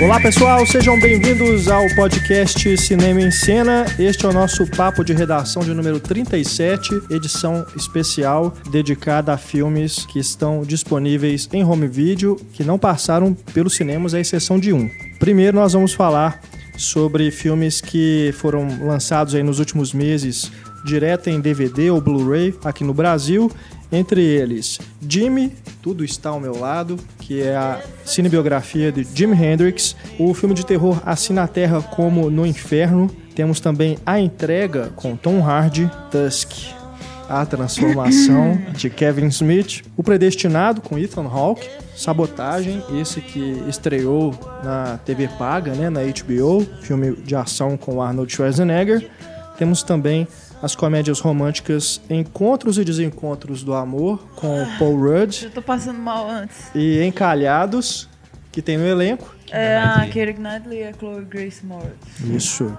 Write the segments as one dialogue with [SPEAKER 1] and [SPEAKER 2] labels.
[SPEAKER 1] Olá pessoal, sejam bem-vindos ao podcast Cinema em Cena. Este é o nosso papo de redação de número 37, edição especial dedicada a filmes que estão disponíveis em home video que não passaram pelos cinemas, à exceção de um. Primeiro nós vamos falar sobre filmes que foram lançados aí nos últimos meses direto em DVD ou Blu-ray aqui no Brasil. Entre eles, Jimmy, Tudo Está ao Meu Lado, que é a cinebiografia de Jimi Hendrix. O filme de terror Assim na Terra como no Inferno. Temos também A Entrega com Tom Hardy, Tusk. A Transformação, de Kevin Smith. O Predestinado, com Ethan Hawke. Sabotagem, esse que estreou na TV paga, né, na HBO. Filme de ação com Arnold Schwarzenegger. Temos também as comédias românticas Encontros e Desencontros do Amor, com o Paul Rudd.
[SPEAKER 2] Eu tô passando mal antes.
[SPEAKER 1] E Encalhados, que tem no elenco.
[SPEAKER 2] É a Keira Knightley e a Chloe Grace Moritz.
[SPEAKER 1] Isso.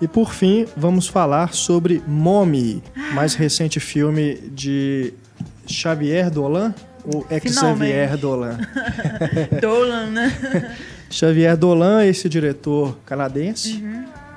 [SPEAKER 1] E por fim, vamos falar sobre Mommy, mais recente filme de Xavier Dolan, ou ex-Xavier
[SPEAKER 2] Finalmente.
[SPEAKER 1] Dolan.
[SPEAKER 2] Dolan, né?
[SPEAKER 1] Xavier Dolan, esse diretor canadense,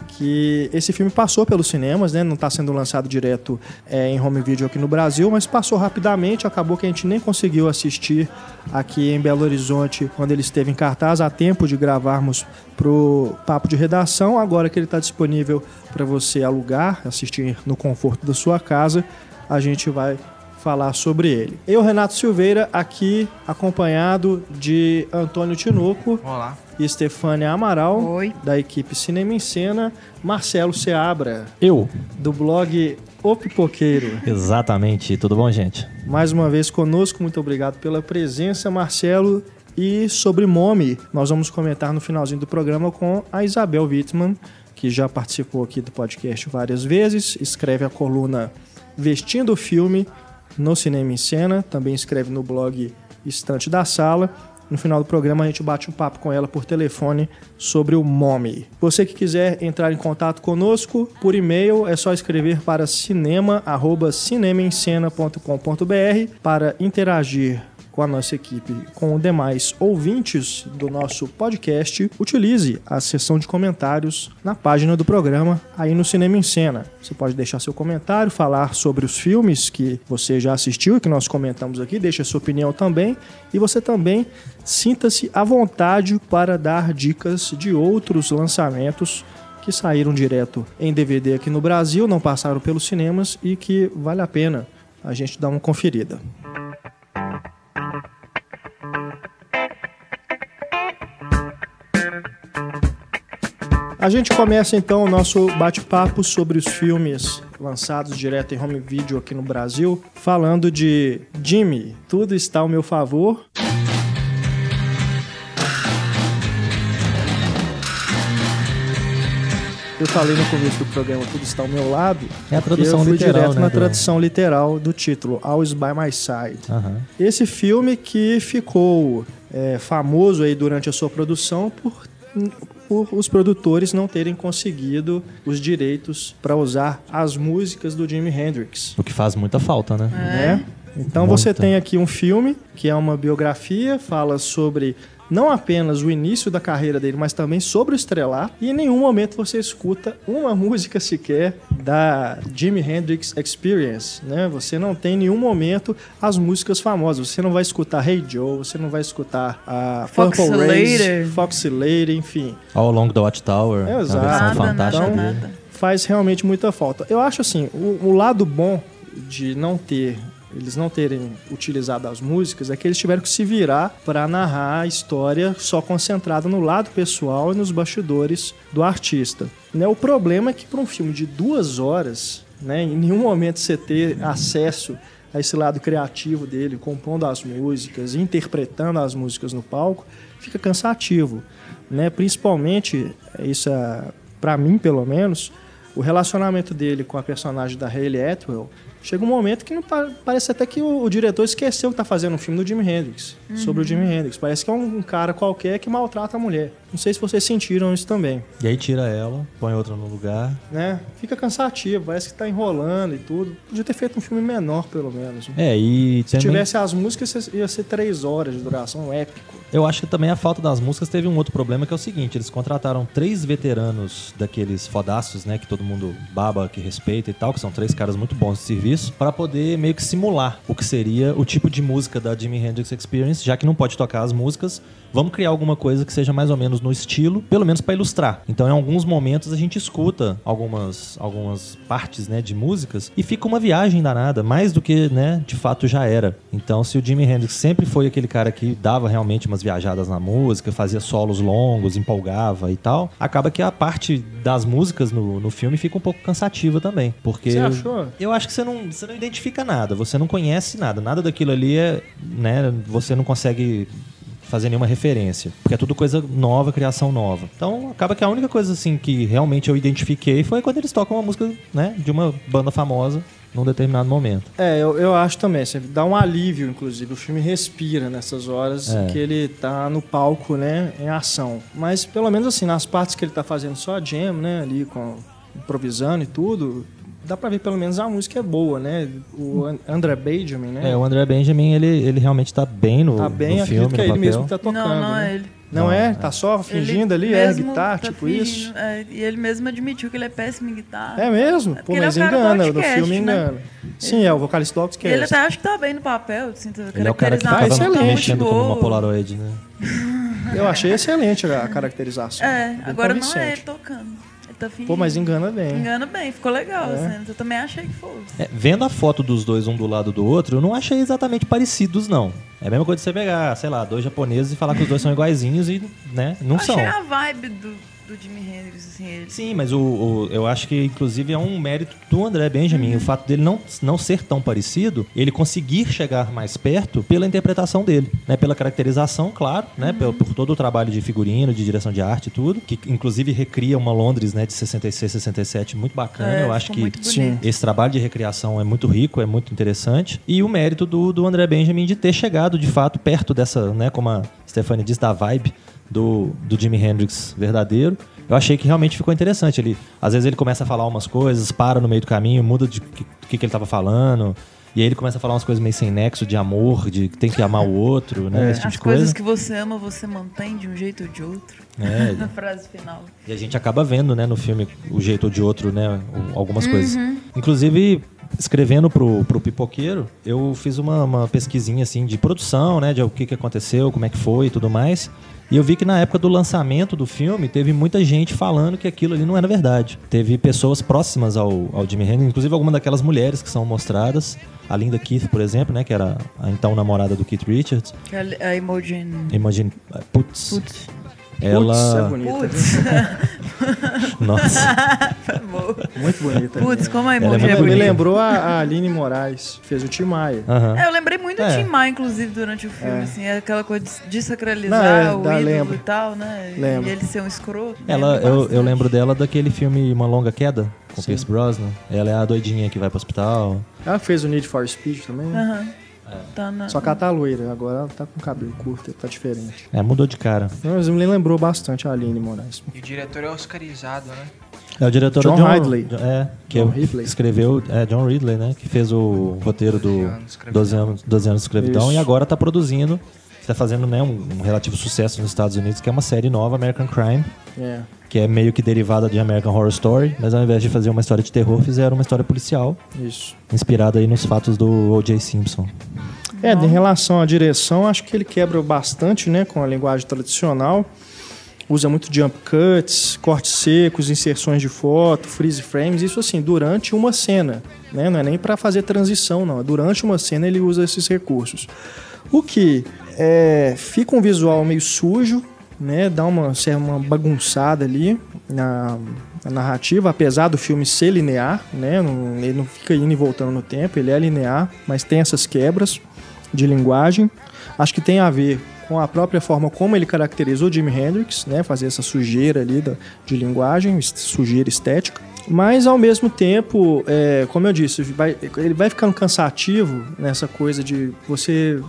[SPEAKER 1] que esse filme passou pelos cinemas, né? Não está sendo lançado direto é, em home video aqui no Brasil, mas passou rapidamente, acabou que a gente nem conseguiu assistir aqui em Belo Horizonte quando ele esteve em cartaz, a tempo de gravarmos pro papo de redação. Agora que ele está disponível para você alugar, assistir no conforto da sua casa, a gente vai falar sobre ele. Eu, Renato Silveira, aqui acompanhado de Antônio Tinoco.
[SPEAKER 3] Olá.
[SPEAKER 1] e Estefânia Amaral,
[SPEAKER 2] Oi.
[SPEAKER 1] da equipe Cinema em Cena, Marcelo Seabra,
[SPEAKER 4] Eu.
[SPEAKER 1] do blog O Pipoqueiro.
[SPEAKER 4] Exatamente. Tudo bom, gente?
[SPEAKER 1] Mais uma vez conosco, muito obrigado pela presença, Marcelo. E sobre Momi, nós vamos comentar no finalzinho do programa com a Isabel Wittmann, que já participou aqui do podcast várias vezes, escreve a coluna Vestindo o Filme no Cinema em Cena, também escreve no blog Estante da Sala. No final do programa a gente bate um papo com ela por telefone sobre o MOMI. Você que quiser entrar em contato conosco por e-mail é só escrever para cinema@cinemaemcena.com.br para interagir com a nossa equipe, com os demais ouvintes do nosso podcast, utilize a seção de comentários na página do programa, aí no Cinema em Cena. Você pode deixar seu comentário, falar sobre os filmes que você já assistiu e que nós comentamos aqui, deixe a sua opinião também. E você também sinta-se à vontade para dar dicas de outros lançamentos que saíram direto em DVD aqui no Brasil, não passaram pelos cinemas e que vale a pena a gente dar uma conferida. A gente começa então o nosso bate-papo sobre os filmes lançados direto em home video aqui no Brasil, falando de Jimmy, Tudo Está ao Meu Favor, Eu falei no começo do programa Tudo Está ao Meu Lado.
[SPEAKER 4] É a
[SPEAKER 1] porque
[SPEAKER 4] tradução
[SPEAKER 1] eu fui
[SPEAKER 4] literal,
[SPEAKER 1] direto
[SPEAKER 4] né,
[SPEAKER 1] na
[SPEAKER 4] do-
[SPEAKER 1] tradução literal do título, Always By My Side.
[SPEAKER 4] Aham.
[SPEAKER 1] Esse filme que ficou é, famoso aí durante a sua produção por, por os produtores não terem conseguido os direitos para usar as músicas do Jimi Hendrix.
[SPEAKER 4] O que faz muita falta,
[SPEAKER 2] É.
[SPEAKER 4] né?
[SPEAKER 1] né? Então
[SPEAKER 4] Muito.
[SPEAKER 1] você tem aqui um filme que é uma biografia, fala sobre não apenas o início da carreira dele, mas também sobre o estrelar. E em nenhum momento você escuta uma música sequer da Jimi Hendrix Experience, né? Você não tem em nenhum momento as músicas famosas. Você não vai escutar Hey Joe, você não vai escutar a
[SPEAKER 2] Foxy
[SPEAKER 1] Purple Rain,
[SPEAKER 2] Lady.
[SPEAKER 1] Foxy Lady, enfim.
[SPEAKER 4] All Along the Watchtower.
[SPEAKER 1] É,
[SPEAKER 4] É, uma
[SPEAKER 1] exato.
[SPEAKER 4] versão
[SPEAKER 2] Nada, né,
[SPEAKER 4] fantástica
[SPEAKER 2] nada,
[SPEAKER 4] dele.
[SPEAKER 2] nada.
[SPEAKER 1] faz realmente muita falta. Eu acho assim, o, o lado bom de não ter eles não terem utilizado as músicas é que eles tiveram que se virar para narrar a história só concentrada no lado pessoal e nos bastidores do artista. Né, o problema é que para um filme de duas horas, né, em nenhum momento você ter acesso a esse lado criativo dele, compondo as músicas, interpretando as músicas no palco, fica cansativo, né? Principalmente isso para mim, pelo menos, o relacionamento dele com a personagem da Hayley Atwell, chega um momento que não pa- parece até que o, o diretor esqueceu que tá fazendo um filme do Jimi Hendrix, sobre o Jimi Hendrix. Parece que é um, um cara qualquer que maltrata a mulher. Não sei se vocês sentiram isso também,
[SPEAKER 4] E aí tira ela, põe outra no lugar.
[SPEAKER 1] né? Fica cansativo, parece que tá enrolando e tudo. Podia ter feito um filme menor, pelo menos.
[SPEAKER 4] É, e
[SPEAKER 1] Se
[SPEAKER 4] também...
[SPEAKER 1] tivesse as músicas, ia ser três horas de duração, um épico.
[SPEAKER 4] Eu acho que também a falta das músicas teve um outro problema que é o seguinte: eles contrataram três veteranos daqueles fodaços, né? Que todo mundo baba, que respeita e tal, que são três caras muito bons de serviço, pra poder meio que simular o que seria o tipo de música da Jimi Hendrix Experience, já que não pode tocar as músicas. Vamos criar alguma coisa que seja mais ou menos no estilo, pelo menos pra ilustrar. Então, em alguns momentos a gente escuta algumas, algumas partes, né, de músicas e fica uma viagem danada, mais do que, né, de fato já era. Então, se o Jimi Hendrix sempre foi aquele cara que dava realmente umas viajadas na música, fazia solos longos, empolgava e tal, acaba que a parte das músicas no, no filme fica um pouco cansativa também, porque
[SPEAKER 1] Você achou?
[SPEAKER 4] eu acho que você não, você não identifica nada, você não conhece nada, nada daquilo ali é, né, você não consegue fazer nenhuma referência, porque é tudo coisa nova, criação nova. Então, acaba que a única coisa assim que realmente eu identifiquei foi quando eles tocam uma música, né, de uma banda famosa num determinado momento.
[SPEAKER 1] É, eu, eu acho também. Assim, dá um alívio, inclusive. O filme respira nessas horas
[SPEAKER 4] É.
[SPEAKER 1] que ele tá no palco, né? Em ação. Mas pelo menos assim, nas partes que ele tá fazendo só a jam, né? Ali com, improvisando e tudo. Dá pra ver pelo menos a música é boa, né? O An- André Benjamin, né?
[SPEAKER 4] É, o André Benjamin, ele, ele realmente tá bem no,
[SPEAKER 1] tá bem,
[SPEAKER 4] no
[SPEAKER 1] acredito
[SPEAKER 4] filme,
[SPEAKER 1] que é
[SPEAKER 4] no
[SPEAKER 1] ele mesmo
[SPEAKER 4] papel.
[SPEAKER 1] que tá tocando.
[SPEAKER 2] não, não
[SPEAKER 1] né?
[SPEAKER 2] é ele.
[SPEAKER 1] Não,
[SPEAKER 4] Não,
[SPEAKER 1] é?
[SPEAKER 4] é.
[SPEAKER 1] Tá só fingindo
[SPEAKER 2] Ele
[SPEAKER 1] ali, é
[SPEAKER 2] mesmo
[SPEAKER 1] guitarra,
[SPEAKER 2] tá
[SPEAKER 1] tipo
[SPEAKER 2] fingindo,
[SPEAKER 1] isso.
[SPEAKER 2] é, e ele mesmo admitiu que ele é péssimo em guitarra.
[SPEAKER 1] É mesmo?
[SPEAKER 2] É
[SPEAKER 1] Pô,
[SPEAKER 2] porque ele é
[SPEAKER 1] mas
[SPEAKER 2] o cara do
[SPEAKER 1] engana, do
[SPEAKER 2] Outcast,
[SPEAKER 1] filme
[SPEAKER 2] né?
[SPEAKER 1] engana. Sim, é o vocalista do
[SPEAKER 2] E ele
[SPEAKER 1] Outcast.
[SPEAKER 2] até acho que tá bem no papel. Assim, tá
[SPEAKER 4] Ele é o cara que
[SPEAKER 1] Ah,
[SPEAKER 4] tava
[SPEAKER 2] caracterizado, tá muito
[SPEAKER 4] mexendo como uma
[SPEAKER 2] boa.
[SPEAKER 4] Polaroid, né?
[SPEAKER 1] Eu achei excelente a a caracterização. tá
[SPEAKER 2] É,
[SPEAKER 1] Bem
[SPEAKER 2] agora não é
[SPEAKER 1] convincente.
[SPEAKER 2] ele tocando. Ele tá fingindo.
[SPEAKER 1] Pô, mas engana bem.
[SPEAKER 2] Engana bem, ficou legal.
[SPEAKER 1] É.
[SPEAKER 2] Assim, eu também achei que fosse.
[SPEAKER 4] É, vendo a foto dos dois um do lado do outro, eu não achei exatamente parecidos, não. É a mesma coisa de você pegar, sei lá, dois japoneses e falar que os dois são iguaizinhos e, né, não
[SPEAKER 2] achei
[SPEAKER 4] são.
[SPEAKER 2] a vibe do, do Jimi Hendrix, assim, ele.
[SPEAKER 4] Sim, mas o, o- eu acho que inclusive é um mérito do André Benjamin. O fato dele não, não ser tão parecido, ele conseguir chegar mais perto pela interpretação dele, né? Pela caracterização, claro, né?
[SPEAKER 2] Uhum.
[SPEAKER 4] Pelo- Por, todo o trabalho de figurino, de direção de arte e tudo, que inclusive recria uma Londres, né? De 66, 67, muito bacana.
[SPEAKER 2] É,
[SPEAKER 4] eu acho
[SPEAKER 2] ficou
[SPEAKER 4] que
[SPEAKER 2] muito bonito.
[SPEAKER 1] Sim.
[SPEAKER 4] esse trabalho de recriação é muito rico, é muito interessante. E o mérito do, do André Benjamin de ter chegado, de fato, perto dessa, né, como a Stefania disse, da vibe do, do Jimi Hendrix verdadeiro. Eu achei que realmente ficou interessante. Ele, às vezes ele começa a falar umas coisas, para no meio do caminho, muda de que- do que, que ele estava falando. E aí ele começa a falar umas coisas meio sem nexo, de amor, de que tem que amar o outro, né? Esse tipo
[SPEAKER 2] As
[SPEAKER 4] de
[SPEAKER 2] coisas
[SPEAKER 4] coisa.
[SPEAKER 2] que você ama, você mantém de um jeito ou de outro.
[SPEAKER 4] É,
[SPEAKER 2] Na frase final.
[SPEAKER 4] E a gente acaba vendo, né, no filme, o jeito ou de outro, né, o- algumas coisas.
[SPEAKER 1] Uhum.
[SPEAKER 4] Inclusive, escrevendo pro, pro Pipoqueiro, eu fiz uma, uma pesquisinha, assim, de produção, né, de o que, que aconteceu, como é que foi e tudo mais. E eu vi que na época do lançamento do filme, teve muita gente falando que aquilo ali não era verdade. Teve pessoas próximas ao, ao Jimmy Hendrix, inclusive alguma daquelas mulheres que são mostradas. A Linda Keith, por exemplo, né, que era a então namorada do Keith Richards.
[SPEAKER 2] Que a, a Imogen.
[SPEAKER 4] Imagine... Putz,
[SPEAKER 2] Putz.
[SPEAKER 4] ela...
[SPEAKER 1] Putz, é bonita.
[SPEAKER 2] Putz.
[SPEAKER 4] Nossa.
[SPEAKER 2] Foi boa.
[SPEAKER 1] né? Muito bonita.
[SPEAKER 2] Putz, como a
[SPEAKER 4] Ela é
[SPEAKER 2] Imogen é
[SPEAKER 4] muito
[SPEAKER 1] Ela me
[SPEAKER 2] bonita.
[SPEAKER 1] lembrou a, a Aline Moraes, que fez o Tim Maia.
[SPEAKER 4] Aham.
[SPEAKER 2] É, eu lembrei muito do
[SPEAKER 4] É.
[SPEAKER 2] Tim Maia, inclusive, durante o filme, assim, aquela coisa de
[SPEAKER 1] Não,
[SPEAKER 2] desacralizar
[SPEAKER 1] é,
[SPEAKER 2] o
[SPEAKER 1] dá-
[SPEAKER 2] ídolo
[SPEAKER 1] lembro.
[SPEAKER 2] e tal, né?
[SPEAKER 1] Lembro.
[SPEAKER 2] E ele ser um escroto.
[SPEAKER 4] Ela, eu,
[SPEAKER 2] bastante.
[SPEAKER 4] eu lembro dela daquele filme Uma Longa Queda, com
[SPEAKER 1] É, Sim.
[SPEAKER 4] Pierce Brosnan. Ela é a doidinha que vai pro hospital.
[SPEAKER 1] Ela fez o Need for Speed também. né?
[SPEAKER 2] Aham. Tá na...
[SPEAKER 1] Só que ela tá loira, agora ela tá com cabelo curto, tá diferente.
[SPEAKER 4] É, mudou de cara.
[SPEAKER 1] Mas me lembrou bastante a Aline Moraes.
[SPEAKER 3] E o diretor é oscarizado, né?
[SPEAKER 4] É o diretor
[SPEAKER 1] John
[SPEAKER 4] é John
[SPEAKER 1] Ridley.
[SPEAKER 4] Jo- É, que
[SPEAKER 1] John
[SPEAKER 4] é-
[SPEAKER 1] Ridley.
[SPEAKER 4] escreveu. É, John Ridley, né? Que fez o roteiro do
[SPEAKER 3] 12 anos de escravidão.
[SPEAKER 4] 12 anos, 12 anos de escravidão
[SPEAKER 1] Isso.
[SPEAKER 4] e agora tá produzindo. Tá fazendo né, um, um relativo sucesso nos Estados Unidos, que é uma série nova, American Crime,
[SPEAKER 1] É.
[SPEAKER 4] que é meio que derivada de American Horror Story, mas ao invés de fazer uma história de terror, fizeram uma história policial,
[SPEAKER 1] Isso.
[SPEAKER 4] inspirada aí nos fatos do O.J. Simpson.
[SPEAKER 1] É, em relação à direção, acho que ele quebra bastante, né, com a linguagem tradicional. Usa muito jump cuts, cortes secos, inserções de foto, freeze frames, isso assim, durante uma cena, né? Não é nem para fazer transição, não. É Durante uma cena ele usa esses recursos. O que é, fica um visual meio sujo, né? Dá uma, ser uma bagunçada ali na, na narrativa, apesar do filme ser linear, né? Não, ele não fica indo e voltando no tempo, ele é linear, mas tem essas quebras de linguagem. Acho que tem a ver com a própria forma como ele caracterizou Jimi Hendrix, né? Fazer essa sujeira ali da- de linguagem, es- sujeira estética. Mas ao mesmo tempo, é, como eu disse, vai- ele vai ficando cansativo nessa coisa de você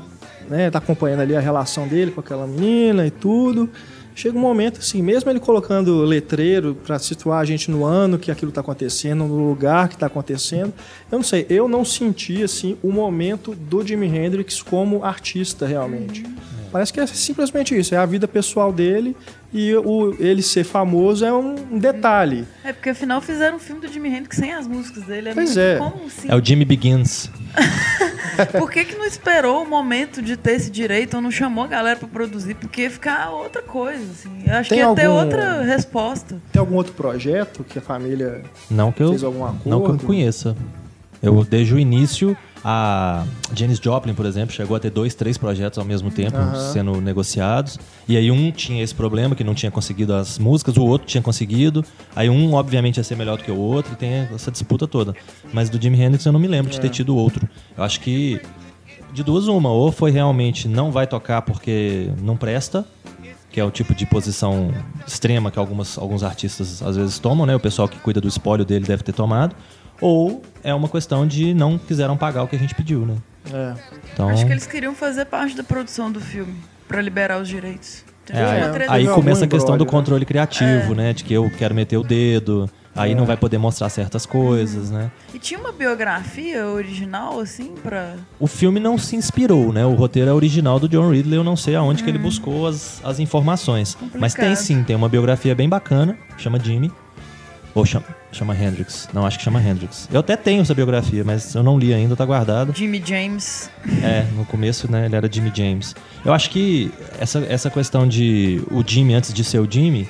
[SPEAKER 1] né, tá acompanhando ali a relação dele com aquela menina e tudo. Chega um momento assim, mesmo ele colocando letreiro para situar a gente no ano que aquilo tá acontecendo, no lugar que tá acontecendo. Eu não sei, eu não senti assim o momento do Jimi Hendrix como artista realmente. Parece que é simplesmente isso, é a vida pessoal dele e o, ele ser famoso é um um detalhe.
[SPEAKER 2] É porque afinal fizeram um filme do Jimi Hendrix sem as músicas dele. É
[SPEAKER 1] Pois
[SPEAKER 2] muito
[SPEAKER 1] é.
[SPEAKER 2] como assim?
[SPEAKER 4] É o Jimmy Begins.
[SPEAKER 2] Por que, que não esperou o momento de ter esse direito ou não chamou a galera pra produzir? Porque ia ficar outra coisa, assim. Eu acho
[SPEAKER 1] Tem
[SPEAKER 2] que ia ter
[SPEAKER 1] algum-
[SPEAKER 2] outra resposta.
[SPEAKER 1] Tem algum outro projeto que a família
[SPEAKER 4] Não que eu,
[SPEAKER 1] Fez algum acordo?
[SPEAKER 4] não que eu conheça. Eu, desde o início, a Janis Joplin, por exemplo, chegou a ter dois, três projetos ao mesmo tempo
[SPEAKER 1] Aham.
[SPEAKER 4] sendo negociados. E aí um tinha esse problema, que não tinha conseguido as músicas, o outro tinha conseguido. Aí um, obviamente, ia ser melhor do que o outro, e tem essa disputa toda. Mas do Jimi Hendrix eu não me lembro
[SPEAKER 1] É.
[SPEAKER 4] de ter tido outro. Eu acho que de duas uma, ou foi realmente não vai tocar porque não presta, que é o tipo de posição extrema que algumas, alguns artistas às vezes tomam, né? O pessoal que cuida do espólio dele deve ter tomado, ou é uma questão de não quiseram pagar o que a gente pediu, né?
[SPEAKER 1] é,
[SPEAKER 4] Então,
[SPEAKER 2] Acho que eles queriam fazer parte da produção do filme pra liberar os direitos.
[SPEAKER 4] é,
[SPEAKER 2] Entendeu?
[SPEAKER 4] aí,
[SPEAKER 2] Uma É. treta-
[SPEAKER 4] aí
[SPEAKER 1] algum
[SPEAKER 4] começa a questão
[SPEAKER 1] embrólio,
[SPEAKER 4] do
[SPEAKER 1] né?
[SPEAKER 4] controle criativo, né? De que eu quero meter o dedo, aí
[SPEAKER 2] É.
[SPEAKER 4] não vai poder mostrar certas coisas, né?
[SPEAKER 2] E tinha uma biografia original, assim, pra.
[SPEAKER 4] O filme não se inspirou, né? O roteiro é original do John Ridley, eu não sei aonde que ele buscou as, as informações. Mas tem
[SPEAKER 2] Complicado.
[SPEAKER 4] sim, tem uma biografia bem bacana, chama Jimmy. Ou chama, chama Hendrix. Não, acho que chama Hendrix. Eu até tenho essa biografia, mas eu não li ainda, tá guardada.
[SPEAKER 2] Jimmy James.
[SPEAKER 4] É, no começo, né, ele era Jimmy James. Eu acho que essa, essa questão de o Jimmy antes de ser o Jimmy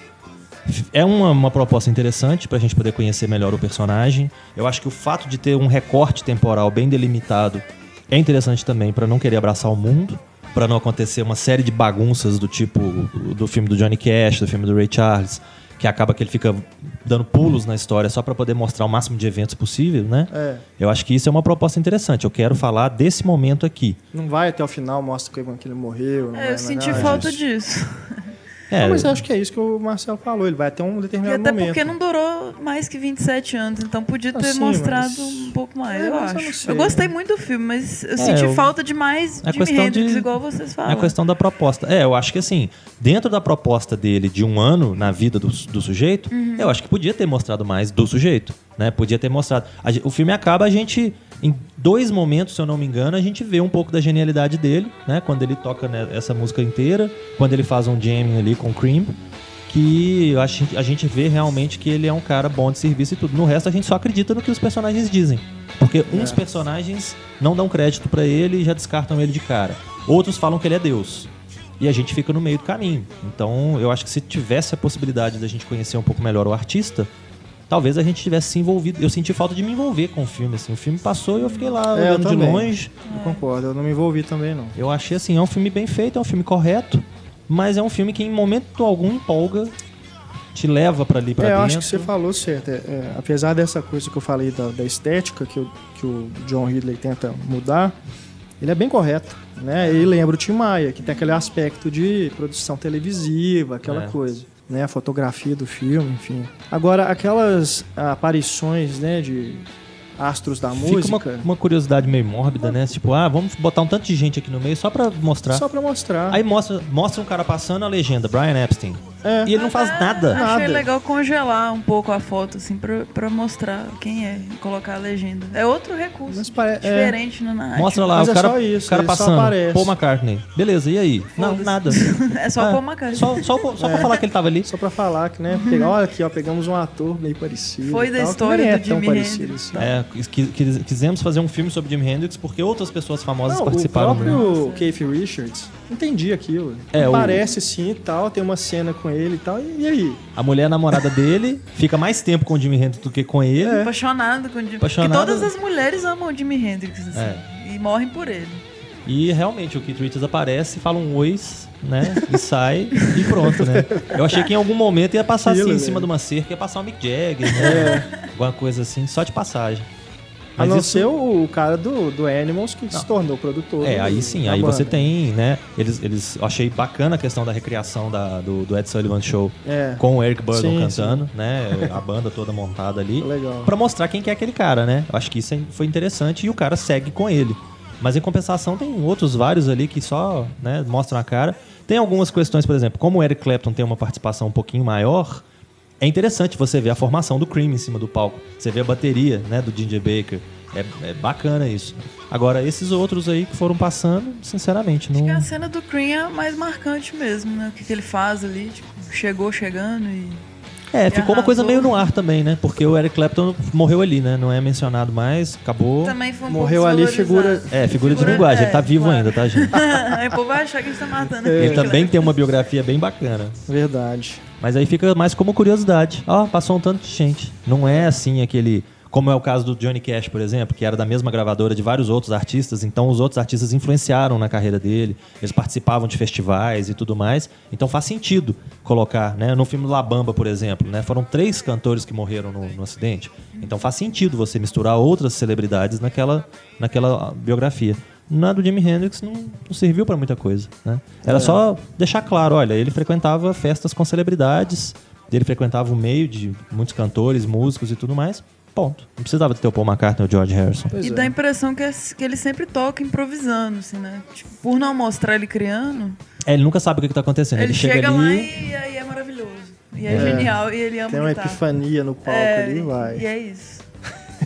[SPEAKER 4] f- é uma, uma proposta interessante pra gente poder conhecer melhor o personagem. Eu acho que o fato de ter um recorte temporal bem delimitado é interessante também pra não querer abraçar o mundo, pra não acontecer uma série de bagunças do tipo do filme do Johnny Cash, do filme do Ray Charles, que acaba que ele fica dando pulos na história só pra poder mostrar o máximo de eventos possível, né?
[SPEAKER 1] é.
[SPEAKER 4] Eu acho que isso é uma proposta interessante. Eu quero falar desse momento aqui.
[SPEAKER 1] Não vai até o final, mostra que que ele morreu. não
[SPEAKER 2] É,
[SPEAKER 1] vai,
[SPEAKER 2] eu
[SPEAKER 1] não
[SPEAKER 2] senti
[SPEAKER 1] vai.
[SPEAKER 2] falta disso.
[SPEAKER 4] É,
[SPEAKER 1] Não, mas eu acho que é isso que o Marcelo falou. Ele vai até um
[SPEAKER 2] E
[SPEAKER 1] determinado
[SPEAKER 2] até
[SPEAKER 1] momento.
[SPEAKER 2] porque não durou mais que 27 anos, então podia ter
[SPEAKER 1] Ah, sim,
[SPEAKER 2] mostrado
[SPEAKER 1] mas-
[SPEAKER 2] um pouco mais,
[SPEAKER 1] É,
[SPEAKER 2] eu
[SPEAKER 1] mas eu não
[SPEAKER 2] acho.
[SPEAKER 1] sei.
[SPEAKER 2] Eu, gostei muito do filme, mas eu senti
[SPEAKER 4] É, eu-
[SPEAKER 2] falta de mais de
[SPEAKER 4] É
[SPEAKER 2] Jimi
[SPEAKER 4] questão de-
[SPEAKER 2] Hendrix, igual vocês
[SPEAKER 4] é a
[SPEAKER 2] falam.
[SPEAKER 4] questão da proposta. É, eu acho que assim, dentro da proposta dele de um ano na vida do, do sujeito,
[SPEAKER 1] Uhum.
[SPEAKER 4] eu acho que podia ter mostrado mais do sujeito, né? Podia ter mostrado. A gen- o filme acaba, a gente, em dois momentos, se eu não me engano, a gente vê um pouco da genialidade dele, né? Quando ele toca né, essa música inteira, quando ele faz um jamming ali com o Cream, que eu acho, que a gente vê realmente que ele é um cara bom de serviço e tudo. No resto, a gente só acredita no que os personagens dizem. Porque uns
[SPEAKER 1] É.
[SPEAKER 4] personagens não dão crédito pra ele e já descartam ele de cara. Outros falam que ele é Deus. E a gente fica no meio do caminho. Então, eu acho que se tivesse a possibilidade da gente conhecer um pouco melhor o artista, talvez a gente tivesse se envolvido. Eu senti falta de me envolver com o filme, assim. O filme passou e eu fiquei lá
[SPEAKER 1] É, eu
[SPEAKER 4] olhando de
[SPEAKER 1] também.
[SPEAKER 4] longe.
[SPEAKER 1] Eu concordo, eu não me envolvi também, não.
[SPEAKER 4] Eu achei assim, é um filme bem feito, é um filme correto, mas é um filme que em momento algum empolga, te leva pra ali pra
[SPEAKER 1] É, eu
[SPEAKER 4] dentro.
[SPEAKER 1] acho que você falou certo. É, é, apesar dessa coisa que eu falei da, da estética que o, que o John Ridley tenta mudar, ele é bem correto. Né? Ele lembra o Tim Maia, que tem aquele aspecto de produção televisiva, aquela
[SPEAKER 4] É.
[SPEAKER 1] coisa. Né? A fotografia do filme, enfim. Agora, aquelas aparições né, de astros da
[SPEAKER 4] Fica uma,
[SPEAKER 1] música,
[SPEAKER 4] uma curiosidade meio mórbida, né? Tipo, ah, vamos botar um tanto de gente aqui no meio só pra mostrar.
[SPEAKER 1] só pra mostrar.
[SPEAKER 4] Aí mostra, mostra um cara passando a legenda, Brian Epstein.
[SPEAKER 1] É.
[SPEAKER 4] E ele não faz
[SPEAKER 2] Achei
[SPEAKER 4] nada.
[SPEAKER 1] Nada.
[SPEAKER 2] legal congelar um pouco a foto, assim, pra, pra mostrar quem é e colocar a legenda. É outro recurso.
[SPEAKER 1] Mas pare- é.
[SPEAKER 2] Diferente na arte.
[SPEAKER 4] Mostra lá,
[SPEAKER 1] Mas
[SPEAKER 4] o
[SPEAKER 1] é
[SPEAKER 4] cara,
[SPEAKER 1] só isso,
[SPEAKER 4] o cara
[SPEAKER 1] ele só
[SPEAKER 4] passando,
[SPEAKER 1] aparece.
[SPEAKER 4] Paul McCartney. Beleza, e aí? Não,
[SPEAKER 2] Foda-se.
[SPEAKER 4] nada.
[SPEAKER 2] É só
[SPEAKER 4] É,
[SPEAKER 2] pôr uma cara.
[SPEAKER 4] Só, só, só
[SPEAKER 1] É.
[SPEAKER 4] pra falar que ele tava ali.
[SPEAKER 1] Só pra falar que, né? Pegar, olha aqui, ó, pegamos um ator meio parecido.
[SPEAKER 2] Uhum. Foi
[SPEAKER 1] e
[SPEAKER 2] da
[SPEAKER 1] tal, que
[SPEAKER 2] história
[SPEAKER 1] nem é
[SPEAKER 2] do
[SPEAKER 1] tão
[SPEAKER 2] Jimi
[SPEAKER 1] parecido
[SPEAKER 2] Hendrix.
[SPEAKER 1] assim.
[SPEAKER 4] É, quis- quis- quisemos fazer um filme sobre Jimi Hendrix porque outras pessoas famosas
[SPEAKER 1] Não,
[SPEAKER 4] participaram. né?
[SPEAKER 1] O próprio Keith Richards, entendi aquilo.
[SPEAKER 4] É, o-
[SPEAKER 1] Parece sim e tal, tem uma cena com ele e tal, e, e aí?
[SPEAKER 4] A mulher namorada dele fica mais tempo com o Jimi Hendrix do que com ele.
[SPEAKER 1] É.
[SPEAKER 2] Apaixonado com o Jimi Porque
[SPEAKER 4] é. Apaixonado. É.
[SPEAKER 2] todas as mulheres amam o Jimi Hendrix, assim, E morrem por ele.
[SPEAKER 4] E realmente o Keith Richards aparece, fala um oi, né? E sai e pronto, né? Eu achei que em algum momento ia passar assim
[SPEAKER 1] Aquilo,
[SPEAKER 4] em
[SPEAKER 1] né? É.
[SPEAKER 4] cima de uma cerca, ia passar um Mick Jagger, né? Alguma coisa assim, só de passagem.
[SPEAKER 1] a
[SPEAKER 4] Mas
[SPEAKER 1] não
[SPEAKER 4] isso-
[SPEAKER 1] ser o, o cara do, do Animals que se tornou produtor.
[SPEAKER 4] É,
[SPEAKER 1] do-
[SPEAKER 4] aí sim,
[SPEAKER 1] da
[SPEAKER 4] aí você
[SPEAKER 1] banda.
[SPEAKER 4] tem, né? Eles, eles eu achei bacana a questão da recriação da, do, do Ed Sullivan Show
[SPEAKER 1] É.
[SPEAKER 4] com o Eric Burdon
[SPEAKER 1] Sim,
[SPEAKER 4] cantando, né? A banda toda montada ali.
[SPEAKER 1] Legal.
[SPEAKER 4] Pra mostrar quem que é aquele cara, né? Eu acho que isso foi interessante e o cara segue com ele. Mas em compensação tem outros vários ali que só né, mostram a cara. Tem algumas questões, por exemplo, como o Eric Clapton tem uma participação um pouquinho maior, é interessante você ver a formação do Cream em cima do palco. Você vê a bateria né, do Ginger Baker. É, é bacana isso. Agora, esses outros aí que foram passando, sinceramente,
[SPEAKER 2] Acho
[SPEAKER 4] não.
[SPEAKER 2] que a cena do Cream é a mais marcante mesmo, né? O que, que ele faz ali, tipo, chegou chegando e.
[SPEAKER 4] É, ficou uma coisa
[SPEAKER 2] arrasou.
[SPEAKER 4] meio no ar também, né? Porque o Eric Clapton morreu ali, né? Não é mencionado mais, acabou.
[SPEAKER 2] Também foi um
[SPEAKER 1] Morreu
[SPEAKER 2] pouco
[SPEAKER 1] ali,
[SPEAKER 2] desvalorizado.
[SPEAKER 1] figura-
[SPEAKER 4] É, figura, de
[SPEAKER 2] Figura-
[SPEAKER 4] linguagem, ele tá
[SPEAKER 2] é,
[SPEAKER 4] vivo
[SPEAKER 2] claro.
[SPEAKER 4] ainda, tá, gente?
[SPEAKER 2] Aí o povo vai achar que a gente tá matando
[SPEAKER 4] Ele
[SPEAKER 2] aquele,
[SPEAKER 4] também
[SPEAKER 2] né?
[SPEAKER 4] tem uma biografia bem bacana.
[SPEAKER 1] Verdade.
[SPEAKER 4] Mas aí fica mais como curiosidade. Ó, passou um tanto de gente. Não é assim aquele. Como é o caso do Johnny Cash, por exemplo, que era da mesma gravadora de vários outros artistas, então os outros artistas influenciaram na carreira dele, eles participavam de festivais e tudo mais, então faz sentido colocar, né? No filme La Bamba, por exemplo, né? Foram três cantores que morreram no, no acidente, então faz sentido você misturar outras celebridades naquela, naquela biografia. Na do Jimi Hendrix não, não serviu pra muita coisa, né? Era só deixar claro, olha, ele frequentava festas com celebridades, ele frequentava o meio de muitos cantores, músicos e tudo mais. Ponto. Não precisava ter o Paul McCartney ou o George Harrison.
[SPEAKER 1] Pois
[SPEAKER 2] E
[SPEAKER 1] é.
[SPEAKER 2] dá a impressão que, é- que ele sempre toca improvisando, assim, né? Tipo, por não mostrar ele criando,
[SPEAKER 4] É, ele nunca sabe o que, que tá acontecendo.
[SPEAKER 2] ele,
[SPEAKER 4] Ele,
[SPEAKER 2] chega, lá
[SPEAKER 4] ali.
[SPEAKER 2] e aí é maravilhoso. E é, genial, e ele ama
[SPEAKER 1] Tem uma
[SPEAKER 2] guitarra.
[SPEAKER 1] epifania no palco
[SPEAKER 2] É,
[SPEAKER 1] ali,
[SPEAKER 2] E
[SPEAKER 1] vai.
[SPEAKER 2] é isso.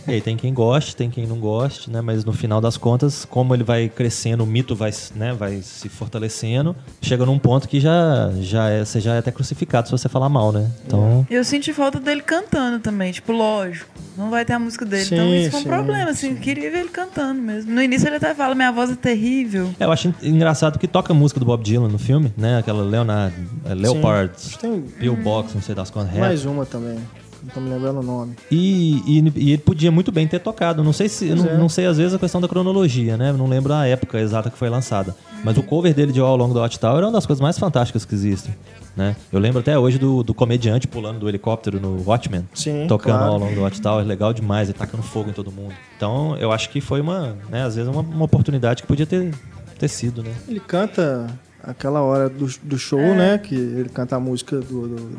[SPEAKER 4] E aí tem quem goste, tem quem não goste, né? Mas no final das contas, como ele vai crescendo, o mito vai, né, vai se fortalecendo, chega num ponto que já, já é, você já é até crucificado se você falar mal, né? Então.
[SPEAKER 2] E eu senti falta dele cantando também, tipo, lógico. Não vai ter a música dele.
[SPEAKER 1] Sim,
[SPEAKER 2] então isso foi um
[SPEAKER 1] sim,
[SPEAKER 2] problema, assim. Eu queria ver ele cantando mesmo. No início ele até fala, minha voz é terrível.
[SPEAKER 4] É, Eu acho en- engraçado que toca a música do Bob Dylan no filme, né? Aquela Leonard, é, Leopard,
[SPEAKER 1] Tem um
[SPEAKER 4] Bill Box, não sei das quantas. é.
[SPEAKER 1] mais uma também. Não tô me lembrando o nome.
[SPEAKER 4] E, e- e ele podia muito bem ter tocado. Não sei se, eu não,
[SPEAKER 1] é.
[SPEAKER 4] não sei às vezes a questão da cronologia, né? Eu Não lembro a época exata que foi lançada. Mas o cover dele de All Along the Watchtower é uma das coisas mais fantásticas que existem, né? Eu lembro até hoje do, do comediante pulando do helicóptero no Watchmen,
[SPEAKER 1] Sim,
[SPEAKER 4] tocando
[SPEAKER 1] claro.
[SPEAKER 4] All Along the Watchtower, legal demais, ele tacando fogo em todo mundo. Então eu acho que foi uma, né? Às vezes uma, uma oportunidade que podia ter, ter sido, né?
[SPEAKER 1] Ele canta aquela hora do, do show,
[SPEAKER 2] É.
[SPEAKER 1] né? Que ele canta a música do, do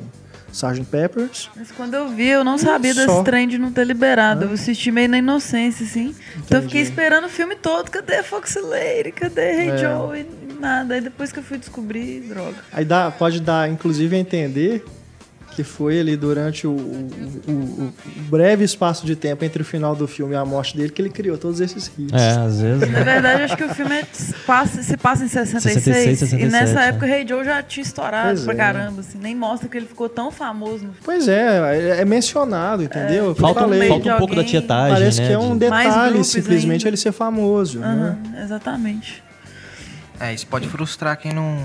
[SPEAKER 1] Sgt. Peppers.
[SPEAKER 2] Mas quando eu vi, eu não sabia
[SPEAKER 1] só.
[SPEAKER 2] desse trem de não ter liberado. Eu assisti meio na inocência, assim. Então eu fiquei esperando o filme todo. Cadê Fox Lady? Cadê Hey
[SPEAKER 1] É.
[SPEAKER 2] Joe? E nada. Aí depois que eu fui descobrir, droga.
[SPEAKER 1] Aí dá, pode dar, inclusive, a entender que foi ali durante o, o- o- o breve espaço de tempo entre o final do filme e a morte dele que ele criou todos esses hits.
[SPEAKER 4] É, às vezes.
[SPEAKER 2] Na verdade, acho que o filme é- passa- se passa em 66.
[SPEAKER 4] 66,
[SPEAKER 2] e
[SPEAKER 4] 67,
[SPEAKER 2] nessa
[SPEAKER 4] é.
[SPEAKER 2] época, Hey Joe já tinha estourado
[SPEAKER 1] Pois
[SPEAKER 2] pra
[SPEAKER 1] é.
[SPEAKER 2] caramba. Assim. Nem mostra que ele ficou tão famoso no
[SPEAKER 1] Pois é, é- é mencionado, entendeu? Eu
[SPEAKER 4] Falta,
[SPEAKER 1] falei,
[SPEAKER 4] um- falta um
[SPEAKER 2] de
[SPEAKER 4] pouco da
[SPEAKER 2] alguém,
[SPEAKER 4] tietagem,
[SPEAKER 1] parece
[SPEAKER 4] né?
[SPEAKER 1] que é um
[SPEAKER 4] de-
[SPEAKER 2] É, Mais
[SPEAKER 1] detalhe
[SPEAKER 2] grupos
[SPEAKER 1] simplesmente
[SPEAKER 2] ainda.
[SPEAKER 1] ele ser famoso, né?
[SPEAKER 2] Aham, exatamente.
[SPEAKER 3] É, isso pode frustrar quem não,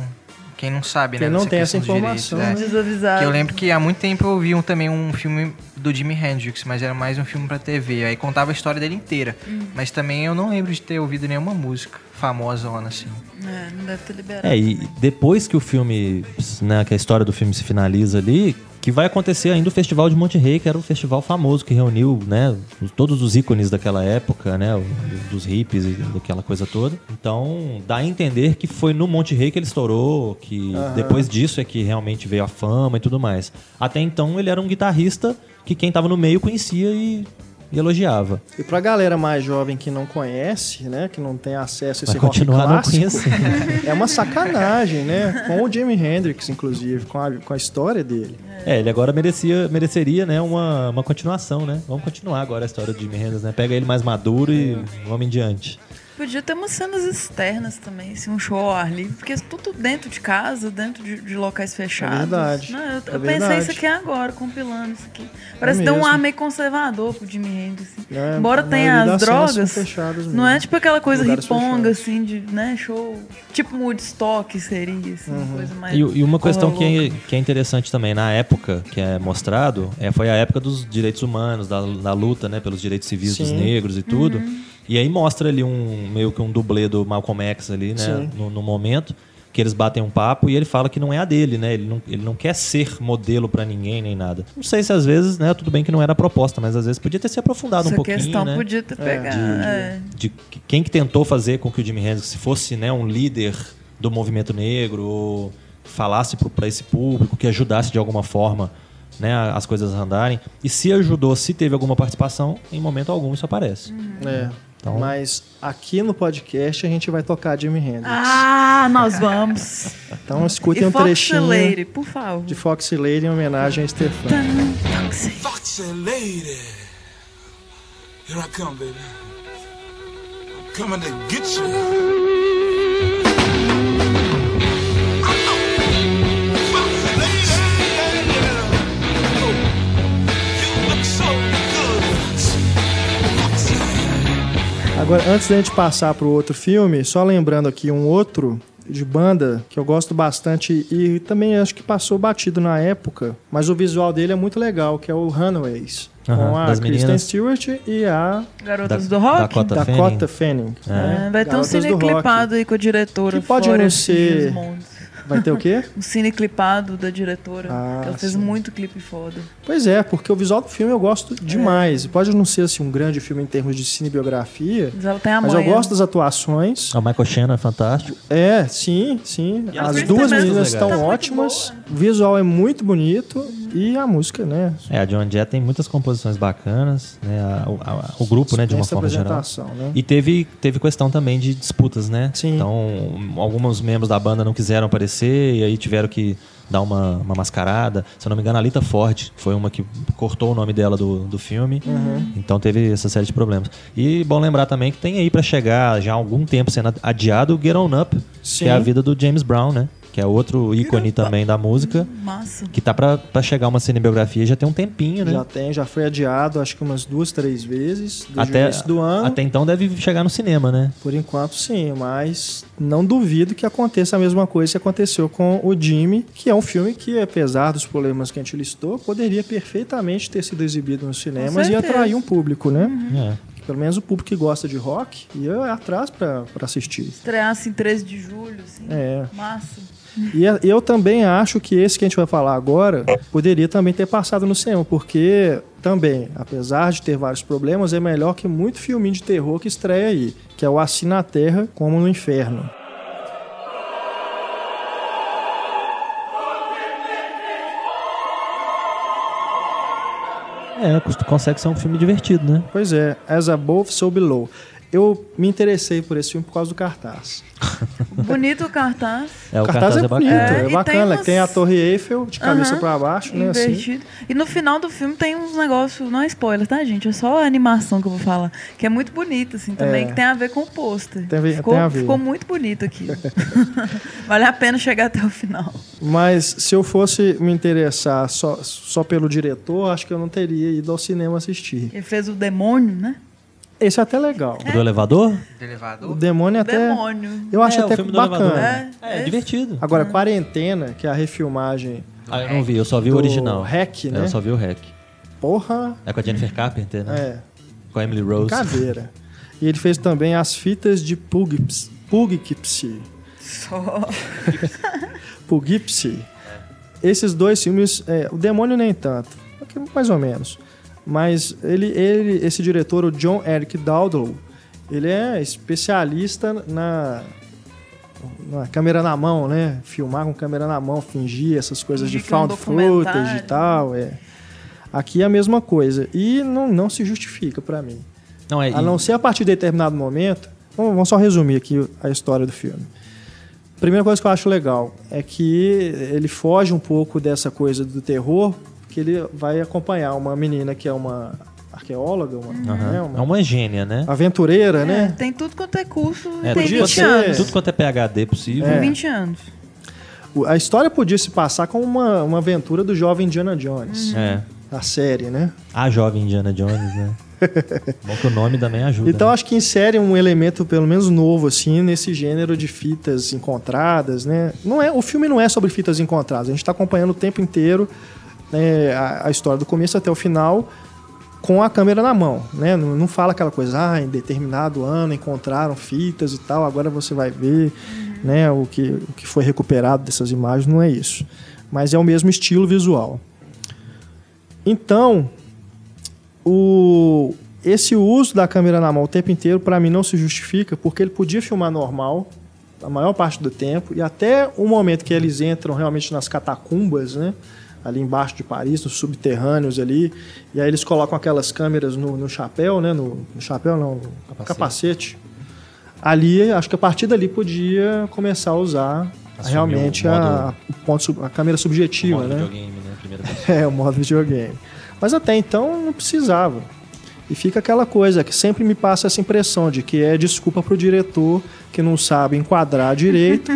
[SPEAKER 3] quem não sabe,
[SPEAKER 1] Quem
[SPEAKER 3] né?
[SPEAKER 1] não
[SPEAKER 3] dessa
[SPEAKER 1] tem essa
[SPEAKER 3] questão dos
[SPEAKER 1] informação,
[SPEAKER 3] direitos, né?
[SPEAKER 2] Desavisado.
[SPEAKER 3] Que eu lembro que há muito tempo eu vi um, também um filme do Jimi Hendrix, mas era mais um filme pra TV. Aí contava a história dele inteira.
[SPEAKER 2] Hum.
[SPEAKER 3] Mas também eu não lembro de ter ouvido nenhuma música famosa, assim.
[SPEAKER 2] É, não deve ter liberado.
[SPEAKER 4] É, e
[SPEAKER 2] também.
[SPEAKER 4] depois que o filme, né, que a história do filme se finaliza ali, que vai acontecer ainda o Festival de Monterrey, que era um festival famoso que reuniu, né, os- todos os ícones daquela época, né, o- do- dos hippies e daquela coisa toda. Então, dá a entender que foi no Monterrey que ele estourou, que depois disso é que realmente veio a fama e tudo mais. Até então, ele era um guitarrista que quem tava no meio conhecia e, e elogiava.
[SPEAKER 1] E pra galera mais jovem que não conhece, né? Que não tem acesso a esse
[SPEAKER 4] Vai
[SPEAKER 1] rock
[SPEAKER 4] continuar não
[SPEAKER 1] clássico,
[SPEAKER 4] conhecendo.
[SPEAKER 1] é uma sacanagem, né? Com o Jimi Hendrix, inclusive, com a, com a história dele.
[SPEAKER 4] É, ele agora merecia, mereceria, né, uma, uma continuação, né? Vamos continuar agora a história do Jimmy Hendrix, né? Pega ele mais maduro e vamos em diante.
[SPEAKER 2] Podia ter umas cenas externas também, assim, um show ao ar livre, porque é tudo dentro de casa, dentro de, de locais fechados.
[SPEAKER 1] É verdade,
[SPEAKER 2] Não, eu eu
[SPEAKER 1] é
[SPEAKER 2] pensei
[SPEAKER 1] verdade. É
[SPEAKER 2] isso aqui agora, compilando isso aqui. Parece que dá um
[SPEAKER 1] mesmo.
[SPEAKER 2] ar meio conservador pro Jimi Hendrix. Assim.
[SPEAKER 1] É,
[SPEAKER 2] Embora
[SPEAKER 1] a
[SPEAKER 2] tenha
[SPEAKER 1] maioria das
[SPEAKER 2] as
[SPEAKER 1] cenas
[SPEAKER 2] drogas,
[SPEAKER 1] são fechadas mesmo.
[SPEAKER 2] não é tipo aquela coisa
[SPEAKER 1] Lugares
[SPEAKER 2] riponga,
[SPEAKER 1] fechados.
[SPEAKER 2] assim, de, né, show. Tipo Woodstock seria, assim,
[SPEAKER 1] Uhum.
[SPEAKER 2] uma coisa mais.
[SPEAKER 4] E, e uma questão que
[SPEAKER 2] louca.
[SPEAKER 4] é, que é interessante também, na época que é mostrado, é, foi a época dos direitos humanos, da, da luta, né, pelos direitos civis dos
[SPEAKER 1] Sim.
[SPEAKER 4] negros e tudo. E aí mostra ali um meio que um dublê do Malcolm X ali, né,
[SPEAKER 1] Sim.
[SPEAKER 4] no, no momento que eles batem um papo e ele fala que não é a dele, né? Ele não, ele não quer ser modelo pra ninguém nem nada. Não sei se às vezes, né, tudo bem que não era a proposta, mas às vezes podia ter se aprofundado
[SPEAKER 2] Essa
[SPEAKER 4] um pouquinho,
[SPEAKER 2] questão
[SPEAKER 4] né?
[SPEAKER 2] podia ter pegado. é.
[SPEAKER 4] de que- quem que tentou fazer com que o Jimi Hendrix fosse né, um líder do movimento negro, ou falasse para esse público, que ajudasse de alguma forma né, a- as coisas a andarem. E se ajudou, se teve alguma participação, em momento algum isso aparece.
[SPEAKER 2] Hum.
[SPEAKER 1] É.
[SPEAKER 4] Então-
[SPEAKER 1] Mas aqui no podcast a gente vai tocar Jimi Hendrix.
[SPEAKER 2] Ah, nós vamos.
[SPEAKER 1] Então escutem
[SPEAKER 2] e
[SPEAKER 1] um
[SPEAKER 2] Fox
[SPEAKER 1] trechinho
[SPEAKER 2] Lady, por favor.
[SPEAKER 1] de Fox Lady em homenagem a Stefan.
[SPEAKER 2] Foxy.
[SPEAKER 5] Foxy lady. Here I come, baby. coming to get you.
[SPEAKER 1] Agora, antes da gente passar pro outro filme, só lembrando aqui um outro de banda que eu gosto bastante e também acho que passou batido na época, mas o visual dele é muito legal, que é o Runaways.
[SPEAKER 4] Aham,
[SPEAKER 1] com a
[SPEAKER 4] das
[SPEAKER 1] Kristen
[SPEAKER 4] meninas.
[SPEAKER 1] Stewart e a
[SPEAKER 2] Garotas
[SPEAKER 4] Da-
[SPEAKER 2] do Rock?
[SPEAKER 4] Dakota. Dakota Fanning.
[SPEAKER 1] Dakota Fanning.
[SPEAKER 2] É,
[SPEAKER 1] né?
[SPEAKER 2] vai ter um
[SPEAKER 1] Garotas do
[SPEAKER 2] cine
[SPEAKER 1] Rock.
[SPEAKER 2] clipado aí com a diretora.
[SPEAKER 1] Que pode não
[SPEAKER 2] Flora
[SPEAKER 1] ser-
[SPEAKER 2] Sigismund.
[SPEAKER 1] Vai ter o quê?
[SPEAKER 2] Um cine clipado da diretora.
[SPEAKER 1] Ah,
[SPEAKER 2] que ela fez
[SPEAKER 1] sim.
[SPEAKER 2] muito clipe foda.
[SPEAKER 1] Pois é, porque o visual do filme eu gosto demais. Pode não ser assim, um grande filme em termos de cinebiografia,
[SPEAKER 2] Mas ela tem a
[SPEAKER 1] mas
[SPEAKER 2] mãe.
[SPEAKER 1] eu gosto das atuações.
[SPEAKER 4] A Michael Shannon é fantástico.
[SPEAKER 1] É, sim, sim.
[SPEAKER 4] E
[SPEAKER 1] As
[SPEAKER 4] as
[SPEAKER 1] duas
[SPEAKER 2] músicas
[SPEAKER 1] meninas
[SPEAKER 4] legais.
[SPEAKER 1] estão
[SPEAKER 2] Tá muito
[SPEAKER 1] ótimas, o visual é muito bonito e a música, né?
[SPEAKER 4] É, a John Jett tem muitas composições bacanas, né? A- o- a- o grupo, né, de uma
[SPEAKER 1] Essa
[SPEAKER 4] forma geral.
[SPEAKER 1] apresentação, né?
[SPEAKER 4] E teve, teve questão também de disputas, né?
[SPEAKER 1] Sim.
[SPEAKER 4] Então, alguns membros da banda não quiseram aparecer e aí tiveram que dar uma, uma mascarada. Se eu não me engano, a Lita Ford foi uma que cortou o nome dela do, do filme.
[SPEAKER 1] Uhum.
[SPEAKER 4] Então teve essa série de problemas. E bom lembrar também que tem aí pra chegar já há algum tempo sendo adiado o Get On Up,
[SPEAKER 1] Sim.
[SPEAKER 4] que é a vida do James Brown, né? Que é outro ícone também da música.
[SPEAKER 2] Massa.
[SPEAKER 4] Que tá pra, pra chegar uma cinebiografia já tem um tempinho, né?
[SPEAKER 1] Já tem, já foi adiado, acho que umas duas, três vezes desde o
[SPEAKER 4] até,
[SPEAKER 1] início do ano.
[SPEAKER 4] até então deve chegar no cinema, né?
[SPEAKER 1] Por enquanto, sim, mas não duvido que aconteça a mesma coisa que aconteceu com o Jimmy, que é um filme que, apesar dos problemas que a gente listou, poderia perfeitamente ter sido exibido nos cinemas e
[SPEAKER 2] certeza.
[SPEAKER 1] atrair um público, né?
[SPEAKER 4] É.
[SPEAKER 1] Pelo menos o público que gosta de rock ia atrás pra pra assistir.
[SPEAKER 2] Estreasse em 13 de julho, assim.
[SPEAKER 1] É.
[SPEAKER 2] Massa.
[SPEAKER 1] E a- eu também acho que esse que a gente vai falar agora poderia também ter passado no cinema, porque também, apesar de ter vários problemas, é melhor que muito filminho de terror que estreia aí, que é o Assim na Terra como no Inferno.
[SPEAKER 4] É, cons- consegue ser um filme divertido, né?
[SPEAKER 1] Pois é, As Above, So Below. Eu me interessei por esse filme por causa do cartaz.
[SPEAKER 2] Bonito o cartaz.
[SPEAKER 4] É, o
[SPEAKER 1] cartaz, é bonito,
[SPEAKER 2] É,
[SPEAKER 1] é,
[SPEAKER 2] e tem
[SPEAKER 1] bacana. Tem,
[SPEAKER 2] umas-
[SPEAKER 1] a Torre Eiffel de cabeça
[SPEAKER 2] Aham,
[SPEAKER 1] pra baixo, né? Assim.
[SPEAKER 2] Invertido. E no final do filme tem uns negócios, não é spoiler, tá, gente? É só a animação que eu vou falar. Que é muito bonito, assim, também,
[SPEAKER 1] É.
[SPEAKER 2] que tem a ver com o pôster.
[SPEAKER 1] Tem a ver-
[SPEAKER 2] ficou,
[SPEAKER 1] tem a ver.
[SPEAKER 2] ficou muito bonito aqui. vale a pena chegar até o final.
[SPEAKER 1] Mas se eu fosse me interessar só, só pelo diretor, acho que eu não teria ido ao cinema assistir.
[SPEAKER 2] Ele fez o demônio, né?
[SPEAKER 1] Esse é até legal.
[SPEAKER 4] Do elevador?
[SPEAKER 3] Do
[SPEAKER 1] O
[SPEAKER 3] elevador.
[SPEAKER 1] demônio é até.
[SPEAKER 2] Demônio.
[SPEAKER 1] Eu acho
[SPEAKER 4] é, o
[SPEAKER 1] até
[SPEAKER 4] filme do
[SPEAKER 1] bacana.
[SPEAKER 4] elevador.
[SPEAKER 2] É,
[SPEAKER 4] É,
[SPEAKER 2] é
[SPEAKER 4] divertido.
[SPEAKER 1] Agora, Quarentena, que é a refilmagem.
[SPEAKER 4] Ah, eu não vi, eu só vi
[SPEAKER 1] Do
[SPEAKER 4] o original.
[SPEAKER 1] Hack,
[SPEAKER 4] É,
[SPEAKER 1] né?
[SPEAKER 4] Eu só vi o Hack.
[SPEAKER 1] Porra!
[SPEAKER 4] É com a Jennifer Carpenter, né?
[SPEAKER 1] É,
[SPEAKER 4] Com a Emily Rose.
[SPEAKER 1] cadeira. E ele fez também as fitas de Pugips- Pugipsi.
[SPEAKER 2] Só.
[SPEAKER 1] Pugipsi. Esses dois filmes, é, o Demônio nem tanto, porque mais ou menos. Mas ele, ele, esse diretor, o John Eric Dowdle, ele é especialista na, na câmera na mão, né? Filmar com câmera na mão, fingir essas coisas de
[SPEAKER 2] Fingir que é um
[SPEAKER 1] found footage e
[SPEAKER 2] documentário.
[SPEAKER 1] tal, é. Aqui é a mesma coisa. E não, não se justifica pra mim.
[SPEAKER 4] Não, é,
[SPEAKER 1] A não ser a partir de determinado momento. Vamos, vamos só resumir aqui a história do filme. Primeira coisa que eu acho legal é que ele foge um pouco dessa coisa do terror, que ele vai acompanhar uma menina que é uma arqueóloga, uma, né,
[SPEAKER 4] Aham.
[SPEAKER 1] uma
[SPEAKER 4] É uma gênia, né?
[SPEAKER 1] aventureira,
[SPEAKER 2] É,
[SPEAKER 1] né?
[SPEAKER 2] tem tudo quanto é curso,
[SPEAKER 1] Ah,
[SPEAKER 4] É,
[SPEAKER 2] tem
[SPEAKER 4] tudo,
[SPEAKER 2] 20
[SPEAKER 4] quanto é,
[SPEAKER 2] anos.
[SPEAKER 4] tudo quanto é PHD possível.
[SPEAKER 1] É.
[SPEAKER 2] Tem 20 anos.
[SPEAKER 1] O- A história podia se passar como uma, uma aventura do jovem Indiana Jones,
[SPEAKER 4] É.
[SPEAKER 1] a série, né?
[SPEAKER 4] A jovem Indiana Jones, né? Bom que o nome também ajuda.
[SPEAKER 1] Então
[SPEAKER 4] né?
[SPEAKER 1] acho que insere um elemento pelo menos novo assim nesse gênero de fitas encontradas, né? Não é, o filme não é sobre fitas encontradas. A gente está acompanhando o tempo inteiro né, a, a história do começo até o final com a câmera na mão, né? Não, não fala aquela coisa, ah, em determinado ano encontraram fitas e tal. Agora você vai ver, né? O que, o que foi recuperado dessas imagens não é isso, mas é o mesmo estilo visual. Então, o esse uso da câmera na mão o tempo inteiro para mim não se justifica porque ele podia filmar normal a maior parte do tempo e até o momento que eles entram realmente nas catacumbas, né? Ali embaixo de Paris, nos subterrâneos ali, e aí eles colocam aquelas câmeras no, no chapéu, né? No, no chapéu não, no capacete. Ali, acho que a partir dali podia começar a usar
[SPEAKER 4] Assumir
[SPEAKER 1] realmente
[SPEAKER 4] o modo- um
[SPEAKER 1] a, o ponto, sub- a câmera subjetiva,
[SPEAKER 4] Modo
[SPEAKER 1] né?
[SPEAKER 4] videogame, né? Primeira pessoa.
[SPEAKER 1] É, o modo videogame. Mas até então não precisava. E fica aquela coisa que sempre me passa essa impressão de que é desculpa pro diretor que não sabe enquadrar direito,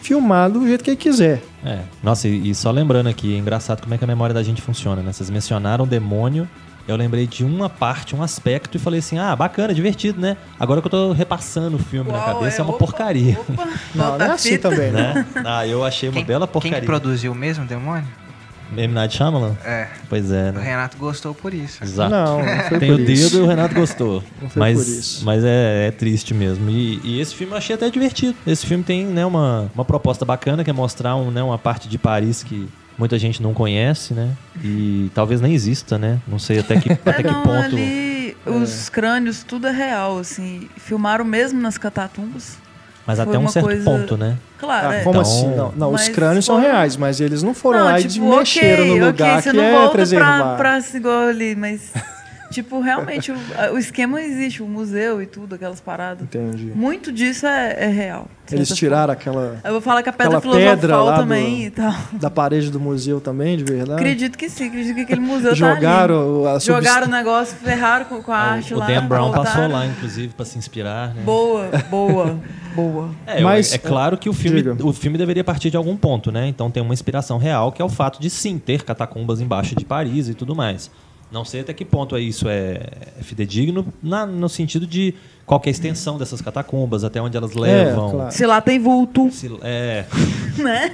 [SPEAKER 1] filmar do jeito que ele quiser.
[SPEAKER 4] É. Nossa, e, e só lembrando aqui, é engraçado como é que a memória da gente funciona, né? Vocês mencionaram demônio, eu lembrei de uma parte, um aspecto e falei assim: ah, bacana, divertido, né? Agora que eu tô repassando o filme na
[SPEAKER 2] Uau,
[SPEAKER 4] cabeça, é, uma
[SPEAKER 2] opa,
[SPEAKER 4] porcaria.
[SPEAKER 2] Opa,
[SPEAKER 1] Não,
[SPEAKER 2] volta
[SPEAKER 1] não é
[SPEAKER 2] a
[SPEAKER 1] assim
[SPEAKER 2] fita.
[SPEAKER 1] também, né?
[SPEAKER 4] Né? Ah, eu achei uma
[SPEAKER 3] Quem-
[SPEAKER 4] bela
[SPEAKER 3] Quem
[SPEAKER 4] porcaria.
[SPEAKER 3] que produziu mesmo, Demônio?
[SPEAKER 4] M. Night Shyamalan?
[SPEAKER 3] É.
[SPEAKER 4] Pois é,
[SPEAKER 3] O
[SPEAKER 4] né?
[SPEAKER 3] Renato gostou por isso.
[SPEAKER 4] Exato.
[SPEAKER 1] Não, não foi
[SPEAKER 4] Tem
[SPEAKER 1] por
[SPEAKER 4] o
[SPEAKER 1] isso.
[SPEAKER 4] dedo e o Renato gostou.
[SPEAKER 1] Não foi por
[SPEAKER 4] mas
[SPEAKER 1] isso.
[SPEAKER 4] mas é, é triste mesmo. E, e esse filme eu achei até divertido. Esse filme tem né, uma, uma proposta bacana que é mostrar um, né, uma parte de Paris que muita gente não conhece, né? E talvez nem exista, né? Não sei até que, até
[SPEAKER 2] É,
[SPEAKER 4] que
[SPEAKER 2] não,
[SPEAKER 4] ponto.
[SPEAKER 2] ali os crânios, tudo é real, assim. Filmaram mesmo nas catatumbas.
[SPEAKER 4] Mas
[SPEAKER 2] foi
[SPEAKER 4] até um
[SPEAKER 2] uma
[SPEAKER 4] certo
[SPEAKER 2] coisa-
[SPEAKER 4] ponto, né?
[SPEAKER 2] Claro,
[SPEAKER 1] Ah,
[SPEAKER 2] é.
[SPEAKER 1] Como
[SPEAKER 4] Então-
[SPEAKER 1] assim? Não, não, os
[SPEAKER 2] Mas
[SPEAKER 1] crânios são
[SPEAKER 2] foram-
[SPEAKER 1] reais, mas eles não foram lá e
[SPEAKER 2] tipo, ok,
[SPEAKER 1] mexeram no lugar
[SPEAKER 2] ok, você
[SPEAKER 1] que
[SPEAKER 2] não
[SPEAKER 1] é
[SPEAKER 2] volta
[SPEAKER 1] preservar.
[SPEAKER 2] pra, pra esse igual ali, mas... tipo, realmente, o, a- o esquema existe, o museu e tudo, aquelas paradas.
[SPEAKER 1] Entendi.
[SPEAKER 2] Muito disso é, é real. de
[SPEAKER 1] Eles
[SPEAKER 2] certa
[SPEAKER 1] tiraram aquela
[SPEAKER 2] Eu vou falar que a pedra
[SPEAKER 1] Aquela
[SPEAKER 2] filosofal
[SPEAKER 1] pedra lá do- Ah.
[SPEAKER 2] também e tal.
[SPEAKER 1] da parede do museu também, de verdade.
[SPEAKER 2] Acredito que sim, acredito que aquele museu tá ali.
[SPEAKER 1] Jogaram a substância.
[SPEAKER 2] Jogaram o negócio, ferraram com, com a arte
[SPEAKER 4] Ah, o
[SPEAKER 2] lá.
[SPEAKER 4] Dan Brown
[SPEAKER 2] voltaram.
[SPEAKER 4] passou lá, inclusive, pra se inspirar, né?
[SPEAKER 2] Boa, boa, boa.
[SPEAKER 4] É,
[SPEAKER 1] Mas-
[SPEAKER 4] Mas, é claro que o filme,
[SPEAKER 1] Diga.
[SPEAKER 4] o filme deveria partir de algum ponto, né? Então tem uma inspiração real, que é o fato de sim ter catacumbas embaixo de Paris e tudo mais. Não sei até que ponto é isso é é fidedigno, na- no sentido de qual que é a extensão dessas catacumbas, até onde elas levam.
[SPEAKER 1] É, claro.
[SPEAKER 2] Se lá tem vulto,
[SPEAKER 4] Se, é,
[SPEAKER 2] né?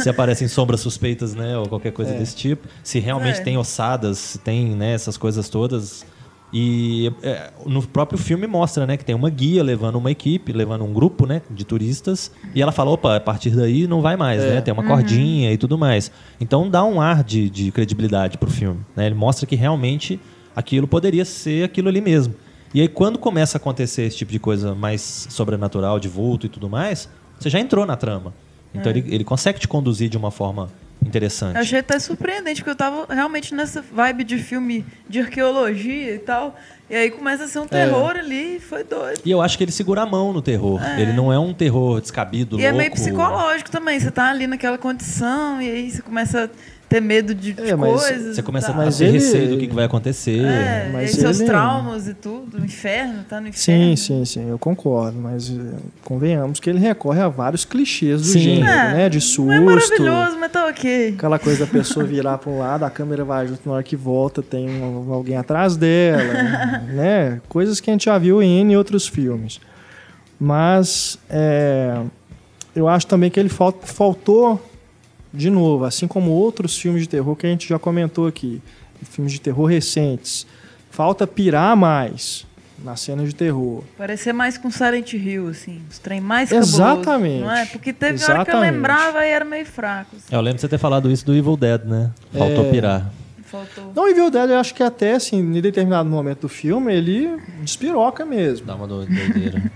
[SPEAKER 4] se aparecem sombras suspeitas, né? Ou qualquer coisa desse tipo. Se realmente
[SPEAKER 2] É.
[SPEAKER 4] tem ossadas, se tem né, essas coisas todas. E é, no próprio filme mostra, né? Que tem uma guia levando uma equipe, levando um grupo, né? De turistas. E ela fala, opa, a partir daí não vai mais, né? Tem uma cordinha e tudo mais. Então dá um ar de, de credibilidade pro filme. Né? Ele mostra que realmente aquilo poderia ser aquilo ali mesmo. E aí quando começa a acontecer esse tipo de coisa mais sobrenatural, de vulto e tudo mais, você já entrou na trama. Então ele, ele consegue te conduzir de uma forma interessante.
[SPEAKER 2] Eu achei até surpreendente, porque eu tava realmente nessa vibe de filme de arqueologia e tal. E aí começa a ser um
[SPEAKER 4] É.
[SPEAKER 2] terror ali, e foi doido.
[SPEAKER 4] E eu acho que ele segura a mão no terror. Ele não é um terror descabido,
[SPEAKER 2] E
[SPEAKER 4] louco.
[SPEAKER 2] é meio psicológico também, você tá ali naquela condição, e aí você começa a ter medo de, de
[SPEAKER 1] É, mas
[SPEAKER 2] coisas.
[SPEAKER 4] Você começa a né?
[SPEAKER 1] Mas
[SPEAKER 4] ter
[SPEAKER 1] ele-
[SPEAKER 4] receio do que, que vai acontecer.
[SPEAKER 2] tá? É,
[SPEAKER 1] Mas
[SPEAKER 2] e seus
[SPEAKER 1] ele-
[SPEAKER 2] traumas e tudo, inferno, tá no
[SPEAKER 1] Sim,
[SPEAKER 2] inferno.
[SPEAKER 1] sim, sim, eu concordo, mas eh, convenhamos que ele recorre a vários clichês do
[SPEAKER 4] Sim.
[SPEAKER 1] gênero,
[SPEAKER 2] É,
[SPEAKER 1] né? De
[SPEAKER 2] Não é
[SPEAKER 1] susto,
[SPEAKER 2] maravilhoso, mas tá ok.
[SPEAKER 1] aquela coisa da pessoa virar para um lado, a câmera vai junto, na hora que volta tem um- alguém atrás dela, né? Coisas que a gente já viu em N outros filmes. Mas é, eu acho também que ele fal- faltou, de novo, assim como outros filmes de terror que a gente já comentou aqui, filmes de terror recentes, falta pirar mais nas cenas de terror.
[SPEAKER 2] Parecer mais com Silent Hill, assim. Os trem mais
[SPEAKER 1] Exatamente.
[SPEAKER 2] cabuloso, não é? Porque teve hora que eu
[SPEAKER 1] Exatamente.
[SPEAKER 2] lembrava e era meio fraco. assim,
[SPEAKER 4] Eu lembro de você ter falado isso do Evil Dead, né? Faltou
[SPEAKER 1] É.
[SPEAKER 4] pirar.
[SPEAKER 2] Faltou.
[SPEAKER 1] Não, Evil Dead, eu acho que até, assim, em determinado momento do filme, ele despiroca mesmo.
[SPEAKER 4] Dá uma do- doideira.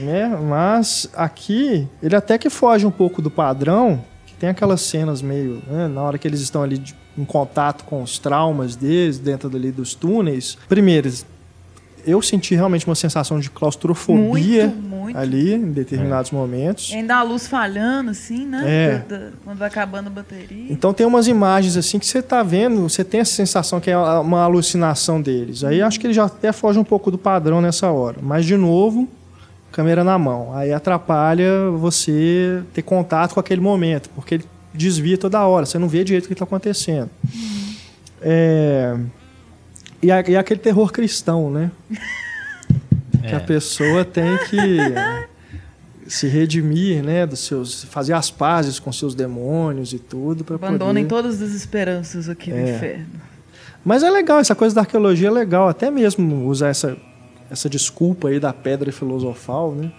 [SPEAKER 1] né? Mas aqui ele até que foge um pouco do padrão, que tem aquelas cenas meio, né, na hora que eles estão ali de- em contato com os traumas deles dentro ali dos túneis. Primeiro, eu senti realmente uma sensação de claustrofobia
[SPEAKER 2] Muito, muito.
[SPEAKER 1] ali em determinados momentos.
[SPEAKER 2] E ainda a luz falhando, assim, né?
[SPEAKER 1] É.
[SPEAKER 2] Da- da- quando vai acabando a bateria.
[SPEAKER 1] Então tem umas imagens assim que você tá vendo, você tem essa sensação que é uma alucinação deles. Aí acho que ele já até foge um pouco do padrão nessa hora. Mas de novo, câmera na mão. Aí atrapalha você ter contato com aquele momento, porque ele desvia toda hora, você não vê direito o que está acontecendo. É, E, a- e aquele terror cristão, né? Que a
[SPEAKER 4] É.
[SPEAKER 1] pessoa tem que se redimir, né, dos seus, fazer as pazes com seus demônios e tudo para
[SPEAKER 2] Abandonem
[SPEAKER 1] poder...
[SPEAKER 2] todas as esperanças aqui no
[SPEAKER 1] É.
[SPEAKER 2] inferno.
[SPEAKER 1] Mas é legal essa coisa da arqueologia, é legal até mesmo usar essa essa desculpa aí da pedra filosofal, né?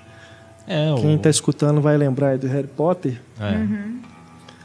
[SPEAKER 4] É, o-
[SPEAKER 1] Quem tá escutando vai lembrar aí do Harry Potter.
[SPEAKER 4] é.
[SPEAKER 2] Uhum.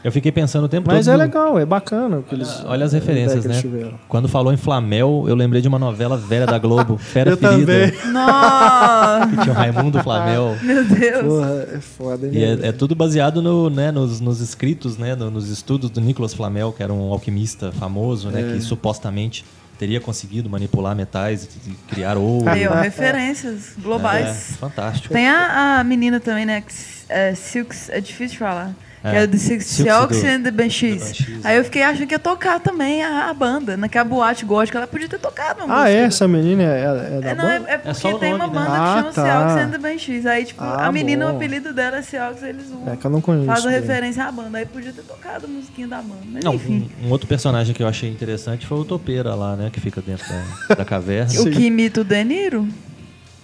[SPEAKER 4] Eu fiquei pensando o tempo
[SPEAKER 1] Mas
[SPEAKER 4] todo.
[SPEAKER 1] é
[SPEAKER 4] no-
[SPEAKER 1] legal, é bacana o que eles
[SPEAKER 4] Olha as
[SPEAKER 1] a ideia
[SPEAKER 4] referências,
[SPEAKER 1] que eles
[SPEAKER 4] né?
[SPEAKER 1] tiveram.
[SPEAKER 4] Quando falou em Flamel, eu lembrei de uma novela velha da Globo, Fera
[SPEAKER 1] Eu
[SPEAKER 4] Ferida,
[SPEAKER 1] também.
[SPEAKER 4] que
[SPEAKER 2] Nossa,
[SPEAKER 4] tinha o Raimundo Flamel.
[SPEAKER 2] meu Deus.
[SPEAKER 1] Porra, é foda, hein?
[SPEAKER 4] E
[SPEAKER 1] né?
[SPEAKER 4] é, é tudo baseado no, né, nos, nos escritos, né, no- nos estudos do Nicolas Flamel, que era um alquimista famoso, né, que supostamente teria conseguido manipular metais e, e criar ouro.
[SPEAKER 2] Aí, ó,
[SPEAKER 4] É,
[SPEAKER 2] referências globais.
[SPEAKER 4] fantástico.
[SPEAKER 2] Tem a, a menina também, né? que s- é, Silks, é difícil de falar. Que era de Six
[SPEAKER 4] Silk
[SPEAKER 2] Silks
[SPEAKER 4] do-
[SPEAKER 2] and the
[SPEAKER 4] do
[SPEAKER 2] Banshees.
[SPEAKER 4] Banshees,
[SPEAKER 2] Aí eu fiquei achando que ia tocar também a, a banda. Naquela boate gótica, ela podia ter tocado uma
[SPEAKER 1] Ah, é?
[SPEAKER 2] música.
[SPEAKER 1] Essa menina é, é da
[SPEAKER 2] É, não, é,
[SPEAKER 1] banda?
[SPEAKER 2] é
[SPEAKER 4] É só
[SPEAKER 2] porque
[SPEAKER 4] o
[SPEAKER 2] tem uma
[SPEAKER 4] nome, né?
[SPEAKER 2] banda
[SPEAKER 1] Ah,
[SPEAKER 2] que chama
[SPEAKER 1] tá.
[SPEAKER 2] Seahawks and the Banshees. Aí, tipo,
[SPEAKER 1] Ah,
[SPEAKER 2] a menina,
[SPEAKER 1] bom.
[SPEAKER 2] o apelido dela é Seahawks, eles usam.
[SPEAKER 1] É, que eu não conheço.
[SPEAKER 2] Faz a
[SPEAKER 1] bem.
[SPEAKER 2] referência à banda. Aí podia ter tocado a musiquinha da banda. Mas
[SPEAKER 4] Não,
[SPEAKER 2] enfim.
[SPEAKER 4] um, um outro personagem que eu achei interessante foi o Topeira lá, né? Que fica dentro da, da caverna.
[SPEAKER 1] Sim.
[SPEAKER 2] O que imita o De Niro?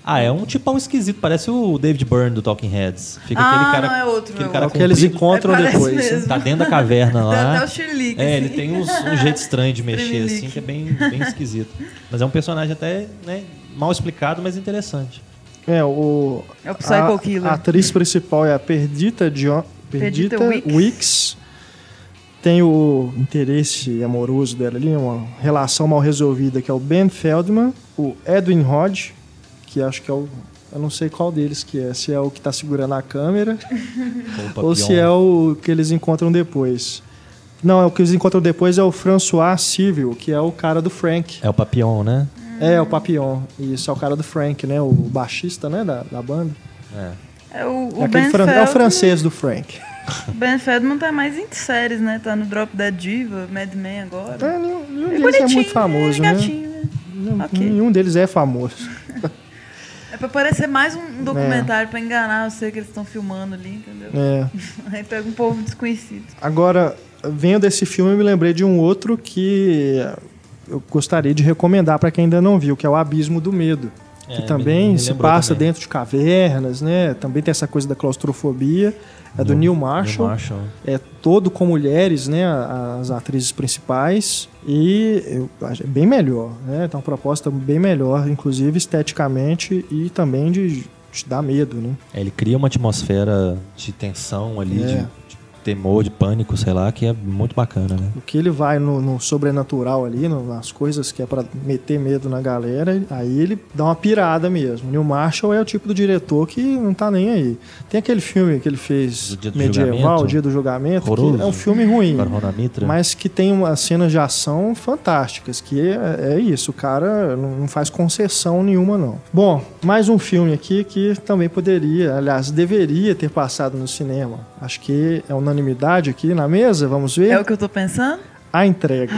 [SPEAKER 4] Ah, é um tipão esquisito, parece o David Byrne do Talking Heads. Fica
[SPEAKER 2] Ah,
[SPEAKER 4] aquele cara.
[SPEAKER 2] não, é outro,
[SPEAKER 4] Aquele
[SPEAKER 2] é
[SPEAKER 4] cara
[SPEAKER 1] É o que eles
[SPEAKER 4] comprido,
[SPEAKER 1] encontram
[SPEAKER 2] É, parece
[SPEAKER 1] depois. né?
[SPEAKER 2] mesmo.
[SPEAKER 4] Tá dentro da caverna
[SPEAKER 2] Dá até
[SPEAKER 4] lá.
[SPEAKER 2] o xilique,
[SPEAKER 4] É,
[SPEAKER 2] assim.
[SPEAKER 4] ele tem uns- um jeito estranho de mexer,
[SPEAKER 2] Tremelique.
[SPEAKER 4] assim, que é bem, bem esquisito. Mas é um personagem até né, mal explicado, mas interessante.
[SPEAKER 1] É, o.
[SPEAKER 2] É o Psycho
[SPEAKER 1] a,
[SPEAKER 2] Killer.
[SPEAKER 1] A atriz principal é a Perdita, John, Perdita,
[SPEAKER 2] Perdita
[SPEAKER 1] Wicks.
[SPEAKER 2] Wicks.
[SPEAKER 1] Tem o interesse amoroso dela ali, uma relação mal resolvida, que é o Ben Feldman, o Edwin Hodge, que acho que é o. Eu não sei qual deles que é, se é o que tá segurando a câmera
[SPEAKER 4] Como o
[SPEAKER 1] ou
[SPEAKER 4] Papillon.
[SPEAKER 1] se é o que eles encontram depois. Não, é o que eles encontram depois é o François Civil, que é o cara do Frank.
[SPEAKER 4] É o Papião, né?
[SPEAKER 2] Ah.
[SPEAKER 1] É, o Papillon. Isso é o cara do Frank, né? O baixista, né? Da, da banda.
[SPEAKER 4] É.
[SPEAKER 2] É o, o
[SPEAKER 1] É,
[SPEAKER 2] Ben
[SPEAKER 1] aquele fran- é o
[SPEAKER 2] Feldman-
[SPEAKER 1] francês do Frank.
[SPEAKER 2] Ben Feldman tá mais em séries, né? Tá no Drop da Diva, Mad Men agora.
[SPEAKER 1] É, nenhum, nenhum
[SPEAKER 2] É
[SPEAKER 1] deles é muito
[SPEAKER 2] bonitinho,
[SPEAKER 1] famoso,
[SPEAKER 2] é
[SPEAKER 1] né?
[SPEAKER 2] gatinho, né?
[SPEAKER 1] Nenhum,
[SPEAKER 2] Ok.
[SPEAKER 1] nenhum deles é famoso.
[SPEAKER 2] É pra parecer mais um documentário pra enganar você que eles estão filmando ali, entendeu?
[SPEAKER 1] É.
[SPEAKER 2] Aí pega um povo desconhecido.
[SPEAKER 1] Agora, vendo esse filme, eu me lembrei de um outro que eu gostaria de recomendar para quem ainda não viu, que é o Abismo do Medo.
[SPEAKER 4] É,
[SPEAKER 1] que
[SPEAKER 4] me-
[SPEAKER 1] também
[SPEAKER 4] me
[SPEAKER 1] se
[SPEAKER 4] lembrou
[SPEAKER 1] passa
[SPEAKER 4] também.
[SPEAKER 1] dentro de cavernas, né? Também tem essa coisa da claustrofobia. É do Neil Marshall.
[SPEAKER 4] Neil Marshall.
[SPEAKER 1] é todo com mulheres, né, as atrizes principais e eu acho é bem melhor, né? Tá uma proposta bem melhor, inclusive esteticamente e também de te dar medo, né?
[SPEAKER 4] É, Ele cria uma atmosfera de tensão ali,
[SPEAKER 1] É.
[SPEAKER 4] de, de temor, de pânico, sei lá, que é muito bacana, né?
[SPEAKER 1] O que ele vai no, no sobrenatural ali, no- nas coisas que é pra meter medo na galera, aí ele dá uma pirada mesmo. Neil Marshall é o tipo do diretor que não tá nem aí. Tem aquele filme que ele fez
[SPEAKER 4] Do Dia do
[SPEAKER 1] medieval,
[SPEAKER 4] Julgamento?
[SPEAKER 1] O Dia do Julgamento, que
[SPEAKER 4] Horroroso.
[SPEAKER 1] é um filme ruim.
[SPEAKER 4] Carvana Mitra.
[SPEAKER 1] Mas que tem umas cenas de ação fantásticas, que é, é isso, o cara não não faz concessão nenhuma, não. Bom, mais um filme aqui que também poderia, aliás, deveria ter passado no cinema. Acho que é unanimidade aqui na mesa, vamos ver?
[SPEAKER 2] É o que eu tô pensando?
[SPEAKER 1] A entrega.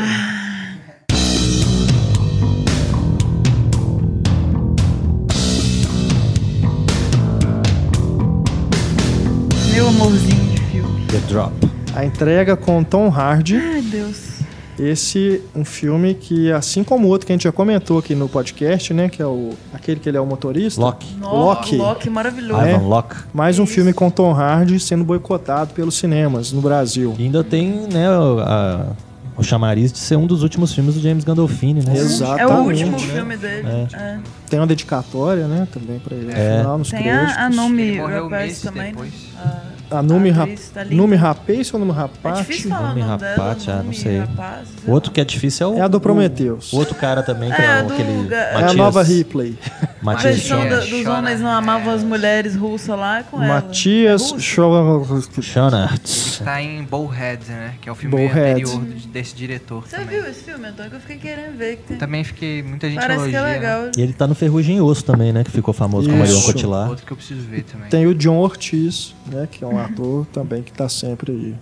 [SPEAKER 2] Meu amorzinho de filme.
[SPEAKER 4] The Drop.
[SPEAKER 1] A entrega com Tom Hardy.
[SPEAKER 2] Ai, Deus.
[SPEAKER 1] Esse um filme que, assim como o outro que a gente já comentou aqui no podcast, né? Que é o aquele que ele é o motorista.
[SPEAKER 4] Locke.
[SPEAKER 1] Loki.
[SPEAKER 2] Nossa, Loki maravilhoso.
[SPEAKER 1] Ah, é?
[SPEAKER 4] Ivan Locke.
[SPEAKER 1] Mais um filme com Tom Hardy sendo boicotado pelos cinemas no Brasil.
[SPEAKER 4] E ainda tem, né, o- a- o chamariz de ser um dos últimos filmes do James Gandolfini, né?
[SPEAKER 1] Exatamente.
[SPEAKER 2] É o último filme dele. é.
[SPEAKER 1] Tem uma dedicatória, né? Também pra ele. no
[SPEAKER 4] É.
[SPEAKER 1] Final, nos
[SPEAKER 2] Tem
[SPEAKER 1] créditos.
[SPEAKER 2] a, a Numi
[SPEAKER 3] Ele morreu
[SPEAKER 2] Rapace
[SPEAKER 3] meses
[SPEAKER 2] também. né?
[SPEAKER 3] depois.
[SPEAKER 2] A-
[SPEAKER 1] A Numi,
[SPEAKER 2] a
[SPEAKER 1] Ra...
[SPEAKER 2] atriz tá linda.
[SPEAKER 1] Numi Rapace ou Numi
[SPEAKER 2] É
[SPEAKER 1] Rapaz?
[SPEAKER 2] difícil falar um o
[SPEAKER 4] Numi
[SPEAKER 2] nome
[SPEAKER 4] Rapace,
[SPEAKER 2] dela.
[SPEAKER 4] ah, não
[SPEAKER 2] Numi
[SPEAKER 4] sei.
[SPEAKER 2] Rapace, sei
[SPEAKER 4] O outro
[SPEAKER 2] lá.
[SPEAKER 4] que é difícil é o...
[SPEAKER 1] É a do Prometheus.
[SPEAKER 4] O outro cara também, que é,
[SPEAKER 2] É,
[SPEAKER 4] o-
[SPEAKER 2] do-
[SPEAKER 4] aquele...
[SPEAKER 2] é
[SPEAKER 1] É a
[SPEAKER 4] Matias-
[SPEAKER 1] nova Ripley.
[SPEAKER 2] A
[SPEAKER 4] Matias
[SPEAKER 2] versão
[SPEAKER 4] Schona-
[SPEAKER 2] da-
[SPEAKER 3] Chora.
[SPEAKER 2] dos homens não amavam as mulheres russas lá é com ela.
[SPEAKER 1] Matias
[SPEAKER 2] É russa?
[SPEAKER 1] Schwarzenegger.
[SPEAKER 4] Schoenaerts.
[SPEAKER 3] Está Tá em Bullhead, né? Que é o filme
[SPEAKER 1] Bullhead.
[SPEAKER 3] anterior do- desse diretor
[SPEAKER 2] Você
[SPEAKER 3] também.
[SPEAKER 2] viu esse filme, Antônio? Que eu fiquei querendo ver. Que tem...
[SPEAKER 3] Também fiquei... Muita gente
[SPEAKER 2] Parece que
[SPEAKER 3] elogia.
[SPEAKER 2] é
[SPEAKER 3] né?
[SPEAKER 2] legal.
[SPEAKER 4] E ele tá no Ferrugem e Osso também, né? Que ficou famoso com o Marion
[SPEAKER 1] Isso.
[SPEAKER 4] Cotillard.
[SPEAKER 3] Outro que eu preciso ver também.
[SPEAKER 1] Tem o John Ortiz, né? Que é um ator também que tá sempre aí.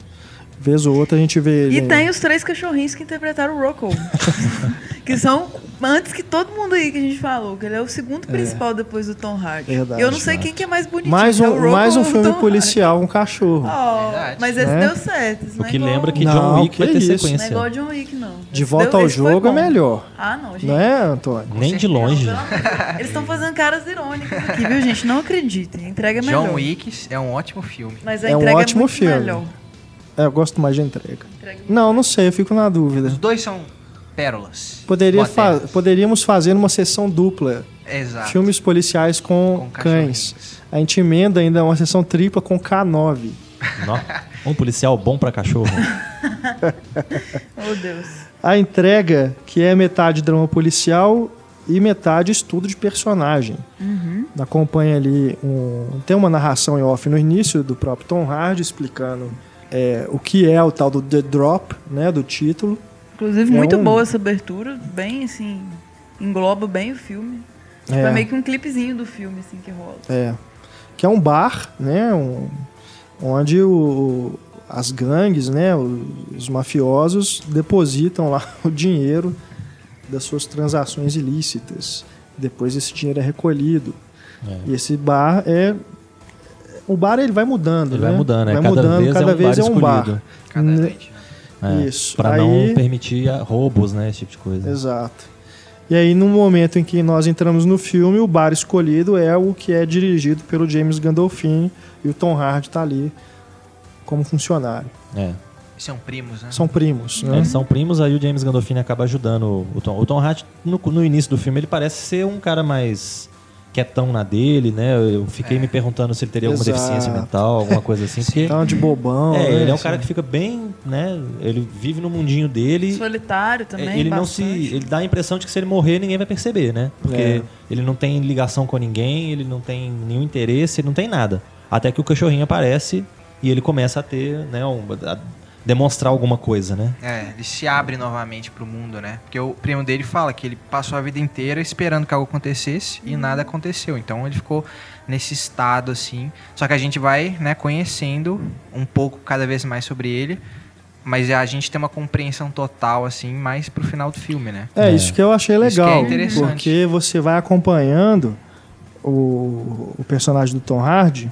[SPEAKER 1] Vez ou outra a gente vê ele.
[SPEAKER 2] E
[SPEAKER 1] em-
[SPEAKER 2] tem os três cachorrinhos que interpretaram o Rocco. que são antes que todo mundo aí que a gente falou, que ele é o segundo principal depois do Tom Hardy.
[SPEAKER 1] Verdade,
[SPEAKER 2] e eu não sei quem que é mais bonitinho.
[SPEAKER 1] Mais
[SPEAKER 2] se é o
[SPEAKER 1] um,
[SPEAKER 2] Rocco
[SPEAKER 1] mais um
[SPEAKER 2] ou o
[SPEAKER 1] filme
[SPEAKER 2] Tom
[SPEAKER 1] policial com cachorro.
[SPEAKER 2] Hardy. Oh,
[SPEAKER 3] Verdade.
[SPEAKER 2] mas esse
[SPEAKER 1] Né?
[SPEAKER 2] deu certo. isso
[SPEAKER 4] O
[SPEAKER 2] não é
[SPEAKER 4] que
[SPEAKER 2] igual-
[SPEAKER 4] lembra que
[SPEAKER 1] Não,
[SPEAKER 4] John Wick
[SPEAKER 1] que
[SPEAKER 4] vai ter
[SPEAKER 1] isso.
[SPEAKER 2] Não é
[SPEAKER 4] sequência.
[SPEAKER 2] igual John Wick, não.
[SPEAKER 1] De
[SPEAKER 2] Esse
[SPEAKER 1] volta
[SPEAKER 2] deu-
[SPEAKER 1] ao
[SPEAKER 2] esse foi
[SPEAKER 1] jogo é
[SPEAKER 2] bom.
[SPEAKER 1] melhor.
[SPEAKER 2] Ah, não, gente.
[SPEAKER 1] Não é, Antônio?
[SPEAKER 4] Nem de longe.
[SPEAKER 2] Pelo amor de Deus. Eles estão fazendo caras irônicas aqui, viu, gente? Não acreditem. A entrega é melhor.
[SPEAKER 3] John Wick é um ótimo filme.
[SPEAKER 2] Mas a
[SPEAKER 1] É um
[SPEAKER 2] entrega
[SPEAKER 1] ótimo
[SPEAKER 2] é muito
[SPEAKER 1] filme.
[SPEAKER 2] melhor.
[SPEAKER 1] É, eu gosto mais de entrega.
[SPEAKER 2] Entrega é
[SPEAKER 1] Não, não sei, eu fico na
[SPEAKER 3] Os
[SPEAKER 1] dúvida.
[SPEAKER 3] dois são pérolas.
[SPEAKER 1] Poderia fa-
[SPEAKER 3] modernas.
[SPEAKER 1] poderíamos fazer uma sessão dupla.
[SPEAKER 3] Exato.
[SPEAKER 1] Filmes policiais com,
[SPEAKER 3] Com
[SPEAKER 1] cães.
[SPEAKER 3] cachorrinhos.
[SPEAKER 1] A gente emenda ainda uma sessão tripla com K9.
[SPEAKER 4] Nó, Um policial bom pra cachorro.
[SPEAKER 1] É.
[SPEAKER 2] Oh, Deus.
[SPEAKER 1] A entrega, que é metade drama policial e metade estudo de personagem.
[SPEAKER 2] Uhum.
[SPEAKER 1] Acompanha ali um. Tem uma narração em off no início do próprio Tom Hardy explicando é, o que é o tal do The Drop, né? Do título.
[SPEAKER 2] Inclusive,
[SPEAKER 1] É
[SPEAKER 2] muito
[SPEAKER 1] um-
[SPEAKER 2] boa essa abertura, bem assim, engloba bem o filme. Tipo, é meio que um clipezinho do filme, assim, que rola.
[SPEAKER 1] É. Que é um bar, né? um- onde o, as gangues, né, os mafiosos depositam lá o dinheiro das suas transações ilícitas. Depois esse dinheiro é recolhido. E esse bar é o bar ele vai mudando,
[SPEAKER 4] Ele
[SPEAKER 1] né?
[SPEAKER 4] vai mudando, é.
[SPEAKER 1] vai
[SPEAKER 4] Cada
[SPEAKER 1] mudando,
[SPEAKER 4] vez é
[SPEAKER 1] cada
[SPEAKER 4] um
[SPEAKER 1] vez é
[SPEAKER 4] bar
[SPEAKER 1] um bar.
[SPEAKER 4] escolhido.
[SPEAKER 3] Cada
[SPEAKER 1] Né?
[SPEAKER 3] gente.
[SPEAKER 4] É,
[SPEAKER 1] Isso.
[SPEAKER 4] Pra
[SPEAKER 1] Aí-
[SPEAKER 4] não permitir ah, roubos, né? Esse tipo de coisa.
[SPEAKER 1] Exato. E aí, no momento em que nós entramos no filme, o bar escolhido é o que é dirigido pelo James Gandolfini e o Tom Hardy tá ali como funcionário.
[SPEAKER 4] É.
[SPEAKER 3] São primos, né?
[SPEAKER 1] São primos, né?
[SPEAKER 4] Eles são primos, aí o James Gandolfini acaba ajudando o Tom. O Tom Hatch, no, no início do filme, ele parece ser um cara mais quietão na dele, né? Eu fiquei me perguntando se ele teria alguma
[SPEAKER 1] É. Exato.
[SPEAKER 4] deficiência mental, alguma coisa assim. porque,
[SPEAKER 1] Então, de bobão.
[SPEAKER 4] é,
[SPEAKER 1] né?
[SPEAKER 4] ele é um cara que fica bem, né? Ele vive no mundinho dele.
[SPEAKER 2] Solitário também.
[SPEAKER 4] É, ele não se
[SPEAKER 2] bastante.
[SPEAKER 4] ele dá a impressão de que se ele morrer ninguém vai perceber né porque
[SPEAKER 1] É.
[SPEAKER 4] ele não tem ligação com ninguém ele não tem nenhum interesse ele não tem nada até que o cachorrinho aparece e ele começa a ter né um- a demonstrar alguma coisa né
[SPEAKER 3] É, ele se abre novamente pro mundo, né? Porque o primo dele fala que ele passou a vida inteira esperando que algo acontecesse e nada
[SPEAKER 1] Hum.
[SPEAKER 3] aconteceu. Então ele ficou nesse estado assim. Só que a gente vai, né, conhecendo um pouco cada vez mais sobre ele, mas a gente tem uma compreensão total assim, mais pro final do filme, né?
[SPEAKER 1] É, isso que eu achei
[SPEAKER 3] Isso que é
[SPEAKER 1] legal.
[SPEAKER 3] interessante.
[SPEAKER 1] porque você vai acompanhando o, o personagem do Tom Hardy.